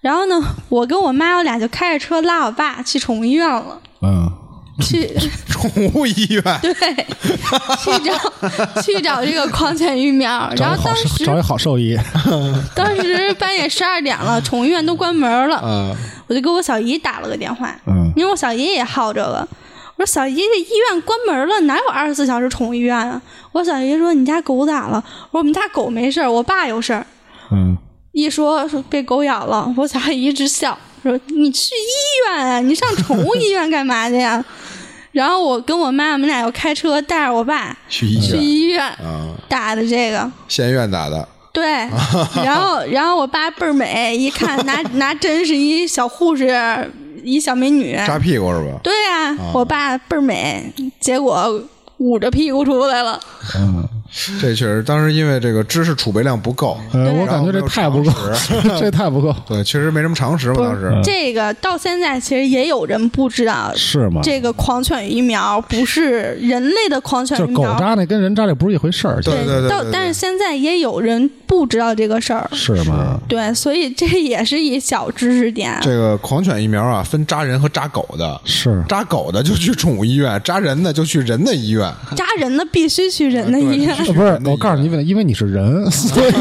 Speaker 3: 然后呢，我跟我妈我俩就开着车拉我爸去宠物医院了，
Speaker 1: 嗯， *laughs*
Speaker 3: 去
Speaker 2: 宠物医院
Speaker 3: 对去
Speaker 1: *laughs*
Speaker 3: 找去找这个狂犬疫苗。然
Speaker 1: 找一
Speaker 3: 后
Speaker 1: 好
Speaker 3: 当
Speaker 1: 兽
Speaker 3: 时
Speaker 1: 找一好兽医。
Speaker 3: 当时半夜十二点了，宠物医院都关门了，我就给我小姨打了个电话，
Speaker 1: 嗯
Speaker 3: 因为我小姨也好这个。我说小姨，这医院关门了，哪有二十四小时宠物医院啊？我小姨说你家狗咋了？我说我们家狗没事儿，我爸有事儿。
Speaker 1: *laughs* 嗯，
Speaker 3: 一说说被狗咬了，我小姨一直笑说你去医院啊，你上宠物医院干嘛去呀？ *laughs* 然后我跟我妈我们俩又开车带着我爸
Speaker 2: 去医
Speaker 3: 去
Speaker 2: 院
Speaker 3: 医院
Speaker 2: 啊，
Speaker 3: 打的这个，
Speaker 2: 县医院打的， *laughs*
Speaker 3: 对，然后然后我爸倍儿美，一看拿 *laughs* 拿针是一小护士，一小美女。
Speaker 2: 扎哦屁股是吧？
Speaker 3: 对呀、我爸倍儿美，结果捂着屁股出来了。
Speaker 2: 这确实，当时因为这个知识储备量不够，
Speaker 1: 呃，我感觉这太不够
Speaker 2: 然
Speaker 1: *laughs*
Speaker 2: 后，
Speaker 1: 这太不够，
Speaker 2: *laughs* 对，确实没什么常识嘛，当时。
Speaker 3: 这个到现在其实也有人不知道，
Speaker 1: 是吗？
Speaker 3: 这个狂犬疫苗不是人类的狂犬
Speaker 1: 就
Speaker 3: 疫
Speaker 1: 是狗
Speaker 3: 苗。
Speaker 1: 扎那跟人扎这不是一回事儿，
Speaker 2: 对对对
Speaker 3: 到
Speaker 2: 对
Speaker 3: 但是现在也有人不知道这个事儿。
Speaker 1: 是吗？
Speaker 3: 对，所以这也是一小知识点。啊
Speaker 2: 这个狂犬疫苗啊，分扎人和扎狗的，
Speaker 1: 是
Speaker 2: 扎狗的就去宠物医院，扎人的就去人的医院。
Speaker 3: 扎人的必须去人
Speaker 2: 啊
Speaker 3: 的医院。
Speaker 1: 呃不是，我告诉你，因为你是人，所以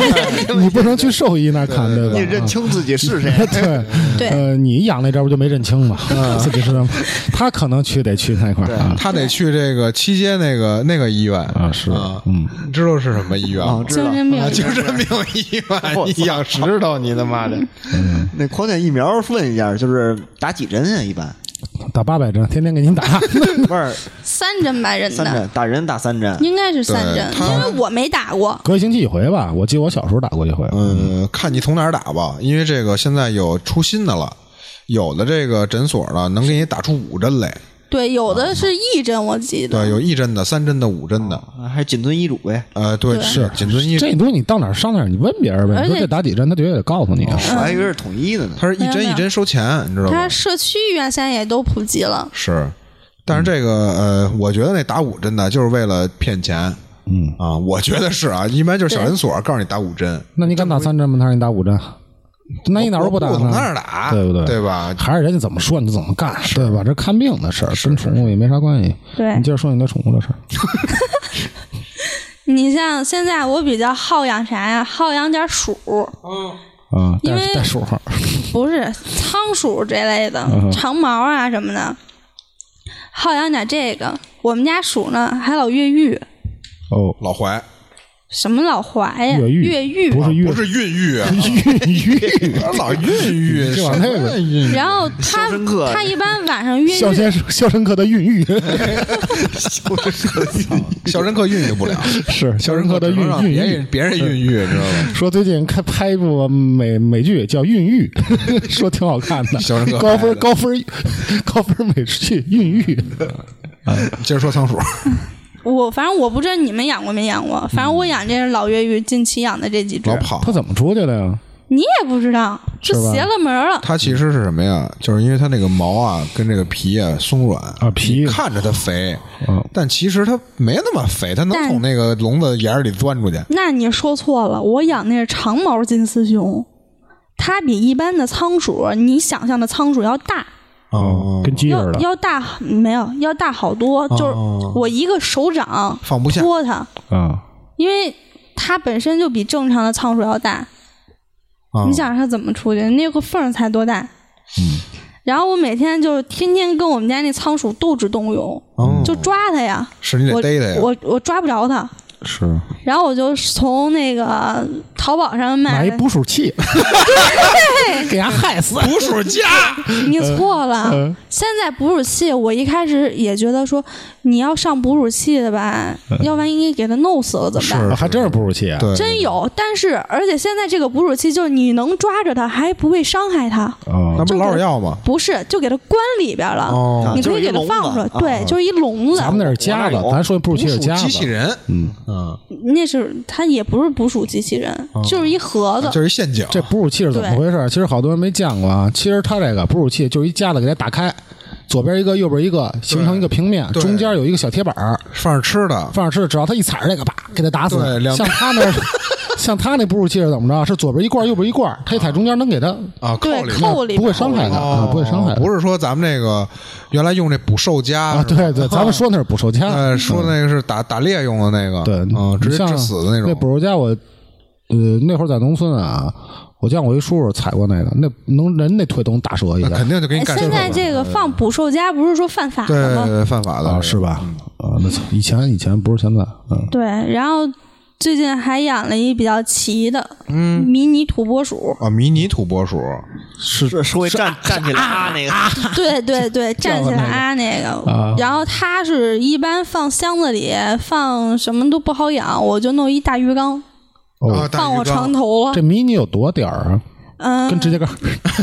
Speaker 1: 你不能去兽医那儿看，对吧？啊
Speaker 5: 你认清自己是谁。
Speaker 1: *laughs* 对，
Speaker 3: 对
Speaker 1: 呃，你养那招不就没认清吗？ *laughs* 自己知道吗？他可能去得去那块儿啊
Speaker 2: 他得去这个七街那个那个医院
Speaker 1: 啊，是，
Speaker 2: 啊
Speaker 1: 嗯，哦
Speaker 2: 你知道是什么医院
Speaker 5: 啊
Speaker 2: *laughs* 吗？，
Speaker 3: *laughs*
Speaker 5: 知
Speaker 3: 精
Speaker 5: 道
Speaker 3: 神病
Speaker 2: 啊，精神病
Speaker 1: *laughs*
Speaker 2: 医院，你养石头，你他妈的！
Speaker 5: *laughs* 那狂犬疫苗问一下，就是打几针啊？
Speaker 2: *laughs*
Speaker 5: 一般
Speaker 1: 打八百针，天天给您打， *laughs*
Speaker 5: 不是
Speaker 3: 三针吧，人
Speaker 5: 三
Speaker 3: 的
Speaker 5: 针，打人打三针。
Speaker 3: 应该是三针，
Speaker 2: 对他
Speaker 3: 因为我没打过。
Speaker 1: 隔一星期一回吧。我记得我小时候打过一回，
Speaker 2: 嗯，看你从哪儿打吧，因为这个现在有出新的了，有的这个诊所呢能给你打出五针来，
Speaker 3: 对，有的是一针，我记得。
Speaker 2: 对，有一针的、三针的、五针的，
Speaker 5: 啊还谨遵医嘱呗，
Speaker 2: 呃，对，是谨遵医嘱
Speaker 1: 这东西你到哪儿上哪儿，你问别人呗。
Speaker 3: 而
Speaker 1: 你
Speaker 3: 且
Speaker 1: 说这打几针，他绝对得告诉
Speaker 2: 哦
Speaker 1: 你。啊
Speaker 5: 我还以为是统一的呢。
Speaker 2: 它是一针一针收钱，你知道
Speaker 3: 它
Speaker 2: 吗？
Speaker 3: 社区医院现在也都普及了，
Speaker 2: 是，但是这个呃，我觉得那打五针的就是为了骗钱。嗯啊，我觉得是啊，一般就是小诊所告诉你打五针，
Speaker 1: 那你敢打三针吗？他让你打五针，那你哪儿
Speaker 2: 我
Speaker 1: 不打
Speaker 2: 从那儿
Speaker 1: 呢？
Speaker 2: 打，
Speaker 1: 对不对？
Speaker 2: 对吧？
Speaker 1: 还是人家怎么说你就怎么干，对吧？这看病的事儿跟宠物也没啥关系。
Speaker 3: 对
Speaker 1: 你接着说你的宠物的事儿。
Speaker 3: 你像现在我比较好养啥呀？好养点鼠，
Speaker 1: 啊，
Speaker 3: 因
Speaker 1: 带
Speaker 3: 为
Speaker 1: 带数
Speaker 2: *laughs*
Speaker 1: 号，嗯
Speaker 3: 不是仓鼠这类的，长毛啊什么的。好养点这个。我们家鼠呢还老越狱，
Speaker 1: 哦，
Speaker 2: 老怀
Speaker 3: 什么老怀呀？
Speaker 1: 越狱
Speaker 3: 越狱
Speaker 1: 不是越
Speaker 2: 不是孕育啊，
Speaker 1: 越狱，
Speaker 2: 老孕育，
Speaker 1: 就往那个
Speaker 2: 什么孕育
Speaker 3: 然后他
Speaker 5: 肖申克
Speaker 3: 他一般晚上越
Speaker 1: 肖
Speaker 3: 狱，
Speaker 1: 先生肖申克的孕
Speaker 2: *laughs*
Speaker 1: 育
Speaker 2: 肖申克孕育不了，
Speaker 1: 是肖
Speaker 2: 肖申
Speaker 1: 申
Speaker 2: 克
Speaker 1: 克的
Speaker 2: 只
Speaker 1: 孕
Speaker 2: 能让
Speaker 1: 孕
Speaker 2: 别
Speaker 1: 育
Speaker 2: 人。别人孕育，你知道吗？
Speaker 1: 说最近看拍一部美美剧叫《孕育》， *laughs* 说挺好看的
Speaker 2: 肖申克，
Speaker 1: 高
Speaker 2: 拍
Speaker 1: 分
Speaker 2: 的
Speaker 1: 高分高分美剧《孕育》
Speaker 2: 接着说
Speaker 1: *laughs*
Speaker 2: 仓鼠，
Speaker 3: 我反正我不知道你们养过没养
Speaker 1: 嗯
Speaker 3: 过，反正我养这是老越狱，近期养的这几只
Speaker 2: 老，跑
Speaker 1: 他。怎么出去的呀？
Speaker 3: 你也不知道，这
Speaker 1: 是吧
Speaker 3: 邪了门儿了。
Speaker 2: 它其
Speaker 1: 嗯
Speaker 2: 实是什么呀？就是因为它那个毛啊，跟这个皮啊松软啊
Speaker 1: 皮
Speaker 2: 看着它肥
Speaker 1: 嗯，
Speaker 2: 但其实它没那么肥，它能
Speaker 3: 但
Speaker 2: 从那个笼子沿儿里钻出去。
Speaker 3: 那你说错了，我养那是长毛金丝熊，它比一般的仓鼠，你想象的仓鼠要大，
Speaker 2: 哦
Speaker 1: 跟鸡
Speaker 3: 要
Speaker 1: 似的
Speaker 3: 要大没有要大好多，就是
Speaker 1: 哦
Speaker 3: 我一个手掌
Speaker 2: 放不下
Speaker 3: 托它，
Speaker 1: 啊！
Speaker 3: 因为它本身就比正常的仓鼠要大，
Speaker 2: 啊
Speaker 1: 哦
Speaker 3: 你想它怎么出去？那个缝儿才多大？
Speaker 1: 嗯
Speaker 3: 然后我每天就是天天跟我们家那仓鼠斗智斗勇，
Speaker 2: 哦
Speaker 3: 就抓它呀，
Speaker 2: 是你得
Speaker 3: 我
Speaker 2: 逮
Speaker 1: 哎
Speaker 2: 它呀，
Speaker 3: 我我抓不着它，
Speaker 1: 是
Speaker 3: 然后我就从那个淘宝上
Speaker 1: 买
Speaker 3: 买
Speaker 1: 一
Speaker 3: 的，
Speaker 1: 捕鼠器， *laughs* 给它害死。
Speaker 2: 捕鼠夹。
Speaker 3: 你
Speaker 1: *laughs*
Speaker 3: 错了。
Speaker 1: 嗯
Speaker 3: 现在哺乳器，我一开始也觉得说你要上哺乳器的吧，
Speaker 1: 嗯
Speaker 3: 要不然应该给它弄死了怎么办？
Speaker 1: 啊还真是捕鼠器啊！
Speaker 2: 对，
Speaker 3: *laughs* 真有，但是而且现在这个哺乳器就是你能抓着它，还不会伤害它，
Speaker 2: 那
Speaker 1: 啊，
Speaker 2: 不是老鼠药吗？
Speaker 3: 不是就给它关里边了，
Speaker 2: 哦
Speaker 3: 你可以给它放出来，对，就是一笼子。
Speaker 1: 咱们那是夹子，咱说捕鼠器是
Speaker 2: 捕
Speaker 1: 夹
Speaker 2: 鼠机器
Speaker 1: 子，
Speaker 2: 人，
Speaker 1: 嗯
Speaker 2: 嗯，
Speaker 3: 那是它也不是捕鼠机器人，就是一盒子，
Speaker 2: 啊就是一陷阱。
Speaker 1: 这捕鼠器是怎么
Speaker 3: 对
Speaker 1: 回事？其实好多人没见过啊。其实它这个捕鼠器就是一夹子，给它打开，左边一个，右边一个，形成一个平面，
Speaker 2: 对
Speaker 1: 中间有一个小铁板儿，
Speaker 2: 放着吃的，
Speaker 1: 放上吃的，只要它一踩着这个，啪，给它打死
Speaker 2: 对。两
Speaker 1: 像它
Speaker 2: *laughs*
Speaker 1: 那，像它那捕鼠器是怎么着？是左边一罐，右边一罐，它一踩中间能给它，
Speaker 2: 啊，
Speaker 3: 对，
Speaker 2: 里面
Speaker 3: 扣里
Speaker 1: 不会
Speaker 3: 边。
Speaker 1: 伤害它，
Speaker 2: 哦
Speaker 1: 啊，不会伤害它。
Speaker 2: 不是说咱们这个原来用这捕兽夹
Speaker 1: 啊，
Speaker 2: 是吧
Speaker 1: 对对，咱们说那是捕兽夹，
Speaker 2: 呃，说那个是打打猎用的那个，
Speaker 1: 对，
Speaker 2: 嗯，直接
Speaker 1: 像
Speaker 2: 致死的那种。
Speaker 1: 捕兽夹我，呃，那会儿在农村啊，我见过一叔叔踩过那个，那能人那腿都能打折一
Speaker 2: 那
Speaker 1: 下
Speaker 2: 肯定就给你干
Speaker 3: 哎现在这个放捕兽夹不是说犯法
Speaker 2: 对
Speaker 3: 的吗？
Speaker 2: 对犯法的嗯
Speaker 1: 啊，是？吧？啊，那操以前以前不是现在，嗯，
Speaker 3: 对，然后最近还养了一比较奇的，嗯，迷你土拨鼠，
Speaker 2: 啊，迷你土拨鼠
Speaker 1: 是
Speaker 5: 是是会站站起来啊那个，
Speaker 3: *laughs* 对对对，站起来啊那个，
Speaker 1: 啊
Speaker 3: 然后它是一般放箱子里，放什么都不好养，我就弄一大鱼缸
Speaker 2: 啊，
Speaker 1: 哦，
Speaker 2: 大
Speaker 3: 放
Speaker 2: 鱼
Speaker 3: 我
Speaker 2: 缸
Speaker 3: 床头了
Speaker 1: 这，迷你有多点儿啊？
Speaker 3: 嗯，
Speaker 1: 跟指甲盖儿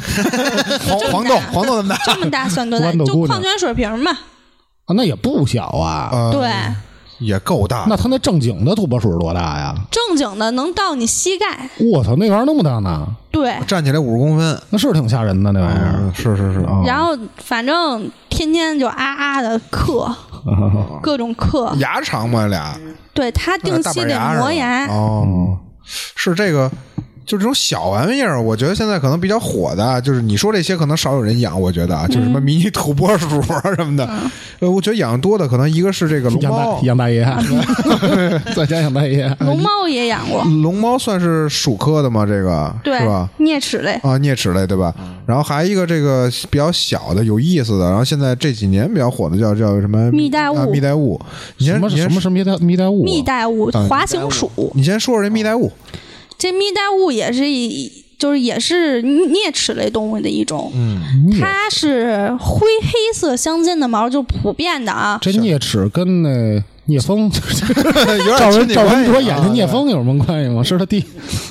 Speaker 2: 黄黄豆黄豆那么大
Speaker 3: 这么大算多大？
Speaker 1: 豌豆
Speaker 3: 就
Speaker 1: 姑娘
Speaker 3: 矿泉水瓶嘛，
Speaker 1: 啊，那也不小啊。
Speaker 2: *laughs* 啊，
Speaker 3: 对，
Speaker 2: 也够大。
Speaker 1: 那他那正经的土拨鼠是多大呀？
Speaker 3: 正经的能到你膝盖，
Speaker 1: 我操，那玩意儿那么大呢？
Speaker 3: 对，
Speaker 2: 站起来五十公分，
Speaker 1: 那是挺吓人的那玩意儿
Speaker 2: 嗯，是是是，
Speaker 1: 啊。
Speaker 3: 然后反正天天就啊啊的嗑，
Speaker 2: 啊
Speaker 3: 各种嗑，
Speaker 2: 牙长吗？俩
Speaker 3: 对它定期得磨牙，
Speaker 2: 哦，是这个，就这种小玩意儿，我觉得现在可能比较火的，啊就是你说这些可能少有人养，我觉得啊，就是什么
Speaker 3: 嗯
Speaker 2: 迷你土拨鼠啊什么的，呃，我觉得养多的可能一个是这个龙
Speaker 1: 杨大，
Speaker 2: 猫
Speaker 1: 杨大
Speaker 2: *laughs*
Speaker 1: 爷，啊在家杨大爷，
Speaker 3: 龙猫也养过，
Speaker 2: 龙猫算是鼠科的吗？这个
Speaker 3: 对
Speaker 2: 是吧？，
Speaker 3: 啮齿类，
Speaker 2: 啊，啮齿类对吧？
Speaker 1: 嗯
Speaker 2: 然后还一个这个比较小的有意思的，然后现在这几年比较火的叫叫什么
Speaker 3: 蜜袋鼯
Speaker 2: 啊蜜袋鼯，你
Speaker 1: 什
Speaker 2: 先
Speaker 1: 么
Speaker 2: 你
Speaker 1: 什
Speaker 2: 先
Speaker 1: 么是蜜袋蜜袋鼯啊？
Speaker 3: 蜜袋鼯、
Speaker 2: 嗯
Speaker 3: 滑行鼠，
Speaker 2: 你先说说这蜜袋鼯，
Speaker 3: 嗯这蜜袋鼯也是一，就是也是啮齿类动物的一种，
Speaker 2: 嗯
Speaker 1: 镊
Speaker 3: 它是灰黑色相间的毛，就普遍的啊。
Speaker 1: 这聂齿跟那聂
Speaker 2: *laughs*
Speaker 1: 风， *laughs*
Speaker 2: 有
Speaker 1: 赵
Speaker 2: 点
Speaker 1: 文
Speaker 2: 亲戚
Speaker 1: 赵文
Speaker 2: 关系
Speaker 1: 卓
Speaker 2: 啊
Speaker 1: 演的聂风有什么关系吗？是他
Speaker 3: *laughs*
Speaker 1: 弟。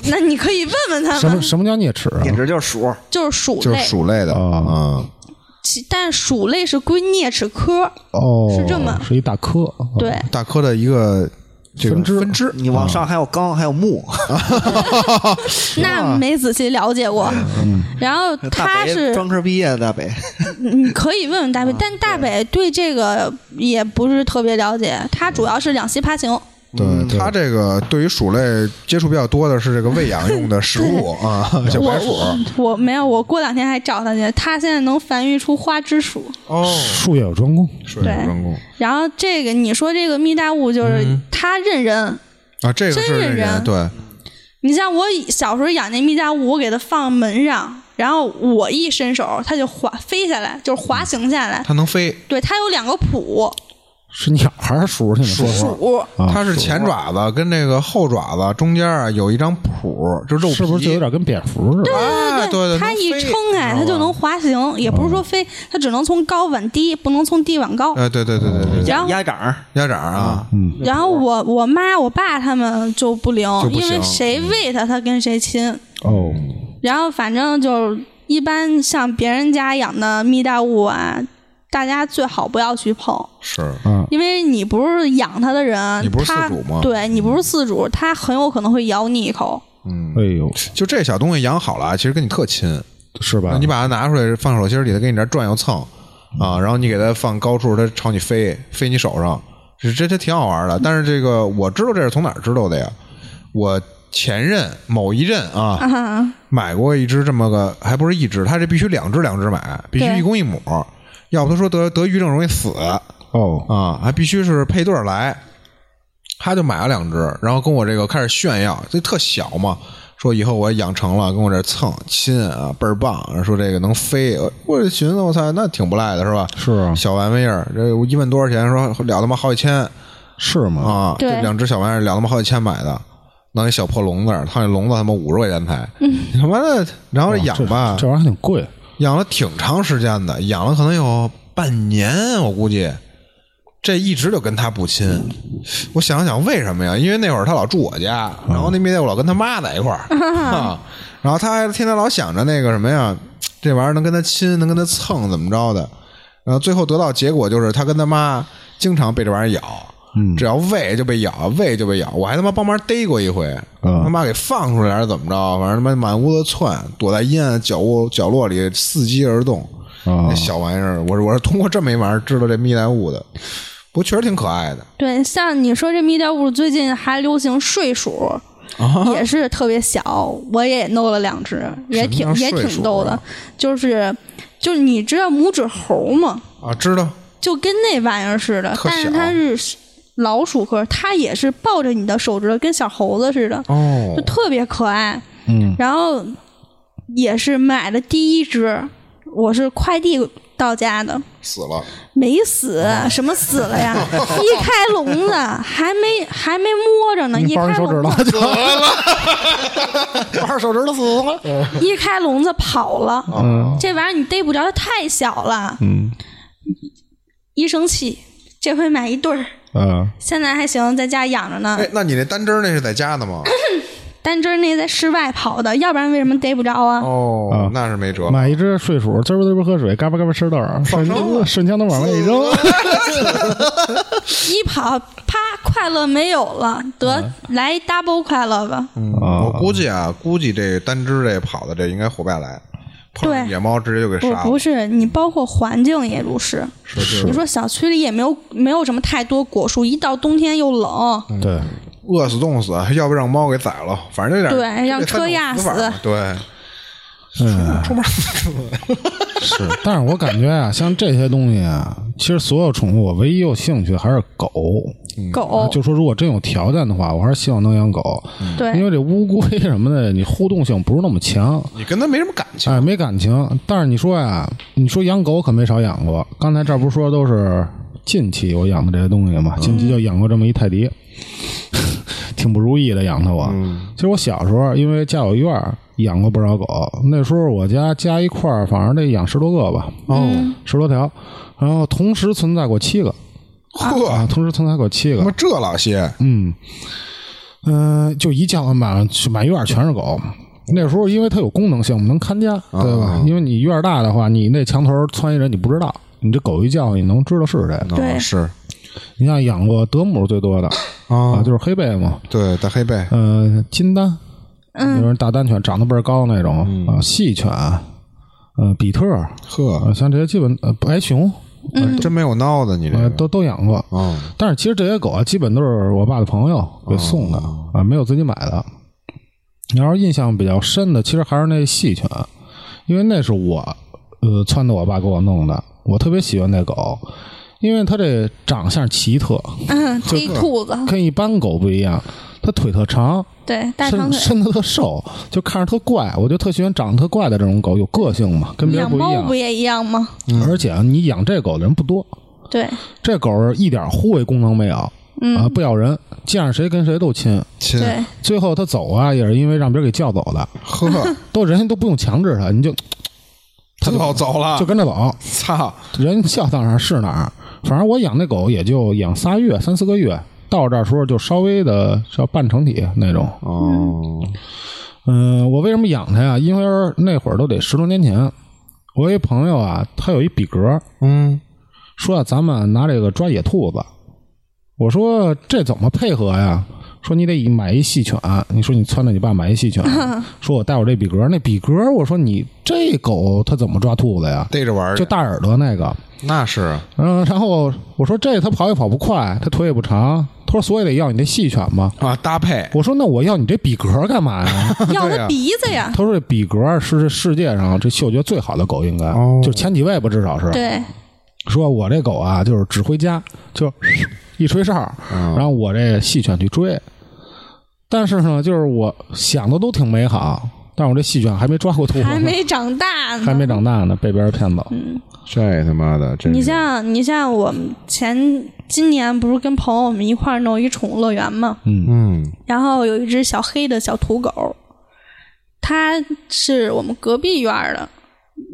Speaker 3: 那你可以问问他
Speaker 1: 什么
Speaker 3: 们，
Speaker 1: 什么叫啮齿啊？
Speaker 2: *laughs*
Speaker 5: 简直就是鼠。
Speaker 3: 就是鼠
Speaker 2: 就是
Speaker 3: 类，
Speaker 2: 鼠类的
Speaker 1: 啊
Speaker 2: 嗯
Speaker 3: 其但鼠类是归啮齿科，
Speaker 1: 哦，
Speaker 3: 是这么
Speaker 1: 是一大啊科。
Speaker 3: 对，
Speaker 2: 大科的一个这个
Speaker 1: 分支
Speaker 2: 分支，
Speaker 5: 你往上还有缸，还有木，
Speaker 2: 啊
Speaker 3: 那没仔细了解过。
Speaker 2: 嗯
Speaker 3: 然后
Speaker 5: 嗯 *laughs* 大
Speaker 3: 它
Speaker 5: 北
Speaker 3: 是
Speaker 5: 专科毕业的大北，
Speaker 3: 你可以问问大北，
Speaker 2: 啊
Speaker 3: 但大北对这个也不是特别了解，它主要是两栖爬行。
Speaker 1: 嗯
Speaker 2: 对它这个对于鼠类接触比较多的是这个喂养
Speaker 3: *laughs*
Speaker 2: 用的食物啊，小白鼠
Speaker 3: 我我没有，我过两天还找他去，他现在能繁育出花枝鼠。
Speaker 2: 哦，
Speaker 1: 术业有专攻，
Speaker 2: 水母专攻
Speaker 3: 然后这个你说这个蜜袋鼯
Speaker 2: 嗯
Speaker 3: 就是它认人，
Speaker 2: 啊，这个是
Speaker 3: 真
Speaker 2: 这
Speaker 3: 人
Speaker 2: 个对，
Speaker 3: 你像我小时候养那蜜袋鼯，我给它放门上，然后我一伸手，它就滑飞下来，就是滑行下来。
Speaker 2: 它能飞，
Speaker 3: 对，它有两个蹼，
Speaker 1: 是鸟还是鼠？你们说
Speaker 2: 鼠
Speaker 3: 蹼
Speaker 1: 啊
Speaker 2: 它是前爪子跟那个后爪子中间啊有一张蹼，就肉皮，
Speaker 1: 是不是就有点跟蝙蝠似的？
Speaker 2: 哎？对对，
Speaker 3: 它
Speaker 2: 能
Speaker 3: 一
Speaker 2: 飞啊
Speaker 3: 撑开，它就。
Speaker 2: 你知道
Speaker 3: 能
Speaker 2: 吧
Speaker 3: 滑行，也不是说飞，它只能从高往低，不能从低往高。
Speaker 2: 哎，对对对对对，
Speaker 3: 然后
Speaker 5: 鸭掌儿，
Speaker 2: 鸭掌啊，
Speaker 3: 然后我我妈我爸他们就不灵，
Speaker 2: 就不
Speaker 3: 因为
Speaker 2: 行嗯
Speaker 3: 谁喂它，它跟谁亲。
Speaker 1: 哦，
Speaker 3: 然后反正就是一般像别人家养的蜜袋鼯啊，大家最好不要去碰，
Speaker 2: 是
Speaker 1: 嗯，
Speaker 3: 因为你不是养它的人，
Speaker 2: 你不是
Speaker 3: 它
Speaker 2: 饲主吗嗯
Speaker 3: 对你不是饲主，它很有可能会咬你
Speaker 2: *laughs*
Speaker 3: 一口。
Speaker 1: 哎呦，
Speaker 2: 就这小东西养好了啊，其实跟你特亲。
Speaker 1: 是吧？
Speaker 2: 嗯你把它拿出来放手心里，它给你这儿转悠蹭啊，然后你给它放高处，它朝你飞，飞你手上，这这这挺好玩的。但是这个我知道这是从哪儿知道的呀？我前任某一任啊，
Speaker 3: 啊，
Speaker 2: 买过一只这么个，还不是一只，它这必须两只两只买，必须
Speaker 3: 对
Speaker 2: 一公一母，要不他说得得抑郁症容易死。
Speaker 1: 哦，
Speaker 2: 啊，还必须是配对儿来。他就买了两只，然后跟我这个开始炫耀，这特小嘛，说以后我养成了，跟我这蹭亲啊，倍儿棒，说这个能飞，呃我就寻思我操，那挺不赖的是吧？
Speaker 1: 是啊
Speaker 2: 小玩意儿，这我一问多少钱，说了他妈好几千
Speaker 1: 是吗？
Speaker 2: 啊，这
Speaker 3: 对
Speaker 2: 两只小玩意儿了他妈好几千买的，弄一小破笼子，他那笼子他妈五十块钱才，你他妈的，然后养吧，
Speaker 1: 哦这玩意儿还挺贵，
Speaker 2: 养了挺长时间的，养了可能有半年，我估计。这一直就跟他不亲，我想想为什么呀？因为那会儿他老住我家，然后那蜜袋鼯老跟他妈在一块儿、啊，然后他还天天老想着那个什么呀，这玩意儿能跟他亲，能跟他蹭，怎么着的？然后最后得到结果就是他跟他妈经常被这玩意儿咬，
Speaker 1: 嗯
Speaker 2: 只要喂就被咬，喂就被咬。我还他妈帮忙逮过一回，
Speaker 1: 嗯
Speaker 2: 他妈给放出来还是怎么着？反正他妈满屋子窜，躲在阴暗角落角落里伺机而动。
Speaker 1: 啊
Speaker 2: 那小玩意儿，我是我是通过这么一玩意儿知道这蜜袋鼯的，不过确实挺可爱的。
Speaker 3: 对，像你说这蜜袋鼯最近还流行睡鼠。
Speaker 2: 啊
Speaker 3: 也是特别小，我也弄了两只，也
Speaker 2: 什么
Speaker 3: 挺
Speaker 2: 叫
Speaker 3: 也
Speaker 2: 睡
Speaker 3: 挺
Speaker 2: 鼠
Speaker 3: 逗的
Speaker 2: 啊，
Speaker 3: 就是就是你知道拇指猴吗？
Speaker 2: 啊，知道
Speaker 3: 就跟那玩意儿似的，
Speaker 2: 特
Speaker 3: 但是
Speaker 2: 小
Speaker 3: 它是老鼠科，它也是抱着你的手指头，跟小猴子似的，
Speaker 2: 哦
Speaker 3: 就特别可爱。
Speaker 1: 嗯，
Speaker 3: 然后也是买的第一只，我是快递到家的，
Speaker 2: 死了，
Speaker 3: 没死，
Speaker 1: 哦
Speaker 3: 什么死
Speaker 1: *laughs*
Speaker 3: 了呀？一开笼子还没还没摸着呢，啊一
Speaker 1: 抱
Speaker 3: 开
Speaker 1: 着手指
Speaker 3: 笼
Speaker 1: 头
Speaker 3: 子
Speaker 1: 死了，抱着手指头死了，
Speaker 3: 一开笼子跑了，
Speaker 1: 啊
Speaker 3: 这玩意儿你逮不着，它太小了。
Speaker 1: 哦嗯
Speaker 3: 一生气，这回买一对儿，
Speaker 1: 啊，
Speaker 3: 现在还行，在家养着呢。
Speaker 2: 哎，那你那单针儿那是在家的吗？
Speaker 1: *coughs*
Speaker 3: 单只那在室外跑的，要不然为什么逮不着啊？
Speaker 2: 哦
Speaker 1: 啊，
Speaker 2: 那是没辙。
Speaker 1: 买一只睡鼠，滋儿滋儿喝水，嘎巴嘎巴吃豆儿，顺顺枪都往外一扔，
Speaker 3: 一跑，啪，快乐没有了，得、
Speaker 1: 嗯
Speaker 3: 来一 double 快乐吧。
Speaker 2: 我
Speaker 1: 啊，
Speaker 2: 估计啊，估计这单只这跑的这应该活不下来，碰上
Speaker 3: 对
Speaker 2: 野猫直接就给
Speaker 3: 不
Speaker 2: 杀
Speaker 3: 不
Speaker 2: 了。
Speaker 3: 是，你包括环境也如是。
Speaker 1: 是
Speaker 3: 你说小区里也没有没有什么太多果树，一到冬天又冷，
Speaker 1: 对，
Speaker 2: 饿死冻死，要不让猫给宰了，反正这点
Speaker 3: 对让
Speaker 2: 这三种
Speaker 3: 车压
Speaker 2: 法嘛
Speaker 3: 死
Speaker 2: 对，
Speaker 1: 嗯，
Speaker 2: 出门
Speaker 1: 是，但是我感觉啊，像这些东西啊，其实所有宠物，我唯一有兴趣还是狗。
Speaker 3: 哦狗
Speaker 1: 嗯就说如果真有条件的话，我还是希望能养狗，因
Speaker 3: 对
Speaker 1: 为这乌龟什么的，你互动性不是那么强，
Speaker 2: 你跟它没什么感情。
Speaker 3: 啊
Speaker 1: 哎，没感情。但是你说呀，你说养狗可没少养过。刚才这儿不是说都是近期我养的这些东西吗？近期就养过这么一泰迪， *laughs* 挺不如意的养它我。其实我小时候因为家有院儿养过不少狗，那时候我家加一块儿，反正得养十多个吧，哦，十多条，然后同时存在过七个啊，
Speaker 2: 呵，
Speaker 1: 同时存在过七
Speaker 2: 他妈
Speaker 1: 个，
Speaker 2: 这老些，
Speaker 1: 嗯嗯、就一觉满满院儿全是狗。那时候因为它有功能性，我们能看家，对吧？因为你院儿大的话，你那墙头儿窜一人，你不知道，你这狗一叫，你能知道是谁。
Speaker 3: 对
Speaker 2: 哦是
Speaker 1: 你像养过德牧最多的啊，
Speaker 2: 啊
Speaker 1: 就是黑背嘛，
Speaker 2: 对，大黑背，
Speaker 1: 呃，金丹，嗯，就是大丹犬，长得倍儿高那种、啊，细犬，呃，比特，
Speaker 2: 呵
Speaker 1: 呃，，像这些基本呃白熊，
Speaker 2: 真没有闹的，你这
Speaker 1: 呃，
Speaker 2: 个
Speaker 1: 都都养过。
Speaker 2: 哦
Speaker 1: 但是其实这些狗啊，基本都是我爸的朋友给送的、
Speaker 3: 哦
Speaker 1: 啊，没有自己买的。你要是印象比较深的，其实还是那细犬，因为那是我呃撺掇我爸给我弄的，我特别喜欢那狗，因为它这长相奇特，
Speaker 3: 嗯，这一兔子
Speaker 1: 跟一般狗不一样，它腿特长，
Speaker 3: 对，大长
Speaker 1: 身
Speaker 3: 腿，
Speaker 1: 身子特瘦，就看着特怪，我就特喜欢长得特怪的这种狗，有个性嘛，跟别人
Speaker 3: 养
Speaker 1: 不一
Speaker 3: 猫
Speaker 1: 样
Speaker 3: 不。也一样吗？
Speaker 1: 而且啊你养这狗的人不多，
Speaker 3: 对，嗯
Speaker 1: 这狗儿一点护卫功能没有、啊，不咬人，见着谁跟谁都亲。*laughs*
Speaker 2: 亲，
Speaker 3: 对，
Speaker 1: 最后它走啊，也是因为让别人给叫走的，
Speaker 2: 呵，
Speaker 1: 都人家都不用强制它，你就
Speaker 2: 他老走了，
Speaker 1: 就跟着走，
Speaker 2: 操，
Speaker 1: 人叫到哪儿是哪儿。反正我养那狗也就养仨月、三四个月，到我这儿时候就稍微的叫半成体那种。
Speaker 5: 哦，
Speaker 1: 嗯，我为什么养它呀？因为那会儿都得十多年前，我有一朋友啊，他有一比格，
Speaker 2: 嗯，
Speaker 1: 说、啊、咱们拿这个抓野兔子。我说这怎么配合呀？说你得买一细犬，你说你撺掇你爸买一细犬， *laughs* 说我带我这比格，那比格我说你这狗它怎么抓兔子呀？
Speaker 2: 逮着玩儿去
Speaker 1: 就大耳朵那个，
Speaker 2: 那是
Speaker 1: 嗯，然后我说这它跑也跑不快，它腿也不长，他说所以得要你这细犬嘛。
Speaker 2: 啊，搭配
Speaker 1: 我说那我要你这比格干嘛呀？
Speaker 7: 要
Speaker 2: 对呀
Speaker 7: 它鼻子呀，
Speaker 1: 他说这比格是这世界上这嗅觉最好的狗，应该、
Speaker 2: 哦
Speaker 1: 就前几位吧，至少是。
Speaker 3: 对，
Speaker 1: *laughs* 说我这狗啊，就是指挥家，就是一吹哨，然后我这细犬去追。但是呢，就是我想的都挺美好，但我这细犬还没抓过兔子，
Speaker 7: 还没长大呢，
Speaker 1: 还没长大呢，被别人骗走。
Speaker 3: 嗯
Speaker 2: 这他妈的，这
Speaker 3: 你像你像我们前今年不是跟朋友我们一块儿弄一宠物乐园吗？
Speaker 2: 嗯，
Speaker 3: 然后有一只小黑的小土狗，它是我们隔壁院儿的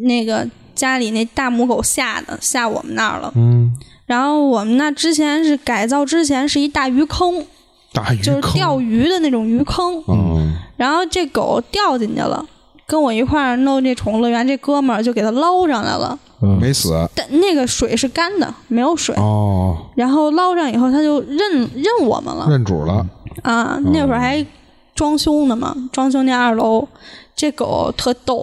Speaker 3: 那个家里那大母狗下的，下我们那儿了。嗯，然后我们那之前是改造之前是一大鱼坑，
Speaker 2: 大鱼
Speaker 3: 就是
Speaker 2: 坑，
Speaker 3: 钓鱼的那种鱼坑。
Speaker 2: 嗯，
Speaker 3: 然后这狗掉进去了，跟我一块儿弄这宠物乐园，这哥们儿就给它捞上来了。
Speaker 2: 没死
Speaker 3: 但那个水是干的，没有水。
Speaker 2: 哦，
Speaker 3: 然后捞上以后，它就认认我们了。
Speaker 2: 认主了，
Speaker 3: 啊，那会儿还装修呢嘛，装修那二楼，这狗特逗，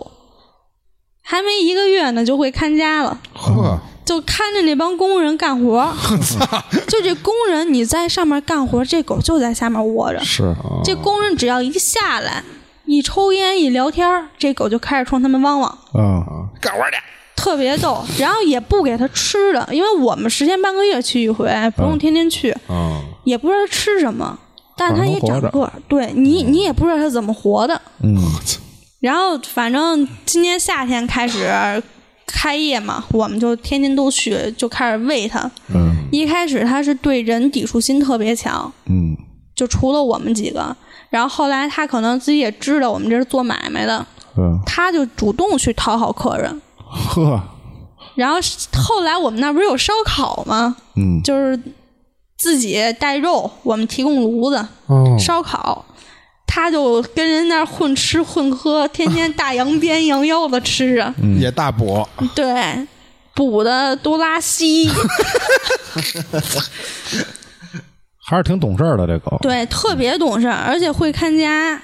Speaker 3: 还没一个月呢就会看家了，
Speaker 2: 呵，
Speaker 3: 就看着那帮工人干活儿。就这工人你在上面干活儿，这狗就在下面窝着。
Speaker 2: 是啊，
Speaker 3: 这工人只要一下来，一抽烟一聊天儿，这狗就开始冲他们汪汪。
Speaker 1: 啊，
Speaker 2: 干活去，
Speaker 3: 特别逗，然后也不给它吃的，因为我们十天半个月去一回，不用天天去。
Speaker 2: 啊，
Speaker 3: 也不知道吃什么，但是它也
Speaker 1: 嗯反正
Speaker 3: 长
Speaker 1: 能
Speaker 3: 个儿，对你你也不知道它怎么活的。
Speaker 1: 嗯，
Speaker 3: 然后反正今年夏天开始开业嘛，我们就天天都去，就开始喂它。
Speaker 1: 嗯
Speaker 3: 一开始它是对人抵触心特别强，
Speaker 1: 嗯
Speaker 3: 就除了我们几个。然后后来它可能自己也知道我们这是做买卖的，
Speaker 1: 嗯，
Speaker 3: 它就主动去讨好客人。
Speaker 1: 呵，
Speaker 3: 然后后来我们那不是有烧烤吗？
Speaker 1: 嗯
Speaker 3: 就是自己带肉，我们提供炉子、
Speaker 1: 哦
Speaker 3: 烧烤。他就跟人那儿混吃混喝，天天大羊鞭、羊腰子吃着，
Speaker 2: 也大补，
Speaker 3: 对，补的都拉稀，
Speaker 1: 还是挺懂事儿的这狗。
Speaker 3: 对，特别懂事儿，而且会看家。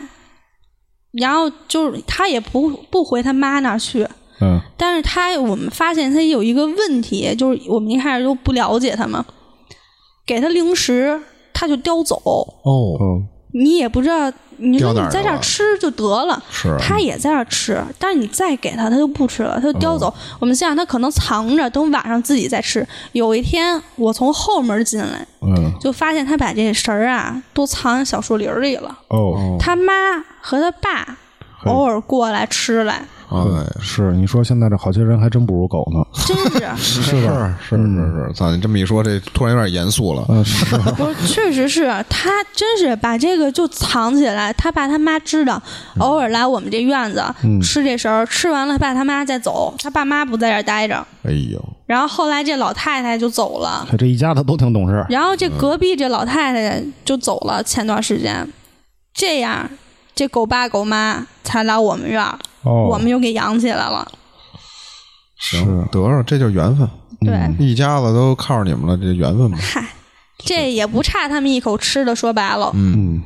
Speaker 3: 然后就是他也不不回他妈那儿去，
Speaker 1: 嗯
Speaker 3: 但是他我们发现他有一个问题，就是我们一开始都不了解他嘛，给他零食他就叼走，
Speaker 2: 哦，
Speaker 1: 哦
Speaker 3: 你也不知道，你说
Speaker 2: 叼哪
Speaker 3: 你
Speaker 2: 儿去
Speaker 3: 在这儿
Speaker 2: 了
Speaker 3: 吃就得了，
Speaker 2: 是
Speaker 3: 他也在这儿吃，但是你再给他，他就不吃了，他就叼
Speaker 2: 哦
Speaker 3: 走。我们现在他可能藏着，等晚上自己再吃。有一天我从后门进来，
Speaker 1: 嗯
Speaker 3: 就发现他把这绳儿啊都藏小树林儿里了。
Speaker 1: 哦，
Speaker 3: 他妈和他爸偶尔过来吃来，
Speaker 2: 哎，
Speaker 1: 是你说现在这好些人还真不如狗呢。
Speaker 3: 真
Speaker 2: *laughs*
Speaker 3: 是。
Speaker 2: 是嗯吧？是是是，操！你这么一说，这突然有点严肃了。
Speaker 1: 嗯，是
Speaker 3: 不是，确实是他，真是把这个就藏起来。他爸他妈知道，偶尔来我们这院子、吃这食儿，吃完了他爸他妈再走，他爸妈不在这儿待着。
Speaker 2: 哎呦，
Speaker 3: 然后后来这老太太就走了，
Speaker 1: 这一家他都挺懂事儿。
Speaker 3: 然后这隔壁这老太太就走了。前段时间，这样这狗爸狗妈才来我们院儿，
Speaker 1: 哦，
Speaker 3: 我们又给养起来了。
Speaker 2: 行，得了，这就是缘分，
Speaker 1: 嗯
Speaker 3: 对，
Speaker 2: 一家子都靠着你们了，这缘分吧。
Speaker 3: 嗨，这也不差他们一口吃的。说白了，
Speaker 1: 嗯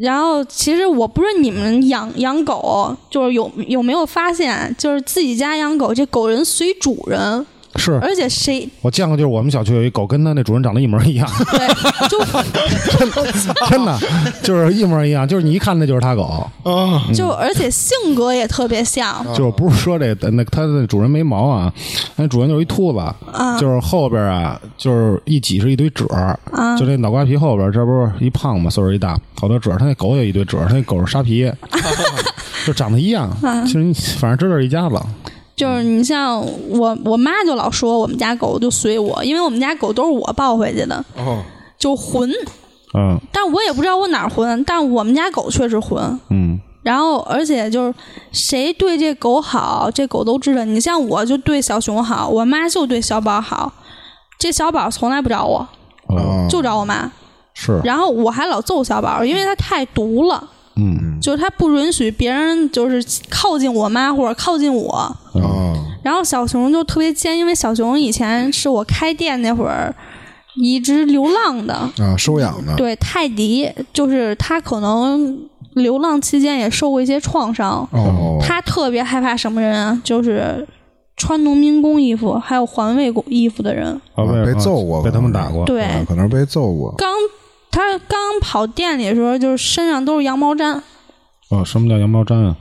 Speaker 3: 然后其实我不是你们养养狗，就是有有没有发现，就是自己家养狗，这狗人随主人，
Speaker 1: 是
Speaker 3: 而且谁
Speaker 1: 我见过，就是我们小区有一狗，跟它那主人长得一模一样， *laughs*
Speaker 3: 对就
Speaker 1: 真的就是一模一样，就是你一看那就是它狗，
Speaker 2: 啊，
Speaker 3: 就而且性格也特别像，
Speaker 1: 就是不是说这那它的主人没毛啊，那主人就是一兔子，就是后边啊，就是一挤是一堆褶儿，
Speaker 3: 啊
Speaker 1: 就这脑瓜皮后边，这不是一胖嘛，岁数一大，好多褶儿，它那狗也一堆褶儿，它那狗是沙
Speaker 3: *laughs*
Speaker 1: 皮，就长得一样，
Speaker 3: 啊
Speaker 1: 其实你反正知道是一家子，
Speaker 3: 就是你像我我妈就老说我们家狗就随我，因为我们家狗都是我抱回去的，
Speaker 2: 哦，
Speaker 3: 就混，
Speaker 1: 嗯
Speaker 3: 但我也不知道我哪儿混，但我们家狗确实混。
Speaker 1: 嗯
Speaker 3: 然后，而且就是谁对这狗好，这狗都知道。你像我就对小熊好，我妈就对小宝好，这小宝从来不找我，
Speaker 2: 啊
Speaker 1: 哦
Speaker 2: 嗯
Speaker 3: 就找我妈。
Speaker 1: 是
Speaker 3: 然后我还老揍小宝，因为他太毒了，
Speaker 1: 嗯
Speaker 3: 就是他不允许别人就是靠近我妈或者靠近我。
Speaker 2: 啊，
Speaker 3: 然后小熊就特别尖，因为小熊以前是我开店那会儿一只流浪的，
Speaker 2: 啊，收养的，
Speaker 3: 对泰迪，就是它可能流浪期间也受过一些创伤，
Speaker 2: 哦，
Speaker 3: 它特别害怕什么人啊？就是穿农民工衣服还有环卫工衣服的人。
Speaker 1: 啊
Speaker 2: 啊被揍过
Speaker 1: 被他们
Speaker 2: 可能
Speaker 1: 打过，
Speaker 3: 对
Speaker 2: 啊可能是被揍过，
Speaker 3: 刚它刚跑店里的时候，就是身上都是羊毛毡，
Speaker 1: 哦，什么叫羊毛毡啊？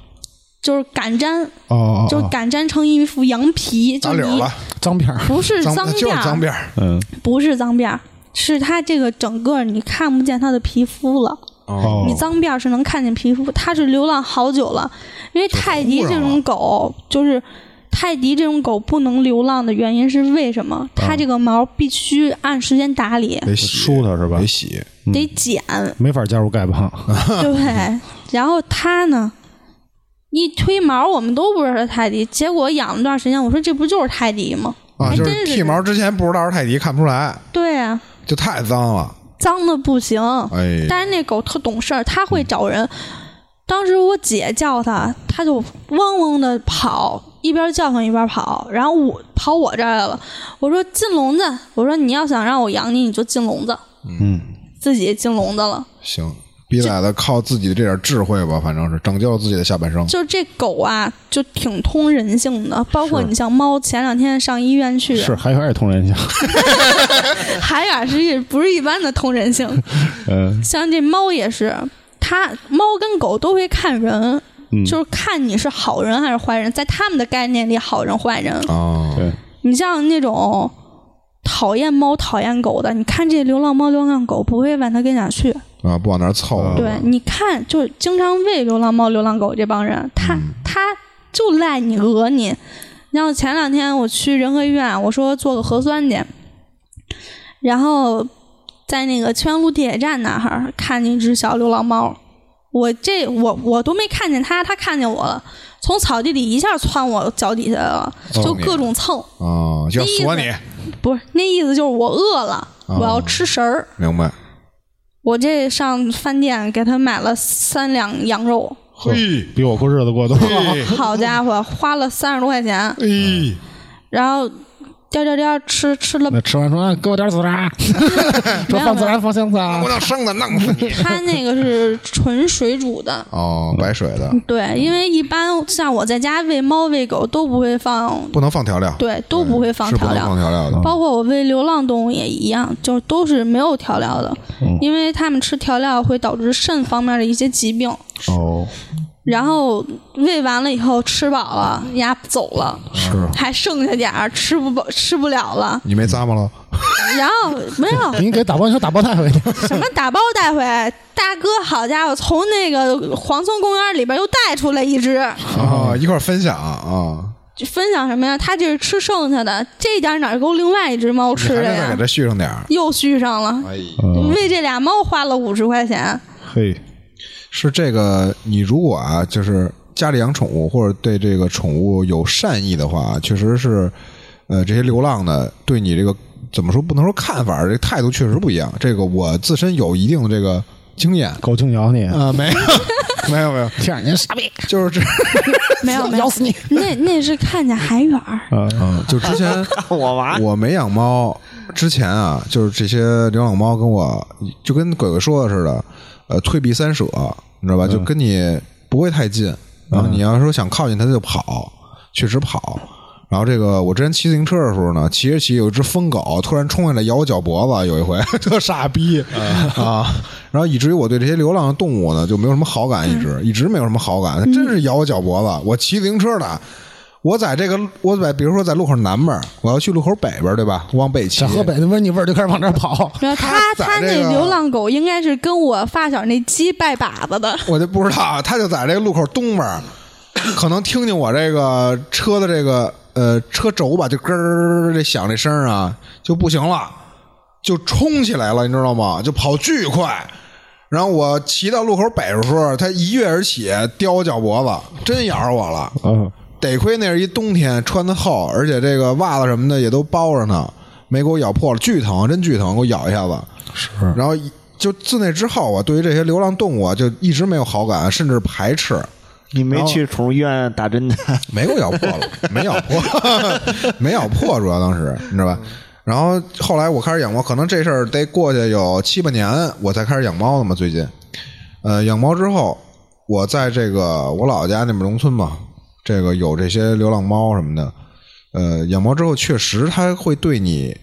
Speaker 3: 就是擀毡，
Speaker 1: 哦哦，
Speaker 3: 就是
Speaker 1: 哦
Speaker 3: 擀毡成一副羊皮，就
Speaker 2: 打
Speaker 3: 是
Speaker 2: 绺
Speaker 3: 你
Speaker 2: 了，
Speaker 1: 脏片儿，
Speaker 3: 不是
Speaker 2: 啊脏
Speaker 3: 脏
Speaker 2: 就是
Speaker 3: 辫儿
Speaker 2: 脏辫儿，啊
Speaker 1: 嗯
Speaker 3: 不是脏辫儿。是它这个整个你看不见它的皮肤了，
Speaker 2: 哦，
Speaker 3: 你脏辫儿是能看见皮肤，它是流浪好久了，因为泰迪这种狗就是。泰迪这种狗不能流浪的原因是为什么？它这个毛必须按时间打理，
Speaker 2: 得洗，
Speaker 1: 梳它是吧
Speaker 2: 得洗，
Speaker 3: 得剪，
Speaker 1: 没法加入丐帮，
Speaker 3: 对。然后它呢，一推毛我们都不知道是泰迪，结果养了段时间，我说这不就是泰迪吗？
Speaker 2: 啊，
Speaker 3: 还
Speaker 2: 就
Speaker 3: 哎真
Speaker 2: 是
Speaker 3: 是
Speaker 2: 剃毛之前不知道是泰迪，看不出来，
Speaker 3: 对啊，
Speaker 2: 就太脏了。
Speaker 3: 脏的不行。
Speaker 2: 哎，
Speaker 3: 但是那狗特懂事儿，它会找人。当时我姐叫它，它就汪汪的跑，一边叫唤一边跑，然后我跑我这儿来了。我说进笼子，我说你要想让我养你，你就进笼子，
Speaker 1: 嗯，
Speaker 3: 自己进笼子了。
Speaker 2: 行，逼崽子靠自己的这点智慧吧，反正是拯救了自己的下半生。
Speaker 3: 就这狗啊，就挺通人性的，包括你像猫，前两天上医院
Speaker 1: *laughs*
Speaker 3: 去，
Speaker 1: 是还有点同
Speaker 3: *laughs*
Speaker 1: 人性，
Speaker 3: 海雅是一不是一般的通人性，
Speaker 1: 嗯
Speaker 3: 像这猫也是，它猫跟狗都会看人，
Speaker 1: 嗯，
Speaker 3: 就是看你是好人还是坏人，在他们的概念里，好人坏人。
Speaker 2: 啊，
Speaker 1: 对，
Speaker 3: 你像那种讨厌猫、讨厌狗的，你看这流浪猫、流浪狗不会往它跟前去。
Speaker 2: 啊，不往那儿凑了。
Speaker 3: 对，你看，就是经常喂流浪猫、流浪狗这帮人，他
Speaker 2: 嗯
Speaker 3: 他就赖你讹你。然后前两天我去仁和医院，我说做个核酸去，然后在那个清源路地铁站那儿看见一只小流浪猫，我这我我都没看见它，它看见我了，从草地里一下窜我脚底下来了，就
Speaker 2: 哦你
Speaker 3: 各种蹭。
Speaker 2: 啊，就要锁你，
Speaker 3: 不是那意思，就是我饿了，
Speaker 2: 哦
Speaker 3: 我要吃食儿。
Speaker 2: 明白？
Speaker 3: 我这上饭店给他买了三两羊肉，
Speaker 2: 嘿，
Speaker 1: 比我过日子过多了，
Speaker 3: 好家伙，花了三十多块钱，
Speaker 2: 嗯嘿，
Speaker 3: 然后颠颠颠吃
Speaker 2: *laughs*
Speaker 3: 吃了
Speaker 1: *laughs* 那吃完说啊给我点孜
Speaker 3: *laughs*
Speaker 1: 然， *laughs* 说放孜然放香菜，
Speaker 2: 我要生的弄死你！，
Speaker 3: 他那个是纯水煮的
Speaker 2: 哦，白水的
Speaker 3: 对，因为一般像我在家喂猫喂狗都不会放，
Speaker 2: 不能放调料，
Speaker 3: 对，都不会放
Speaker 2: 是不
Speaker 3: 调
Speaker 2: 能
Speaker 3: 料
Speaker 2: 放，调料的。
Speaker 3: 包括我喂流浪动物也一样，就都是没有调料的，
Speaker 2: 嗯
Speaker 3: 因为它们吃调料会导致肾方面的一些疾病。
Speaker 1: 哦，
Speaker 3: 然后喂完了以后吃饱了，鸭走了，
Speaker 2: 是。
Speaker 3: 还剩下点儿，吃不饱吃不了了
Speaker 2: 你没咂摸了？
Speaker 3: 然后没有
Speaker 1: 你给打包你说打包带回去，
Speaker 3: 什么打包带回来，大哥好家伙，从那个黄村公园里边又带出来一只，哦
Speaker 2: 啊，一块儿分享啊！
Speaker 3: 就分享什么呀？他这是吃剩下的，这点儿哪够另外一只猫
Speaker 2: 你
Speaker 3: 吃
Speaker 2: 还得
Speaker 3: 的
Speaker 2: 再
Speaker 3: 呀
Speaker 2: 给？它续上点儿。
Speaker 3: 又续上了，
Speaker 2: 哎，
Speaker 1: *laughs*
Speaker 3: 为这俩猫花了五十块钱。
Speaker 1: 嘿，
Speaker 2: 是这个，你如果啊，就是家里养宠物或者对这个宠物有善意的话，确实是，呃，这些流浪的对你这个怎么说，不能说看法，这个态度确实不一样。这个我自身有一定的这个经验。
Speaker 1: 狗净咬 *laughs* 你，
Speaker 2: 啊，没有，没有，没有，
Speaker 1: *laughs* 天人傻逼，
Speaker 2: 就是这，
Speaker 3: 没有没有
Speaker 1: 咬，死你，
Speaker 3: *laughs* 那那是看见海远儿，
Speaker 1: 啊， *laughs*
Speaker 2: *laughs* 嗯，就之前
Speaker 5: 我娃
Speaker 2: 我没养猫之前啊，就是这些流浪猫跟我就跟鬼鬼说的似的，呃，退避三舍，你知道吧？就嗯跟你不会太近，然后你要说想靠近它它就跑，确实跑。然后这个我之前骑自行车的时候呢，骑着骑有一只疯狗突然冲下来咬我脚脖子，有一回 *laughs* 特傻逼啊！然后以至于我对这些流浪的动物呢就没有什么好感，一直一直没有什么好感。它真是咬我脚脖子，我骑自行车的。我在这个，我在比如说在路口南边，我要去路口北边，对吧？我往北骑，
Speaker 1: 在河北那闻你味儿就开始往这儿跑，
Speaker 7: 没有
Speaker 2: 他
Speaker 7: 他
Speaker 2: 宰
Speaker 7: 他
Speaker 2: 这
Speaker 7: 那
Speaker 2: 个
Speaker 7: 流浪狗应该是跟我发小那鸡拜把子的，
Speaker 2: 我就不知道，他就在这个路口东边儿，可能听见我这个车的这个呃车轴吧，就咯儿这响这声儿啊，就不行了，就冲起来了，你知道吗？就跑巨快。然后我骑到路口北的时候，他一跃而起，叼我脚脖子，真咬着我了。
Speaker 1: *laughs* 嗯，
Speaker 2: 得亏那是一冬天，穿的厚，而且这个袜子什么的也都包着呢，没给我咬破了，巨疼，真巨疼，给我咬一下子。是，然后一就自那之后啊，对于这些流浪动物啊，就一直没有好感，甚至排斥。
Speaker 5: 你没去宠物医院打针的？
Speaker 2: 没给我咬破了，没咬破， *laughs* 没咬破，主要当时你知道吧？然后后来我开始养猫，可能这事儿得过去有七八年，我才开始养猫的嘛。最近，呃，养猫之后，我在这个我老家那边农村嘛，这个有这些流浪猫什么的。呃，养猫之后确实它会对你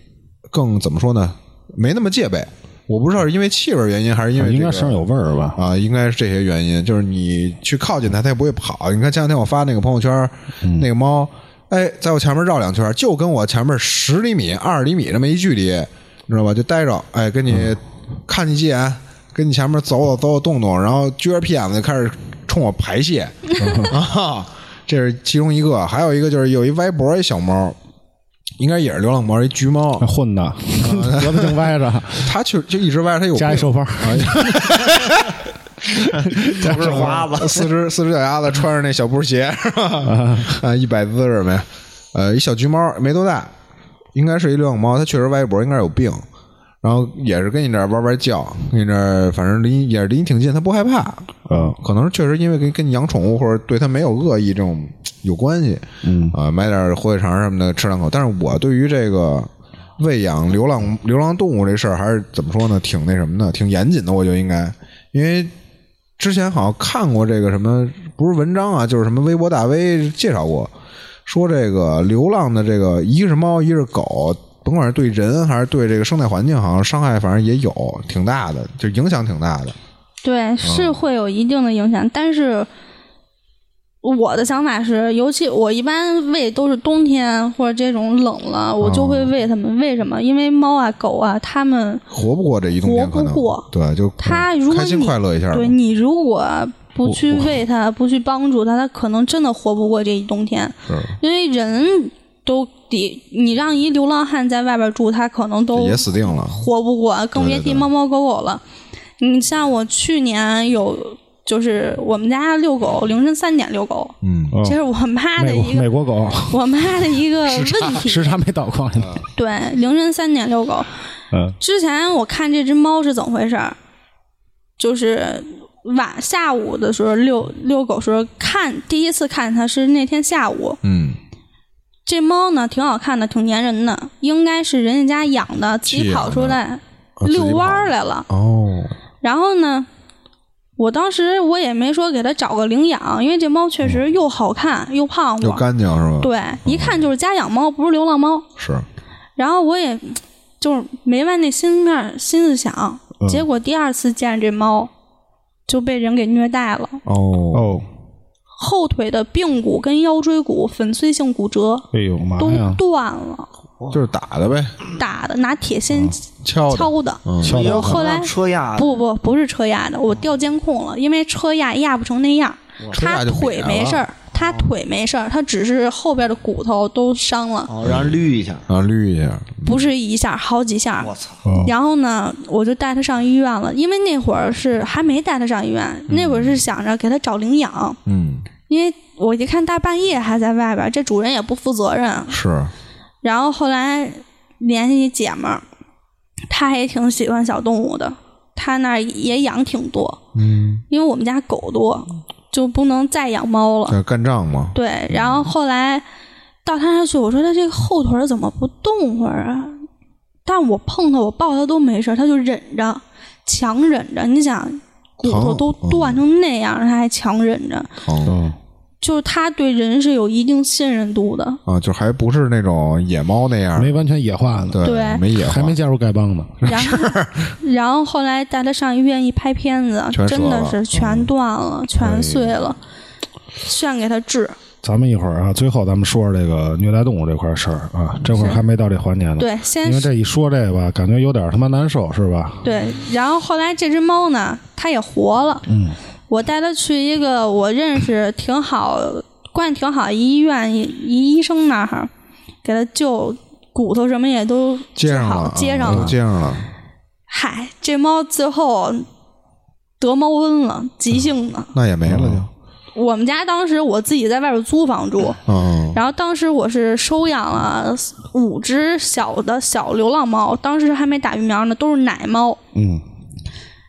Speaker 2: 更怎么说呢？没那么戒备。我不知道是因为气味原因还是因为、这
Speaker 1: 啊应
Speaker 2: 个、
Speaker 1: 该身上有味儿吧？
Speaker 2: 啊，应该是这些原因，就是你去靠近它，它也不会跑。你看前两天我发那个朋友圈，那个猫，哎，在我前面绕两圈，就跟我前面十厘米、二十厘米这么一距离，你知道吧？就待着，哎，跟你看你几眼，跟你前面走走走走动动，然后撅着屁眼子就开始冲我排泄啊，这是其中一个，还有一个就是有一歪脖一小猫。应该也是流浪猫，一橘猫
Speaker 1: 那，混的，
Speaker 2: 嗯
Speaker 1: *laughs* 脖子净
Speaker 2: *laughs*
Speaker 1: 歪着，
Speaker 2: 它就就一直歪，它有
Speaker 1: 加
Speaker 2: 病
Speaker 1: 一手帕，
Speaker 5: 都是
Speaker 3: *laughs*
Speaker 5: 花子，
Speaker 2: 四只四只脚丫子穿着那小布鞋是
Speaker 1: *laughs*
Speaker 2: 吧？啊，一百姿势没，呃，一小橘猫没多大，应该是一流浪猫，它确实歪脖，应该是有病。然后也是跟你这儿玩玩叫，跟你这儿反正离也是离你挺近，它不害怕。
Speaker 1: 嗯，
Speaker 2: 可能是确实因为跟跟你养宠物或者对它没有恶意这种有关系。嗯啊、买点火腿肠什么的吃两口。但是我对于这个喂养流浪流浪动物这事儿，还是怎么说呢？挺那什么的，挺严谨的。我就应该，因为之前好像看过这个什么，不是文章啊，就是什么微博大 V 介绍过，说这个流浪的这个，一个是猫，一个是狗。甭管是对人还是对这个生态环境，好像伤害反正也有挺大的，就影响挺大的。嗯
Speaker 3: 对，是会有一定的影响，但是我的想法是，尤其我一般喂都是冬天或者这种冷了，我就会喂它
Speaker 2: 嗯
Speaker 3: 们。为什么？因为猫啊、狗啊，它们
Speaker 2: 活不过这一冬天，可能
Speaker 3: 活不过
Speaker 2: 对，就
Speaker 3: 它
Speaker 2: 嗯
Speaker 3: 如果
Speaker 2: 开心
Speaker 3: 你
Speaker 2: 快乐一下吧，
Speaker 3: 对你如果不
Speaker 1: 我
Speaker 3: 去喂它，不去帮助它，它可能真的活不过这一冬天。
Speaker 2: 是
Speaker 3: 因为人都得，你让一流浪汉在外边住，他可能都
Speaker 2: 也死定了。
Speaker 3: 活不过，更别
Speaker 2: 对对
Speaker 3: 提猫猫狗狗了。你像我去年有，就是我们家遛狗，凌晨三点遛狗，
Speaker 2: 嗯，
Speaker 1: 嗯
Speaker 3: 这是我妈的
Speaker 1: 美
Speaker 3: 一
Speaker 1: 国
Speaker 3: 个
Speaker 1: 美国狗，
Speaker 3: 我妈的一个问
Speaker 1: *laughs* 时
Speaker 3: 题。
Speaker 1: 差没倒过来呢，
Speaker 3: 对，凌晨三点遛狗，
Speaker 1: 嗯
Speaker 3: 之前我看这只猫是怎么回事儿，就是晚下午的时候遛遛狗时候看，第一次看它是那天下午，
Speaker 2: 嗯，
Speaker 3: 这猫呢挺好看的，挺粘人的，应该是人家家养的，自
Speaker 2: 寄
Speaker 3: 己
Speaker 2: 养
Speaker 3: 跑出
Speaker 2: 的
Speaker 3: 来
Speaker 2: 哦
Speaker 3: 遛弯儿。
Speaker 2: 自己
Speaker 3: 来了。
Speaker 2: 跑哦，
Speaker 3: 然后呢，我当时我也没说给它找个领养，因为这猫确实又好看又胖
Speaker 2: 又
Speaker 3: 乎，
Speaker 2: 干净是吧？，
Speaker 3: 对，一看就是家养猫，不是流浪猫。
Speaker 2: 是
Speaker 3: 然后我也就是没往那心面儿心思想，结果第二次见这猫就被人给虐待了，
Speaker 2: 哦，
Speaker 1: 哦，
Speaker 3: 后腿的髌骨跟腰椎骨粉碎性骨折
Speaker 1: 哎呦妈
Speaker 3: 都
Speaker 1: 呀，
Speaker 3: 断了，
Speaker 1: 哦
Speaker 2: 就是打的呗，
Speaker 3: 打的拿铁锨
Speaker 2: 敲的。
Speaker 3: 敲的。
Speaker 1: 敲
Speaker 5: 也有
Speaker 1: 到
Speaker 5: 可
Speaker 3: 后来
Speaker 5: 能车压的
Speaker 3: 不不不是车压的，我调监控了，因为车压压不成那样，
Speaker 2: 车压
Speaker 3: 他
Speaker 2: 啊就瘪
Speaker 3: 腿
Speaker 2: 了啊
Speaker 3: 没事儿，他腿没事儿，他只是后边的骨头都伤
Speaker 2: 嗯
Speaker 3: 了，
Speaker 5: 哦，让人捋一下。
Speaker 2: 啊，绿一下，
Speaker 3: 不是一下好几下。
Speaker 5: *laughs* 我操！
Speaker 3: 然后呢，我就带他上医院了，因为那会儿是还没带他上医院，那会儿是想着给他找领养，
Speaker 2: 嗯，
Speaker 3: 因为我一看大半夜还在外边，这主人也不负责任。
Speaker 2: 是，
Speaker 3: 然后后来联系姐们儿，她也挺喜欢小动物的，她那儿也养挺多，
Speaker 2: 嗯，
Speaker 3: 因为我们家狗多，就不能再养猫了。
Speaker 2: 这干仗嘛，
Speaker 3: 对，然后后来到他那去，我说他这个后腿儿怎么不动会儿啊？但我碰他，我抱他都没事儿，他就忍着，强忍着。你想，骨头
Speaker 2: 疼哦
Speaker 3: 都断成那样，他还强忍着。
Speaker 2: 疼，
Speaker 1: 嗯
Speaker 3: 就是它对人是有一定信任度的。
Speaker 2: 啊，就还不是那种野猫那样，
Speaker 1: 没完全野化呢，
Speaker 2: 嗯对，
Speaker 3: 对
Speaker 2: 没野化，
Speaker 1: 还没加入丐帮呢。
Speaker 3: 然后，然后后来带他上医院一拍片子
Speaker 2: 全，
Speaker 3: 真
Speaker 2: 折
Speaker 3: 的
Speaker 2: 了
Speaker 3: 是全断了，全碎了，炫给他治。
Speaker 1: 咱们一会儿啊，最后咱们说说这个虐待动物这块事儿啊，
Speaker 2: 嗯
Speaker 1: 这会儿还没到这环节呢。
Speaker 3: 对，先
Speaker 1: 因为这一说这个吧，感觉有点他妈难受，是吧？
Speaker 3: 对，然后后来这只猫呢，它也活了。嗯，我带它去一个我认识挺好、关系挺好医院一一医生那儿，给它救骨头什么也都
Speaker 2: 接
Speaker 3: 治
Speaker 2: 上
Speaker 3: 好
Speaker 2: 了，
Speaker 3: 了，接上
Speaker 2: 啊
Speaker 3: 了。嗯
Speaker 2: 接上了，
Speaker 3: 嗨，这猫最后得猫瘟了，急性的。
Speaker 2: 那也没了
Speaker 1: 哦
Speaker 2: 就，
Speaker 3: 我们家当时我自己在外边租房住，
Speaker 2: 嗯，
Speaker 3: 然后当时我是收养了五只小的小流浪猫，当时还没打疫苗呢，都是奶猫。
Speaker 1: 嗯，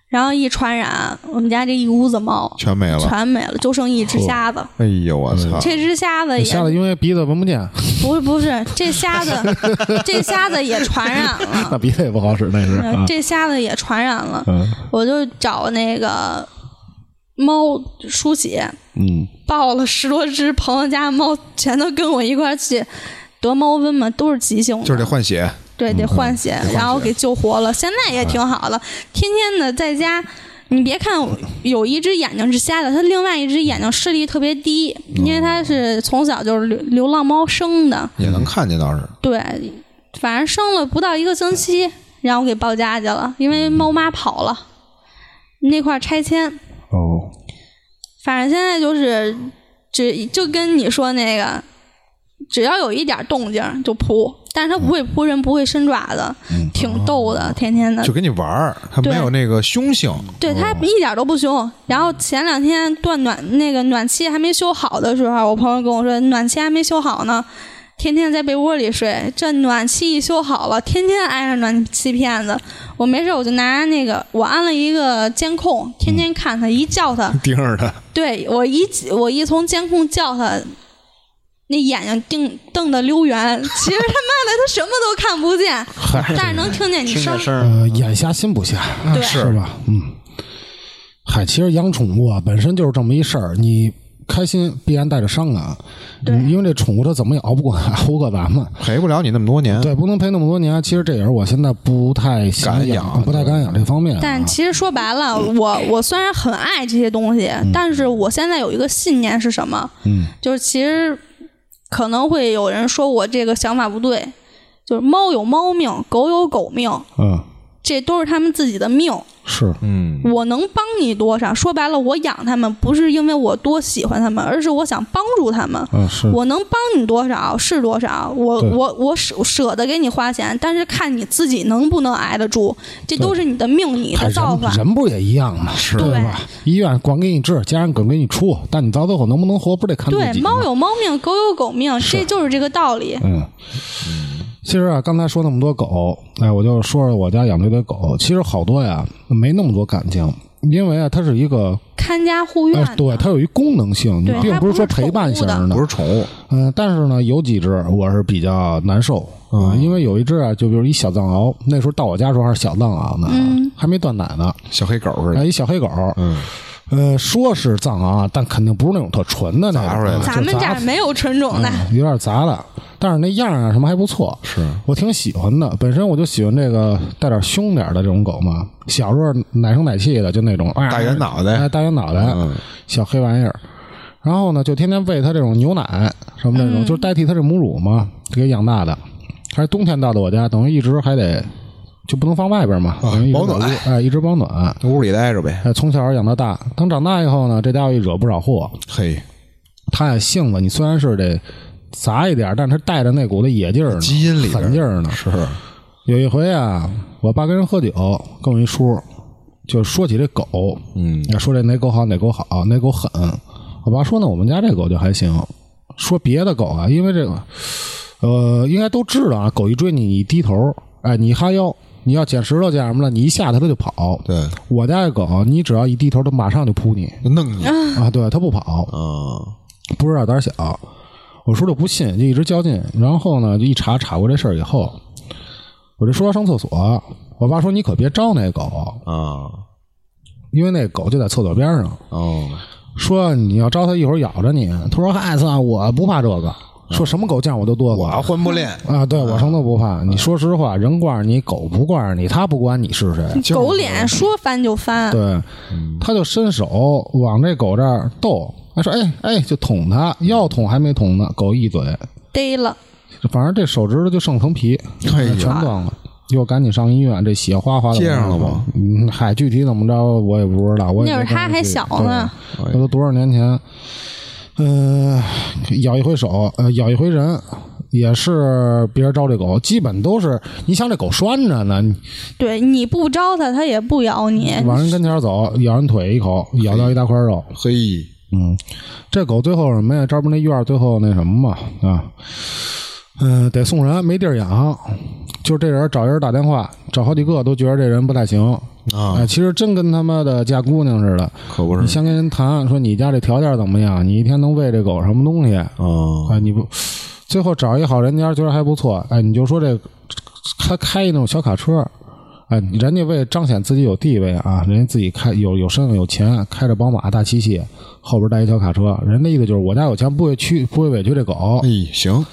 Speaker 3: 然后一传染，我们家这一屋子猫
Speaker 2: 全没了，
Speaker 3: 全没了，就剩一只瞎子。
Speaker 2: 哎呦我操，
Speaker 3: 这只瞎子
Speaker 1: 你
Speaker 3: 也
Speaker 1: 下来因为鼻子闻不见， *laughs*
Speaker 3: 不是不是，这瞎子这瞎子也传染
Speaker 1: 那
Speaker 2: *laughs*
Speaker 3: 了，
Speaker 1: 鼻子也不好使，那是啊
Speaker 3: 嗯。这瞎子也传染了。
Speaker 1: 嗯
Speaker 3: 我就找那个猫输血，
Speaker 1: 嗯，
Speaker 3: 抱了十多只朋友家的猫，全都跟我一块儿去得猫瘟嘛，都是急性的，
Speaker 2: 就是得换血，
Speaker 3: 对，嗯得换血，然后给救活了，现在也挺好了，天天的在家。你别看有一只眼睛是瞎的，它另外一只眼睛视力特别低，因为它是从小就是流流浪猫生的，
Speaker 2: 也
Speaker 1: 嗯
Speaker 2: 能看见倒是，
Speaker 3: 对，反正生了不到一个星期，让我给抱家去了，因为猫妈跑了，那块儿拆迁，
Speaker 1: 哦，
Speaker 3: 反正现在就是只就跟你说那个，只要有一点动静儿就扑，但是它不会扑人，不会伸爪子，挺逗的，天天的
Speaker 2: 就。哦跟你玩儿，它
Speaker 3: 对
Speaker 2: 没有那个凶性，
Speaker 3: 嗯对它一点都不凶。然后前两天断暖那个暖气还没修好的时候，我朋友跟我说暖气还没修好呢，天天在被窝里睡。这暖气一修好了，天天挨着暖气片子。我没事我就拿那个我安了一个监控，天天看它，一叫它，
Speaker 2: 盯着它，
Speaker 3: 对我一起我一从监控叫他，那眼睛瞪瞪得溜圆， *laughs* 其实他妈的他什么都看不 *laughs* 见，但是能听见你
Speaker 5: 听
Speaker 3: 声儿。
Speaker 5: 着声儿，
Speaker 1: 呃，眼瞎心不瞎，
Speaker 3: 对
Speaker 1: 是吧？嗯，嗨，其实养宠物啊，本身就是这么一事儿，你开心必然带着伤感，
Speaker 3: 对
Speaker 1: 因为这宠物它怎么也熬不过 *laughs* 熬不过咱们。
Speaker 2: 陪不了你那么多年，
Speaker 1: 对，不能陪那么多年。其实这也是我现在不太想
Speaker 2: 敢
Speaker 1: 养，
Speaker 2: 养
Speaker 1: 不太敢养这方面啊、
Speaker 3: 但其实说白了，我我虽然很爱这些东西，但是我现在有一个信念是什么？
Speaker 1: 嗯，
Speaker 3: 就是其实可能会有人说我这个想法不对，就是猫有猫命，狗有狗命，
Speaker 1: 嗯，
Speaker 3: 这都是他们自己的命。
Speaker 1: 是，
Speaker 2: 嗯，
Speaker 3: 我能帮你多少？说白了，我养它们不是因为我多喜欢它们，而是我想帮助它们。
Speaker 1: 嗯，是，
Speaker 3: 我能帮你多少是多少，我
Speaker 1: 对
Speaker 3: 我我舍舍得给你花钱，但是看你自己能不能挨得住，这都是你的命，你
Speaker 1: 嗨
Speaker 3: 的造化
Speaker 1: 人。人不也一样吗？是对吧？医院管给你治，家人管给你出，但你到最后能不能活，不得看自己吗。
Speaker 3: 对，猫有猫命，狗有狗命，这就是这个道理。
Speaker 1: 嗯，其实啊，刚才说那么多狗，哎，我就说说我家养这堆狗。其实好多呀，没那么多感情，因为啊，它是一个，
Speaker 3: 看家护院
Speaker 1: 呃，
Speaker 3: 的，
Speaker 1: 对，它有一功能性，你
Speaker 3: 对
Speaker 1: 并
Speaker 3: 它
Speaker 1: 不是
Speaker 3: 不
Speaker 1: 说
Speaker 3: 是宠
Speaker 1: 陪伴
Speaker 3: 物
Speaker 1: 型
Speaker 3: 的
Speaker 1: 儿的
Speaker 2: 不是宠物，
Speaker 1: 嗯、但是呢，有几只我是比较难受，嗯、因为有一只啊，就比如一小藏獒，那时候到我家时候还是小藏獒呢，
Speaker 3: 嗯
Speaker 1: 还没断奶呢，
Speaker 2: 小黑狗似
Speaker 1: 啊，
Speaker 2: 的，
Speaker 1: 一小黑狗，
Speaker 2: 嗯，
Speaker 1: 呃，说是藏獒，但肯定不是那种特纯的那种，
Speaker 2: 杂出来的
Speaker 1: 就是嗯
Speaker 3: 咱们这
Speaker 1: 杂
Speaker 3: 儿没有纯种的。
Speaker 1: 有点杂了，但是那样啊什么还不错，
Speaker 2: 是
Speaker 1: 我挺喜欢的。本身我就喜欢这个带点凶点的这种狗嘛，小时候奶声奶气的，就那种啊
Speaker 2: 大圆脑袋
Speaker 1: 哎大圆脑袋，
Speaker 2: 嗯
Speaker 1: 小黑玩意儿。然后呢，就天天喂它这种牛奶什么这种，就是代替它这母乳嘛，给养大的。还是冬天到的我家，等于一直还得就不能放外边嘛，等于一直
Speaker 2: 啊保暖
Speaker 1: 在屋哎，一直保暖。
Speaker 2: 屋里待着呗，
Speaker 1: 哎，从小养到大，等长大以后呢，这家伙也惹不少祸。
Speaker 2: 嘿，
Speaker 1: 他呀性子，你虽然是得杂一点，但是他带着那股的野劲儿呢，
Speaker 2: 基因里边
Speaker 1: 狠劲儿呢。
Speaker 2: 是，
Speaker 1: 有一回啊，我爸跟人喝酒，跟我一叔就说起这狗，
Speaker 2: 嗯，
Speaker 1: 说这哪狗好哪狗好，哪狗狠。我爸说呢，我们家这狗就还行。说别的狗啊，因为这个，呃，应该都知道啊，狗一追你，你一低头，哎，你一哈腰，你要捡石头捡什么了，你一吓它，它就跑。
Speaker 2: 对，
Speaker 1: 我家这狗，你只要一低头，它马上就扑你
Speaker 2: 弄你，
Speaker 1: 啊！对，它不跑，
Speaker 2: 嗯，
Speaker 1: 不知道胆儿小。我叔就不信，就一直较劲。然后呢，就一查查过这事儿以后，我这叔要上厕所，我爸说你可别招那狗，
Speaker 2: 啊，
Speaker 1: 因为那狗就在厕所边上。
Speaker 2: 哦，
Speaker 1: 说你要招它一会儿咬着你。他说：“嗨，操，我不怕这个。”说什么狗见我就哆
Speaker 2: 我
Speaker 1: 嗦。
Speaker 2: 婚不恋，
Speaker 1: 啊，对我什么都不怕。你说实话，人惯着你，狗不惯着你，它不管你是谁。
Speaker 7: 狗脸说翻就翻，
Speaker 1: 对，他就伸手往这狗这儿逗，他说：“哎哎，就捅它，要捅还没捅呢。”狗一嘴，
Speaker 7: 逮了。
Speaker 1: 反正这手指头就剩层皮，
Speaker 2: 哎呀
Speaker 1: 全断了。又赶紧上医院，这血哗哗的。
Speaker 2: 接上了吗？
Speaker 1: 嗯，嗨，具体怎么着我也不知道。我也
Speaker 3: 那会儿
Speaker 1: 没
Speaker 3: 他
Speaker 1: 看
Speaker 3: 还
Speaker 1: 剧
Speaker 3: 小呢，
Speaker 2: 哎
Speaker 1: 对那都多少年前？呃，咬一回手，呃，咬一回人，也是别人招这狗，基本都是你想这狗拴着呢，你
Speaker 3: 对，你不招它，它也不咬你。
Speaker 1: 往人跟前走，咬人腿一口，咬
Speaker 2: 哎
Speaker 1: 掉一大块肉。
Speaker 2: 嘿，
Speaker 1: 嗯，这狗最后什么呀？这不那院儿最后那什么嘛啊？嗯、得送人，没地儿养。就这人找人打电话，找好几个都觉得这人不太行
Speaker 2: 啊
Speaker 1: 哎其实真跟他妈的嫁姑娘似的，
Speaker 2: 可不
Speaker 1: 你
Speaker 2: 是
Speaker 1: 先跟人谈说你家这条件怎么样，你一天能喂这狗什么东西？
Speaker 2: 啊
Speaker 1: 哎，你不最后找一好人家，觉得还不错，哎，你就说这他开那种小卡车，哎，人家为了彰显自己有地位啊，人家自己开有有身份有钱，开着宝马大七系，后边带一小卡车，人的意思就是我家有钱，不会屈不会委屈这狗。
Speaker 2: 哎，行，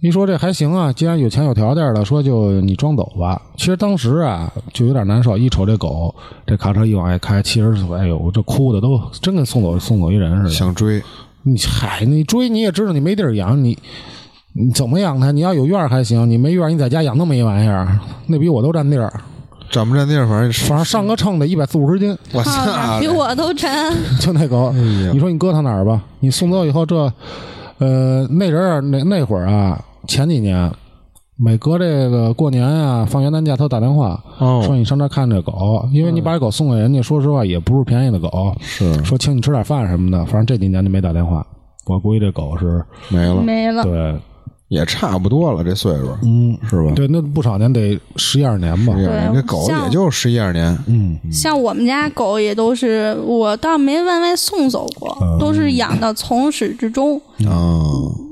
Speaker 1: 一说这还行啊，既然有钱有条件了，说就你装走吧。其实当时啊就有点难受，一瞅这狗，这卡车一往外开，其实哎呦这哭的都真跟送走送走一人似的。
Speaker 2: 想追，
Speaker 1: 你嗨，你追你也知道你没地儿养，你你怎么养它？你要有院儿还行，你没院儿你在家养那么一玩意儿，那比我都占地儿。
Speaker 2: 占不占地儿，反正
Speaker 1: 反正上个秤得一百四五十斤，
Speaker 2: 我
Speaker 7: 啊，
Speaker 2: 操
Speaker 7: 比，我都沉。
Speaker 1: 就那狗，你说你搁它哪儿吧？你送走以后这，呃，那人儿那那会儿啊，前几年。每隔这个过年啊，放元旦假，他打电话、
Speaker 2: 哦
Speaker 1: 说你上这儿看这狗，因为你把这狗送给人家，说实话也不是便宜的狗，
Speaker 2: 是
Speaker 1: 说请你吃点饭什么的，反正这几年就没打电话。啊我估计这狗是
Speaker 2: 没
Speaker 1: 嗯
Speaker 2: 了，
Speaker 3: 没了，
Speaker 1: 对
Speaker 2: 也差不多了，这岁数，
Speaker 1: 嗯，
Speaker 2: 是吧？
Speaker 1: 对，那不少年得十一二年吧
Speaker 2: 哎。呀，
Speaker 3: 对
Speaker 2: 那狗
Speaker 3: 像
Speaker 2: 也就十一二年，
Speaker 1: 嗯，
Speaker 3: 像我们家狗也都是，我倒没往外送走过，
Speaker 1: 嗯
Speaker 3: 都是养的从始至终。
Speaker 2: 啊，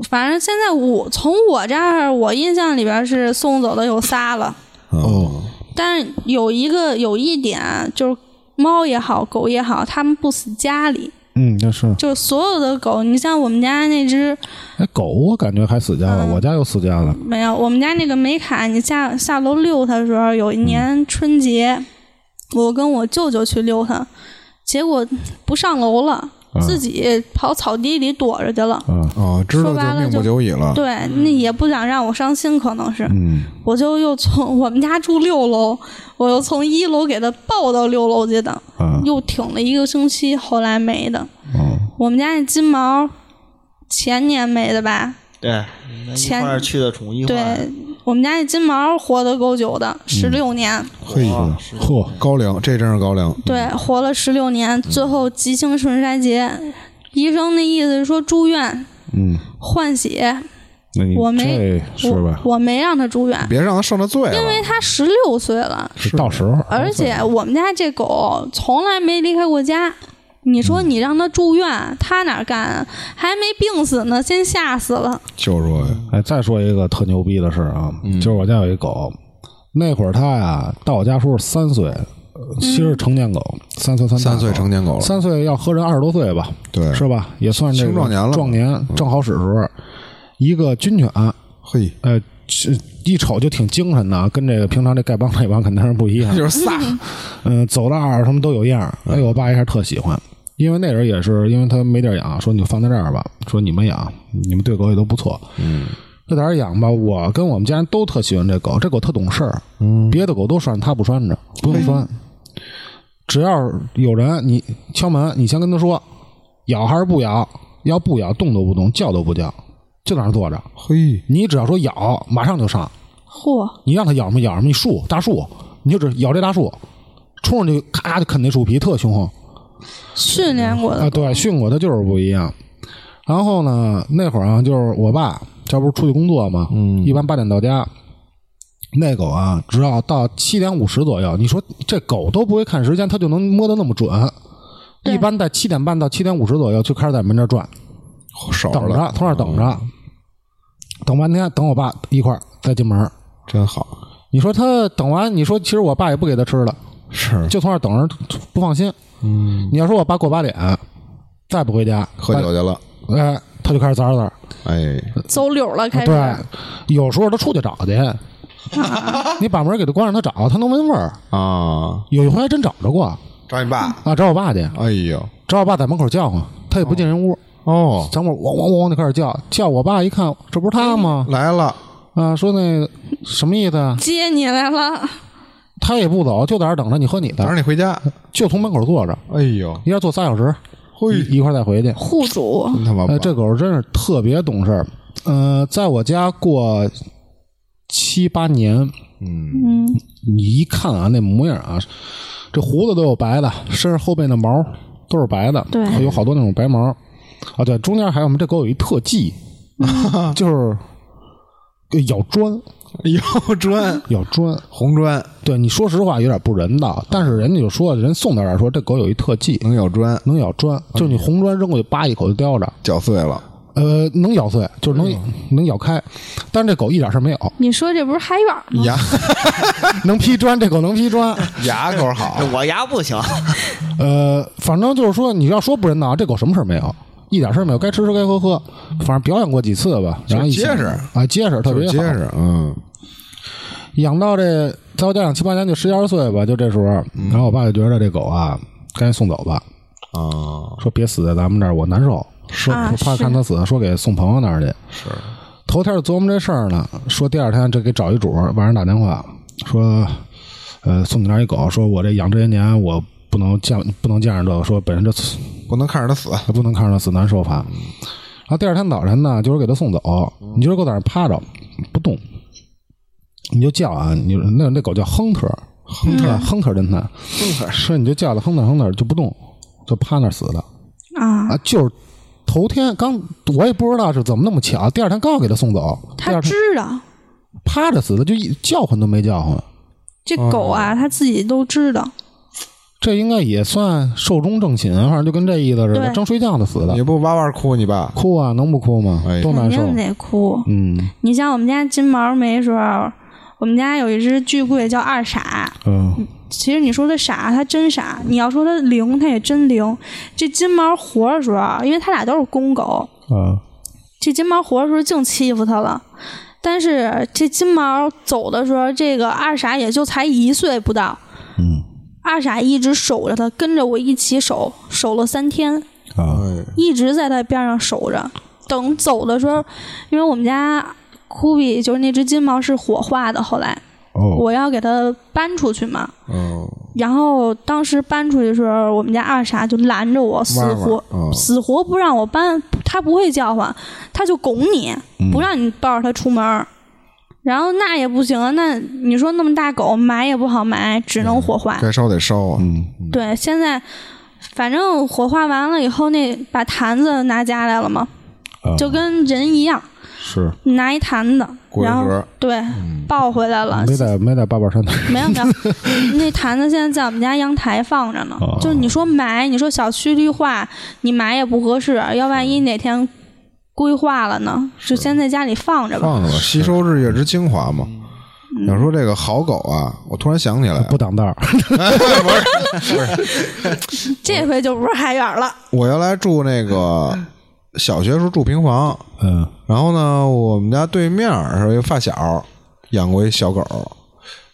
Speaker 3: 反正现在我从我这儿，我印象里边是送走的有仨了，
Speaker 2: 哦，
Speaker 3: 但是有一个有一点就是。猫也好，狗也好，它们不死家里，
Speaker 1: 嗯，那是。
Speaker 3: 就是所有的狗。你像我们家那只
Speaker 1: 哎，狗我感觉还死家
Speaker 3: 嗯
Speaker 1: 了，我家又死家了。
Speaker 3: 没有，我们家那个美卡，你下下楼遛它的时候，有一年春节，我跟我舅舅去遛它，结果不上楼了，嗯
Speaker 1: 嗯
Speaker 3: 自己跑草地里躲着去了。
Speaker 1: 啊，
Speaker 2: 哦，知道
Speaker 3: 说白
Speaker 2: 就
Speaker 3: 了
Speaker 2: 命不
Speaker 3: 就
Speaker 2: 久矣了，
Speaker 3: 对，那也不想让我伤心，可能是，
Speaker 1: 嗯，
Speaker 3: 我就又从我们家住六楼，我又从一楼给它抱到六楼去的，
Speaker 1: 啊，
Speaker 3: 又挺了一个星期，后来没的。
Speaker 1: 哦，
Speaker 3: 我们家那金毛前年没的吧？
Speaker 5: 对，
Speaker 3: 前
Speaker 5: 一块儿去的宠物医
Speaker 3: 对
Speaker 5: 患，，
Speaker 3: 我们家那金毛活得够久的，
Speaker 1: 嗯
Speaker 3: 十六年。
Speaker 2: 嘿，
Speaker 1: 嚯，
Speaker 2: 高粱，这真是高粱，
Speaker 3: 对，活了十六
Speaker 1: 嗯
Speaker 3: 年，最后急性肾衰竭，医生那意思是说住院
Speaker 1: 嗯，
Speaker 3: 换血，
Speaker 1: 那你
Speaker 3: 我没
Speaker 1: 这是吧？
Speaker 3: 我我没让他住院，
Speaker 2: 别让它受那罪了，
Speaker 3: 他十六岁了，
Speaker 1: 是到时候，
Speaker 3: 而且我们家这狗从来没离开过家。你说
Speaker 1: 嗯
Speaker 3: 你让它住院，它哪干啊？还没病死呢，先吓死了。
Speaker 2: 就说呀，
Speaker 1: 哎，再说一个特牛逼的事儿啊，就是我家有一狗，那会儿它呀到我家时候三岁，呃其
Speaker 3: 嗯
Speaker 1: 实是成年狗，三岁算大
Speaker 2: 三岁
Speaker 1: 狗
Speaker 2: 成年狗了，
Speaker 1: 三岁要合人二十多岁吧，
Speaker 2: 对
Speaker 1: 是吧？也算这个
Speaker 2: 青壮年了嗯
Speaker 1: 壮年正好使时候，一个军犬，
Speaker 2: 嘿，
Speaker 1: 呃，这一瞅就挺精神的啊，跟这个平常这丐帮那帮肯定是不一样。
Speaker 2: 就是仨，
Speaker 1: 嗯，走道儿什么都有样儿。哎，我爸一下特喜欢，因为那人也是因为他没地儿养，说你就放在这儿吧，说你们养，你们对狗也都不错。嗯，就在这儿养吧。我跟我们家人都特喜欢这狗，这狗特懂事儿。嗯，别的狗都拴，它不拴着，不用拴。只要有人你敲门，你先跟他说咬还是不咬，要不咬动都不动，叫都不叫，就在那儿坐着。
Speaker 2: *laughs* 嘿，
Speaker 1: 你只要说咬，马上就上。
Speaker 3: 嚯，
Speaker 1: 你让它咬什么咬什么，你树大树，你就只咬这大树，冲上去咔就啃那树皮，特凶狠
Speaker 3: 训练过的
Speaker 1: 啊！对，训过它就是不一样。然后呢，那会儿啊，就是我爸，这不是出去工作嘛，嗯，一般八点到家。那狗啊，只要到七点五十左右，你说这狗都不会看时间，它就能摸得那么准。一般在七点半到七点五十左右就开始在门这儿转，
Speaker 2: 少
Speaker 1: 等
Speaker 2: 了
Speaker 1: 着，，嗯从那儿等着，等半天，等我爸一块儿再进门儿。
Speaker 2: 真好，
Speaker 1: 你说他等完，你说其实我爸也不给他吃了，
Speaker 2: 是
Speaker 1: 就从那儿等着，不放心。嗯，你要说我爸过把脸，再不回家
Speaker 2: 喝酒去了，
Speaker 1: 嗯哎，哎他就开始崴崴。
Speaker 2: 哎，
Speaker 1: 呃
Speaker 7: 走柳了，开始
Speaker 1: 对，有时候他出去找
Speaker 7: *laughs*
Speaker 1: 去，你把门给他关上，他找他能闻味儿。
Speaker 2: 啊，
Speaker 1: 有一回还真找着过
Speaker 2: 找你爸，
Speaker 1: 啊，找我爸去，
Speaker 2: 哎呦，
Speaker 1: 找我爸在门口叫唤，他也不进人屋，
Speaker 2: 哦，
Speaker 1: 咱们汪汪汪的开始叫，叫我爸一看，这不是他吗？
Speaker 2: 来了，
Speaker 1: 啊，说那个什么意思啊？
Speaker 7: 接你来了，
Speaker 1: 他也不走，就在这儿等着你喝你
Speaker 2: 等着
Speaker 1: 的，
Speaker 2: 你回家，
Speaker 1: 就从门口坐着，
Speaker 2: 哎呦，
Speaker 1: 一下坐仨小时，一一块儿再回去。
Speaker 7: 户主
Speaker 2: 真他妈棒
Speaker 1: 呃，这狗真是特别懂事儿。呃，在我家过七八年，
Speaker 2: 嗯，
Speaker 1: 你一看啊，那模样啊，这胡子都有白的，身上后背那毛都是白的，
Speaker 3: 对
Speaker 1: 有好多那种白毛啊。对，中间还有我们这狗有一特技， *laughs* 就是咬砖，
Speaker 2: 有砖，
Speaker 1: 咬砖。
Speaker 2: *laughs* 红砖
Speaker 1: 对，你说实话有点不人道，但是人家就说，人送到这儿说这狗有一特技，
Speaker 2: 能咬砖，
Speaker 1: 能咬砖，就是你红砖扔过去，叭一口就叼着，
Speaker 2: 绞碎了，
Speaker 1: 呃，能咬碎，就是能、
Speaker 2: 嗯
Speaker 1: 能咬开，但是这狗一点事儿没有， *laughs*
Speaker 7: 你说这不是嗨远吗？
Speaker 2: 牙
Speaker 1: 能劈砖，这狗能劈
Speaker 2: *laughs*
Speaker 1: 砖，
Speaker 2: 牙口好，
Speaker 5: 我牙不行，
Speaker 1: 呃，反正就是说，你要说不人道，这狗什么事儿没有，一点事儿没有，该吃吃，该喝喝，反正表演过几次吧，然后一
Speaker 2: 就是
Speaker 1: 想
Speaker 2: 结实
Speaker 1: 啊，结实，特
Speaker 2: 就
Speaker 1: 别
Speaker 2: 是
Speaker 1: 好
Speaker 2: 结实，嗯，
Speaker 1: 养到这在我家养七八年，就十一二岁吧，就这时候，然后我爸就觉得这狗啊，该送走吧，
Speaker 2: 啊，
Speaker 1: 说别死在咱们这儿，我难受，说
Speaker 3: 啊
Speaker 1: 说怕
Speaker 3: 是
Speaker 1: 看他死，说给送朋友那儿去。是，头天就琢磨这事儿呢，说第二天这给找一主，晚上打电话说，呃，送你那儿一狗，说我这养这些年我不能见不能见着这个，说本身这
Speaker 2: 不能看着他死，
Speaker 1: 还不能看着它死难受法。然后第二天早晨呢，就是给它送走，你就是给我在那儿趴着不动，你就叫啊，你那那狗叫亨特，亨特
Speaker 3: 嗯
Speaker 1: 亨特侦探，亨特说你就叫它亨特亨特就不动，就趴那儿死的
Speaker 3: 啊，
Speaker 1: 啊，就是头天刚我也不知道是怎么那么巧，第二天刚给它送走，第
Speaker 3: 他
Speaker 1: 二天
Speaker 3: 知道
Speaker 1: 趴着死的，就一叫唤都没叫唤，
Speaker 3: 这狗
Speaker 1: 嗯
Speaker 3: 啊，它自己都知道。
Speaker 1: 这应该也算寿终正寝，啊反正就跟这意思似的，
Speaker 3: 对
Speaker 1: 正睡觉呢死的
Speaker 2: 你，不哇哇哭你爸，
Speaker 1: 哭啊，能不哭吗
Speaker 2: 哎？
Speaker 1: 多
Speaker 3: 肯
Speaker 1: 难受，啊
Speaker 3: 定得哭。
Speaker 1: 嗯
Speaker 3: 你像我们家金毛没时候，我们家有一只巨贵叫二傻。
Speaker 1: 嗯。
Speaker 3: 其实你说它傻，它真傻；你要说它灵，它也真灵。这金毛活的时候，啊因为它俩都是公狗，
Speaker 1: 啊，
Speaker 3: 这金毛活的时候净欺负它了。但是这金毛走的时候，这个二傻也就才一岁不到，
Speaker 1: 嗯
Speaker 3: 二傻一直守着它，跟着我一起守，守了三天。
Speaker 1: 啊，
Speaker 2: 哎，
Speaker 3: 一直在他边上守着。等走的时候，因为我们家酷比就是那只金毛是火化的，后来
Speaker 1: 哦，
Speaker 3: 我要给它搬出去嘛，
Speaker 2: 哦，
Speaker 3: 然后当时搬出去的时候，我们家二傻就拦着我，死
Speaker 2: 哇
Speaker 3: 活
Speaker 2: 哇，嗯
Speaker 3: 死活不让我搬，他不会叫唤，他就拱你，
Speaker 1: 嗯
Speaker 3: 不让你抱着他出门儿。然后那也不行啊，那你说那么大狗埋也不好埋，只能火化。
Speaker 2: 该烧得烧啊，
Speaker 1: 嗯
Speaker 3: 对，现在反正火化完了以后，那把坛子拿家来了嘛，
Speaker 1: 啊
Speaker 3: 就跟人一样，
Speaker 1: 是
Speaker 3: 拿一坛子，
Speaker 2: 果
Speaker 3: 然后啊
Speaker 2: 仁
Speaker 3: 对抱回来了。
Speaker 1: 嗯没在没在八宝山那儿
Speaker 3: 没有没有，那坛子现在在我们家阳台放着呢。
Speaker 1: 哦
Speaker 3: 就是你说埋，你说小区绿化，你埋也不合适，要万一哪天规划了呢，就先在家里放着吧。
Speaker 2: 放着吧，吸收日月之精华嘛。
Speaker 3: 嗯
Speaker 2: 要说这个好狗啊，我突然想起
Speaker 3: *laughs*
Speaker 2: 来，
Speaker 1: 不挡道儿，
Speaker 3: 这回就不是海远了，
Speaker 2: 我原来住那个小学时候住平房，
Speaker 1: 嗯
Speaker 2: 然后呢，我们家对面儿是一个发小养过一小狗，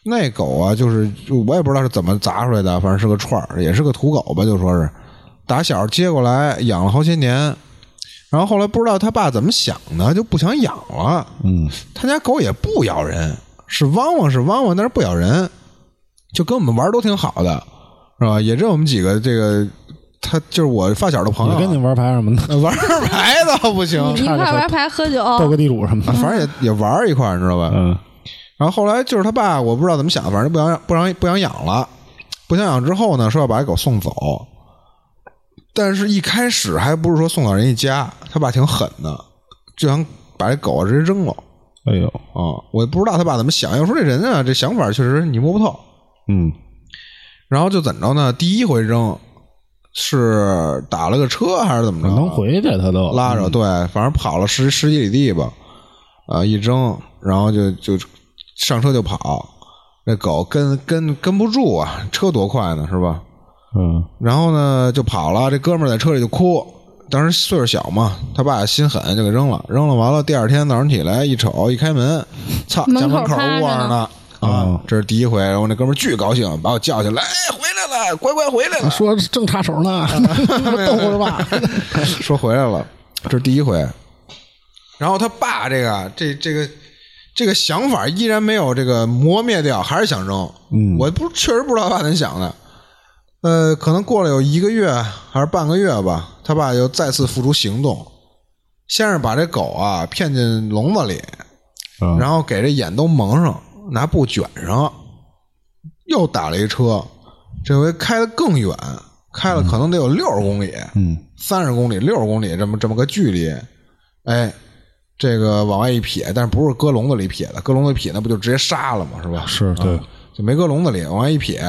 Speaker 2: 那狗啊，就是我也不知道是怎么砸出来的，反正是个串儿，也是个土狗吧，就说是打小接过来养了好些年，然后后来不知道他爸怎么想的，就不想养了。
Speaker 1: 嗯
Speaker 2: 他家狗也不咬人，是汪汪是汪汪，但是不咬人，就跟我们玩儿都挺好的，是吧？也认我们几个这个，他就是我发小的朋友
Speaker 1: 也
Speaker 2: 啊，
Speaker 1: 跟你玩牌什么的，
Speaker 2: *laughs* 玩儿牌倒不行，
Speaker 7: 一块玩牌喝酒，
Speaker 1: 斗个地主什么的，
Speaker 2: 啊 *laughs* 反正也也玩儿一块儿，你知道吧？
Speaker 1: 嗯
Speaker 2: 然后后来就是他爸，我不知道怎么想的，反正不想不想不想养了，不想养之后呢，说要把狗送走。但是，一开始还不是说送到人家家，他爸挺狠的，就想把这狗啊直接扔了
Speaker 1: 哎呦，
Speaker 2: 啊、我也不知道他爸怎么想，要说这人啊，这想法确实你摸不透。
Speaker 1: 嗯
Speaker 2: 然后就怎么着呢？第一回扔是打了个车还是怎么着？啊
Speaker 1: 能回去他都
Speaker 2: 哦拉着，对，反正跑了十十几里地吧，啊，一扔，然后就就上车就跑，那狗跟跟跟不住啊，车多快呢，是吧？
Speaker 1: 嗯
Speaker 2: 然后呢就跑了，这哥们儿在车里就哭，当时岁数小嘛，他爸心狠就给扔了，扔了完了，第二天早上起来一瞅，一开门，操，
Speaker 7: 门
Speaker 2: 家
Speaker 7: 口
Speaker 2: 门
Speaker 7: 趴
Speaker 2: 口
Speaker 7: 着
Speaker 2: 窝着
Speaker 7: 呢
Speaker 2: 呢。啊
Speaker 1: 哦，
Speaker 2: 这是第一回，然后那哥们儿巨高兴，把我叫起来，哎，回来了，乖乖回来了。
Speaker 1: 说正插手呢， *laughs* 逗会儿吧。
Speaker 2: *laughs* 说回来了，这是第一回。然后他爸这个啊这这个这个想法依然没有这个磨灭掉，还是想扔。嗯，我不确实不知道他爸怎么想的。呃，可能过了有一个月还是半个月吧，他爸又再次付出行动，先是把这狗啊骗进笼子里，
Speaker 1: 嗯
Speaker 2: 然后给这眼都蒙上，拿布卷上，又打了一车，这回开的更远，开了可能得有六十公里，
Speaker 1: 嗯，
Speaker 2: 三十公里、六十公里这么这么个距离，哎，这个往外一撇，但是不是搁笼子里撇的，搁笼子里撇那不就直接杀了吗？是吧？
Speaker 1: 是对
Speaker 2: 啊就没搁笼子里，往外一撇，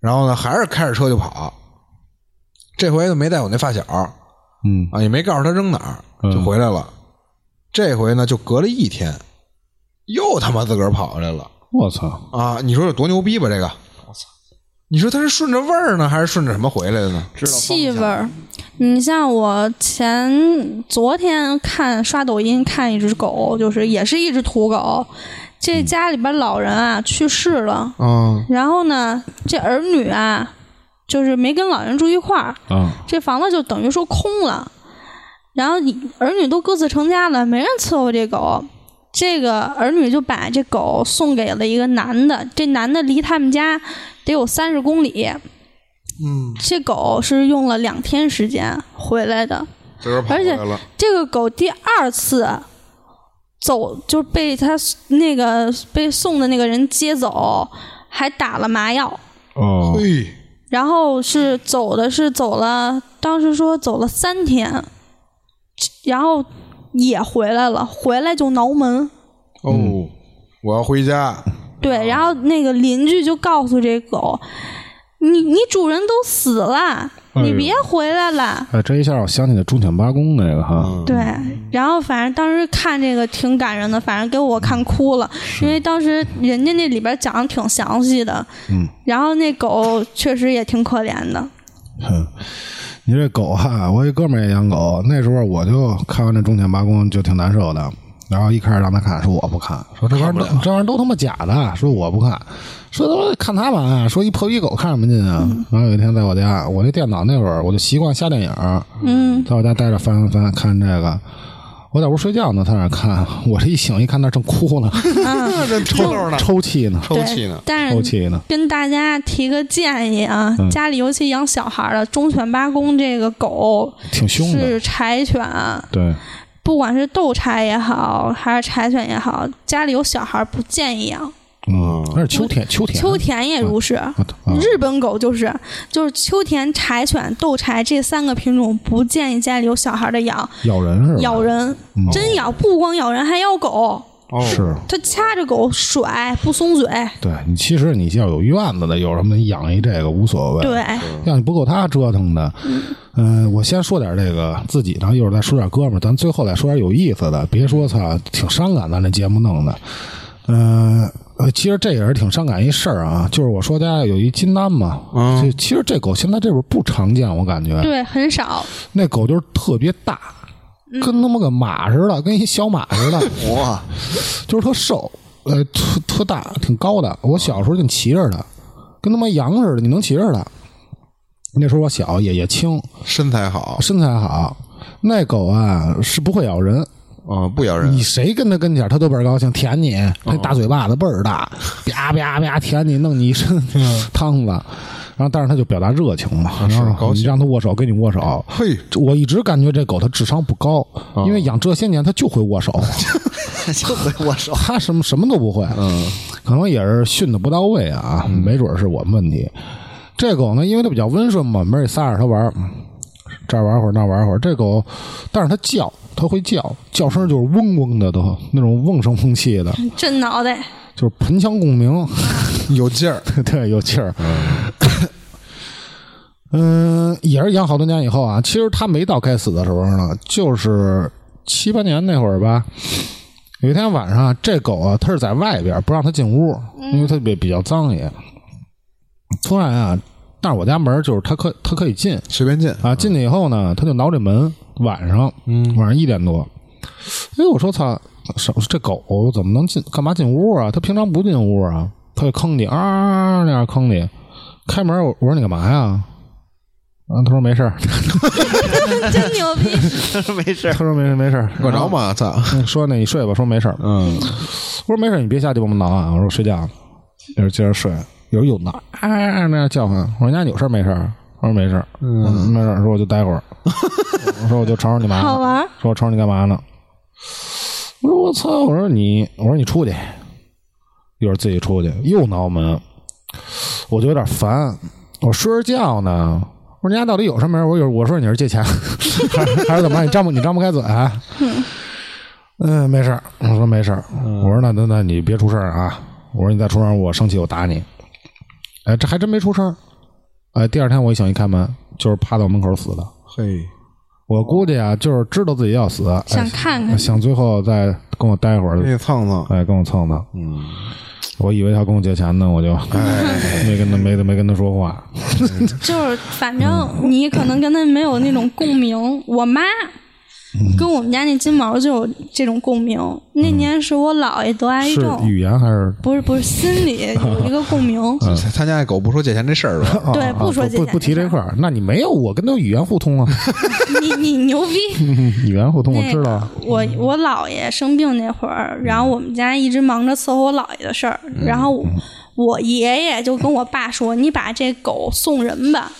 Speaker 2: 然后呢，还是开着车就跑，这回就没带我那发小，
Speaker 1: 嗯
Speaker 2: 啊，也没告诉他扔哪儿，
Speaker 1: 嗯
Speaker 2: 就回来了。这回呢，就隔了一天，又他妈自个儿跑回来了
Speaker 1: 我操，
Speaker 2: 啊！你说有多牛逼吧？这个，你说他是顺着味儿呢，还是顺着什么回来的呢？
Speaker 5: *laughs* 知道
Speaker 3: 气味儿。你像我前昨天看刷抖音看一只狗，就是也是一只土狗，这家里边老人啊去世了，
Speaker 2: 嗯，
Speaker 3: 然后呢这儿女啊就是没跟老人住一块儿，
Speaker 1: 啊，
Speaker 3: 这房子就等于说空了。然后你儿女都各自成家了，没人伺候这狗。这个儿女就把这狗送给了一个男的，这男的离他们家得有三十公里。嗯，这狗是用了两天时间回来的。
Speaker 2: 自个儿跑回来了，
Speaker 3: 这个狗第二次走，就被他那个被送的那个人接走，还打了麻药。
Speaker 1: 哦，
Speaker 2: 嘿，
Speaker 3: 然后是走的是走了，当时说走了三天，然后也回来了，回来就挠门。
Speaker 2: 哦，我要回家，
Speaker 1: 哦
Speaker 3: 对，然后那个邻居就告诉这狗：“你你主人都死了，
Speaker 1: 哎呦
Speaker 3: 你别回来了。
Speaker 1: 哎，这一下我想起那忠犬八公那个哈，
Speaker 2: 嗯
Speaker 3: 对，然后反正当时看这个挺感人的，反正给我看哭了，因为当时人家那里边讲的挺详细的，
Speaker 1: 嗯
Speaker 3: 然后那狗确实也挺可怜的。
Speaker 1: 哼，你这狗哈，我一哥们儿也养狗，那时候我就看完这忠犬八公就挺难受的。然后一开始让他看，说我不看，说这玩意儿都这玩意儿都他妈假的，说我不看，说他妈看它玩意儿，说一破逼狗看什么劲啊？
Speaker 3: 嗯
Speaker 1: 然后有一天在我家，我那电脑那会儿我就习惯下电影儿，
Speaker 3: 嗯，
Speaker 1: 在我家待着翻翻翻看这个，我在屋睡觉呢，他在那儿看，我这一醒一看那正哭呢， *laughs*
Speaker 2: 这抽溜呢，
Speaker 1: 抽泣呢，
Speaker 2: 抽气呢
Speaker 3: 嗯对，，但
Speaker 1: 抽
Speaker 3: 是
Speaker 1: 泣呢，
Speaker 3: 跟大家提个建议啊，
Speaker 1: 嗯
Speaker 3: 家里尤其养小孩的，忠犬八公这个狗
Speaker 1: 挺凶的，
Speaker 3: 是柴犬，
Speaker 1: 对，
Speaker 3: 不管是斗柴也好，还是柴犬也好，家里有小孩不建议养。
Speaker 1: 嗯，那是秋天，秋天，
Speaker 3: 秋田也如是，
Speaker 1: 啊啊
Speaker 3: 日本狗就是就是秋田柴犬、斗柴这三个品种不建议家里有小孩的养，
Speaker 1: 咬人是吧？
Speaker 3: 咬人
Speaker 1: 嗯
Speaker 3: 真咬，不光咬人还咬狗，
Speaker 2: 哦，
Speaker 1: 是，
Speaker 3: 它掐着狗甩不松嘴，
Speaker 1: 对你其实你要有院子的，有什么你养一这个无所谓，
Speaker 3: 对，
Speaker 1: 让你不够他折腾的。嗯、我先说点这个自己，然后一会儿再说点哥们儿，咱最后再说点有意思的，别说操，挺伤感咱这节目弄的。嗯、呃，其实这也是挺伤感一事儿啊，就是我说家有一金丹嘛，
Speaker 2: 嗯
Speaker 1: 就其实这狗现在这边不常见，我感觉，
Speaker 3: 对，很少。
Speaker 1: 那狗就是特别大，
Speaker 2: 嗯
Speaker 1: 跟他妈个马似的，跟一小马似
Speaker 2: *laughs*
Speaker 1: 的，
Speaker 5: 哇，
Speaker 1: 就是特瘦，呃，特特大，挺高的。我小时候净骑着它，跟他妈羊似的，你能骑着它。那时候我小，也也轻，
Speaker 2: 身材好，
Speaker 1: 身材好。那狗啊是不会咬人，
Speaker 2: 嗯，不咬人
Speaker 1: 你，谁跟它跟前儿，它都倍儿高兴，舔你，那
Speaker 2: 哦
Speaker 1: 大嘴巴子倍儿大，啪啪啪舔你，弄你一身汤子。然后，但是它就表达热情嘛，
Speaker 2: 嗯啊是
Speaker 1: 然
Speaker 2: 高
Speaker 1: 后
Speaker 2: 兴
Speaker 1: 你让它握手，跟你握手。
Speaker 2: 嘿，
Speaker 1: 这我一直感觉这狗它智商不高，因为养这些年它就会握手。
Speaker 5: 啊 *laughs* 就会握
Speaker 1: *laughs*
Speaker 5: 手，
Speaker 1: 他什么什么都不会，嗯，可能也是训的不到位啊，
Speaker 5: 嗯
Speaker 1: 没准是我们问题。这狗呢，因为它比较温顺嘛，没人撒着它玩儿，嗯这儿玩会儿那儿玩会儿。这狗，但是它叫，它会叫，叫声就是嗡嗡的都，那种瓮声瓮气的，
Speaker 5: 嗯
Speaker 3: 震脑袋，
Speaker 1: 就是盆腔共鸣，
Speaker 2: 有劲儿，
Speaker 1: *laughs* 对，有气儿。 *coughs* 嗯、也是养好多年以后啊，其实它没到该死的时候呢，就是七八年那会儿吧。有一天晚上，这狗啊，它是在外边，不让它进屋，因为它比比较脏也。突然啊，但是我家门儿就是它可它可以进
Speaker 2: 随便进
Speaker 1: 啊，进去以后呢，他就挠这门，晚上，晚上一点多，哎，我说操，什这狗怎么能进？干嘛进屋啊？它平常不进屋啊，它就坑你啊啊那样坑你，开门我我说你干嘛呀？啊，他说没事儿，
Speaker 3: *laughs*
Speaker 1: *laughs*
Speaker 3: 真牛逼！
Speaker 5: 没
Speaker 1: 他
Speaker 5: 事儿，
Speaker 1: 说没事没事儿，
Speaker 2: 管着吗？操，
Speaker 1: 说那你睡吧，说没事儿。
Speaker 2: 嗯，
Speaker 1: 我说没事，你别下地帮我挠啊。我说睡觉，一会儿接着睡。有人有挠，啊那样叫唤。我说你家有事儿没事儿？啊我说没事儿，我说没事儿。说我就待会 *laughs* 儿，我说我就瞅瞅你妈呢。
Speaker 3: 好玩儿
Speaker 1: 说我瞅你干嘛呢？我说我操！我说你，我说你出去，一会儿自己出去又挠门，我就有点烦。我睡着觉呢，我说人家到底有什么人？我有我说你是借钱 *laughs* 还是还是怎么着？你张不你张不开嘴、啊嗯，没事儿。我说没事儿。我说那那那你别出声儿啊！我说你再出声儿，我生气我打你。哎，这还真没出声儿。哎，第二天我一醒一开门，就是趴到门口死的。
Speaker 2: 嘿，
Speaker 1: 我估计啊，就是知道自己要死，哎
Speaker 3: 想看看
Speaker 1: 想最后再跟我待会儿，
Speaker 2: 那蹭蹭，
Speaker 1: 哎，跟我蹭蹭。嗯，我以为他跟我借钱呢，我就 *laughs* 没跟他没没跟他说话。
Speaker 3: 就是反正你可能跟他没有那种共鸣。我妈跟我们家那金毛就有这种共鸣。那年是我姥爷得癌
Speaker 1: 是
Speaker 3: 症，
Speaker 1: 语言还是
Speaker 3: 不是不是心里有一个共鸣。
Speaker 2: 他家那狗不说借钱这事儿 *laughs* 吧？
Speaker 3: 对，不说
Speaker 1: 啊不
Speaker 3: 借
Speaker 1: 不不提这
Speaker 3: 钱
Speaker 1: 块儿？那你没有我跟他语言互
Speaker 3: *laughs*
Speaker 1: 通啊？
Speaker 3: 你你牛逼！
Speaker 1: 语言互通我
Speaker 3: 那
Speaker 1: 知道
Speaker 3: 个。我我姥爷生病那会儿，然后我们家一直忙着伺候我姥爷的事儿，然后我我爷爷就跟我爸说：“你把这狗送人吧，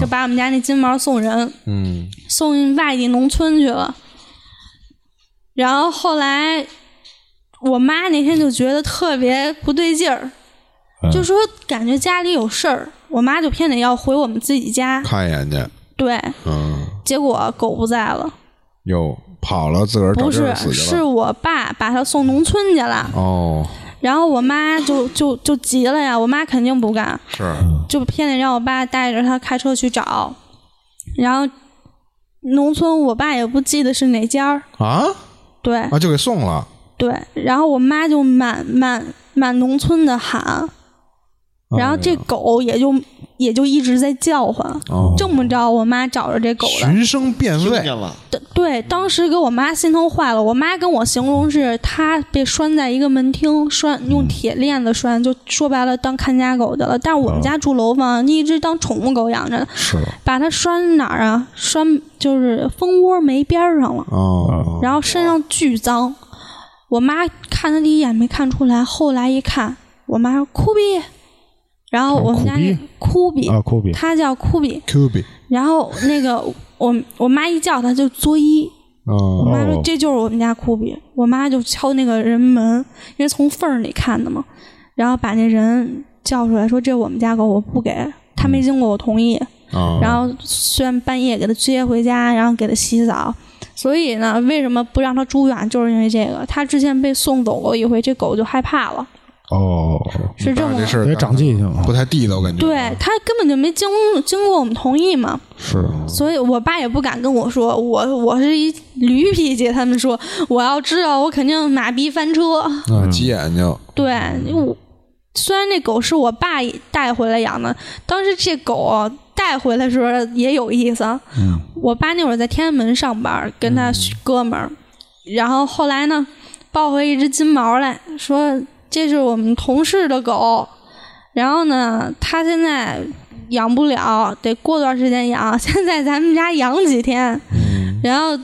Speaker 3: 就把我们家那金毛送人，
Speaker 2: 嗯，
Speaker 3: 送外地农村去了。”然后后来我妈那天就觉得特别不对劲儿，就说感觉家里有事儿，我妈就偏得要回我们自己家。
Speaker 2: 看一眼去，
Speaker 3: 对，
Speaker 2: 嗯，
Speaker 3: 结果狗不在了。
Speaker 2: 又跑了，自个儿找
Speaker 3: 不
Speaker 2: 地
Speaker 3: 是
Speaker 2: 儿，死去
Speaker 3: 是
Speaker 2: 了。
Speaker 3: 我爸把他送农村去了，
Speaker 2: 哦，
Speaker 3: 然后我妈就就就急了呀，我妈肯定不干，
Speaker 2: 是，
Speaker 3: 就偏得让我爸带着他开车去找，然后农村我爸也不记得是哪家儿，
Speaker 2: 啊
Speaker 3: 对、
Speaker 2: 啊，就给送了。
Speaker 3: 对，然后我妈就满满满农村的喊，
Speaker 2: 哦
Speaker 3: 然后
Speaker 2: 哎
Speaker 3: 这狗也就也就一直在叫唤，
Speaker 2: 哦
Speaker 3: 这么着我妈找着这狗了，
Speaker 2: 寻声辨
Speaker 5: 听
Speaker 2: 位
Speaker 5: 见，了，
Speaker 3: 对对，当时给我妈心疼坏了。我妈跟我形容是，她被拴在一个门厅，拴用铁链子拴，就说白了当看家狗去了。但是我们家住楼房，你一直当宠物狗养着，
Speaker 1: 是
Speaker 3: 把它拴哪儿啊？拴就是蜂窝煤边儿上了，
Speaker 2: 哦，
Speaker 3: 然后身上巨脏。我妈看她第一眼没看出来，后来一看，我妈说酷比，然后我们家那酷比，
Speaker 1: 啊，酷比
Speaker 3: 它叫酷比，
Speaker 2: Q B，
Speaker 3: 然后那个我我妈一叫它就作揖。我
Speaker 2: 哦，
Speaker 3: 妈说
Speaker 1: 哦
Speaker 3: 这就是我们家酷比，我妈就敲那个人门，因为从缝儿里看的嘛，然后把那人叫出来说这是我们家狗，我不给，他没经过我同意，
Speaker 2: 嗯哦
Speaker 3: 然后虽然半夜给他接回家，然后给他洗澡，所以呢，为什么不让他住院，就是因为这个，他之前被送走过一回，这狗就害怕了，
Speaker 1: 哦，
Speaker 3: 是这
Speaker 2: 爸
Speaker 3: 么
Speaker 2: 这。事儿
Speaker 1: 得长记性啊
Speaker 2: 不。太地道，感觉。
Speaker 3: 对他根本就没经经过我们同意嘛，
Speaker 1: 是
Speaker 3: 所以我爸也不敢跟我说，我我是一驴脾气。他们说我要知道，我肯定马逼翻车。
Speaker 2: 嗯，急眼睛，
Speaker 3: 对，因为我虽然那狗是我爸带回来养的，当时这狗带回来的时候也有意思。嗯、我爸那会儿在天安门上班，跟他哥们儿，然后后来呢，抱回一只金毛来说这是我们同事的狗，然后呢，他现在养不了，得过段时间养， *laughs* 现在咱们家养几天，然后。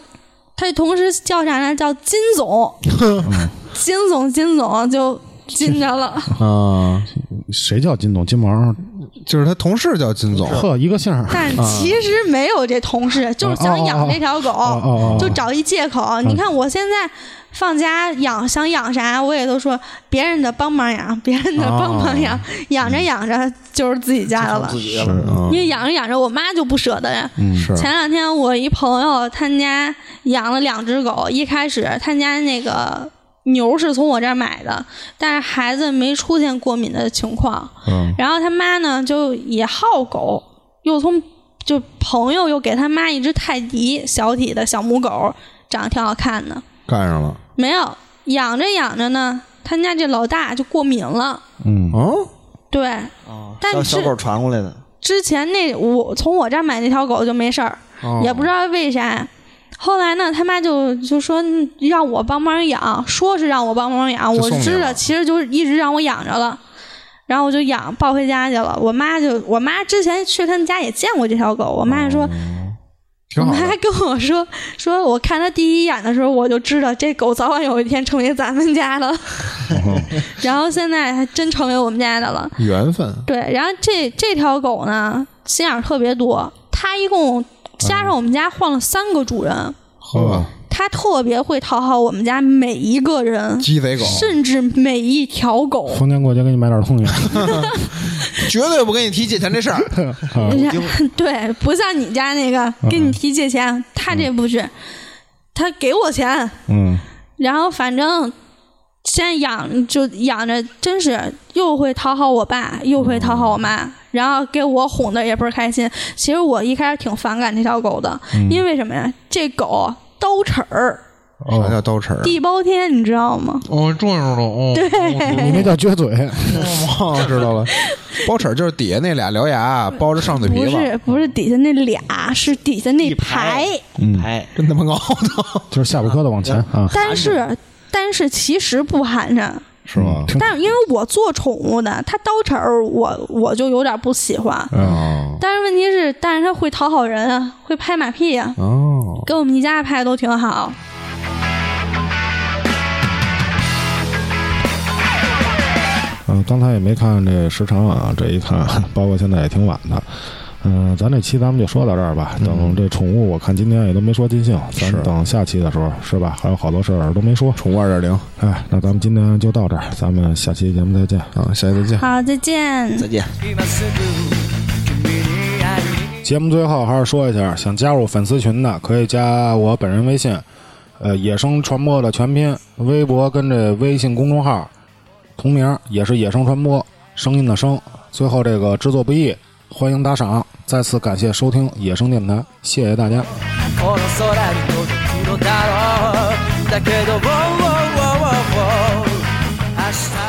Speaker 3: 他同时叫啥呢？叫金总，金总金总就进着了。
Speaker 2: 啊，
Speaker 1: 谁叫金总金毛？
Speaker 2: 就是他同事叫金总，
Speaker 1: 呵，一个姓儿。
Speaker 3: *laughs*
Speaker 1: 啊
Speaker 3: 但其实没有这同事，就是想养这条
Speaker 5: 啊
Speaker 1: 哦哦哦
Speaker 3: 狗
Speaker 1: 哦，
Speaker 3: 就找一借口。你看我现在放假养，想养啥我也都说别人的帮忙养，别人的帮忙养，养着养着就是自己家的了
Speaker 5: 啊自。己嗯的了，
Speaker 2: 啊
Speaker 1: 嗯
Speaker 3: 因为养着养着，我妈就不舍得呀。
Speaker 2: 是
Speaker 3: 前两天我一朋友他们家养了两只狗，一开始他们家那个牛是从我这儿买的，但是孩子没出现过敏的情况。
Speaker 2: 嗯
Speaker 3: 然后他妈呢就也好狗，又从就朋友又给他妈一只泰迪小体的小母狗，长得挺好看的。
Speaker 2: 干上了，
Speaker 3: 没有养着养着呢，他们家这老大就过敏了，
Speaker 1: 嗯，
Speaker 2: 嗯，
Speaker 3: 对，但
Speaker 5: 啊小
Speaker 3: 是
Speaker 5: 小狗传过来的，
Speaker 3: 之前那我从我这儿买那条狗就没事儿，
Speaker 2: 哦
Speaker 3: 也不知道为啥。后来呢，他妈就就说嗯让我帮忙养，说是让我帮忙养，
Speaker 2: 就
Speaker 3: 我
Speaker 2: 送你
Speaker 3: 知
Speaker 2: 了
Speaker 3: 道，其实就是一直让我养着了。然后我就养抱回家去了。我妈就我妈之前去他们家也见过这条狗，我妈说，
Speaker 2: 哦挺
Speaker 3: 我
Speaker 2: 好
Speaker 3: 妈
Speaker 2: 的
Speaker 3: 还跟我说说，我看它第一眼的时候我就知道这狗早晚有一天成为咱们家
Speaker 2: *laughs*
Speaker 3: 的，然后现在还真成为我们家的了。
Speaker 2: 缘分。
Speaker 3: 对，然后这这条狗呢，心眼儿特别多，它一共加上我们家换了三个主人，
Speaker 2: 喝吧，
Speaker 3: 它特别会讨好我们家每一个人，
Speaker 2: 鸡贼狗
Speaker 3: 甚至每一条狗。
Speaker 2: 嗯
Speaker 1: 逢年过节给你买点东西，
Speaker 2: 绝对不跟你提借钱这事儿。
Speaker 3: *laughs* 对，不像你家那个跟你提借钱，他这不是，他给我钱，
Speaker 1: 嗯，
Speaker 3: 然后反正现在养就养着，真是又会讨好我爸，又会讨好我妈，然后给我哄的也倍儿开心。其实我一开始挺反感这条狗的，
Speaker 5: 嗯
Speaker 3: 因为什么呀？这狗刀齿儿、
Speaker 2: 啥叫刀齿儿？啊
Speaker 3: 地包天，你知道吗？
Speaker 2: 哦，这样的哦，
Speaker 1: 你那叫撅嘴，
Speaker 2: 哦，知道
Speaker 3: *laughs*
Speaker 2: 了。包齿儿就是底下那俩獠牙包着上嘴皮
Speaker 3: 不
Speaker 2: 子，
Speaker 3: 是不是底下那俩，是底下那
Speaker 5: 嗯一排
Speaker 3: 排
Speaker 5: 哎，
Speaker 2: 真他妈高的，
Speaker 1: 就是下巴磕子往前啊，
Speaker 3: 但是但是其实不寒碜。
Speaker 2: 是吗？
Speaker 1: 挺
Speaker 3: *laughs* 但是因为我做宠物的，它刀齿儿我我就有点不喜欢。
Speaker 2: 哦
Speaker 3: 但是问题是，但是它会讨好人啊，会拍马屁呀、
Speaker 2: 哦，
Speaker 3: 跟我们一家拍的都挺好。
Speaker 1: 嗯，刚才也没看这时长啊，这一看，包括现在也挺晚的。嗯，咱这期咱们就说到这儿吧。
Speaker 2: 嗯
Speaker 1: 等这宠物，我看今天也都没说尽兴，咱等下期的时候是吧？还有好多事儿都没说。
Speaker 2: 宠物二点零
Speaker 1: 哎，那咱们今天就到这儿，咱们下期节目再见。
Speaker 2: 啊，下期再见。
Speaker 3: 好，再见。
Speaker 5: 再见。
Speaker 4: 今すぐ君に会いに
Speaker 1: 节目最后还是说一下，想加入粉丝群的可以加我本人微信，呃，野生传播的全拼，微博跟这微信公众号同名，也是野生传播，声音的声。最后这个制作不易，欢迎打赏。再次感谢收听野生电台，谢谢大家。
Speaker 4: この空に届くのだろうだけど wow, wow, wow, wow, wow 明日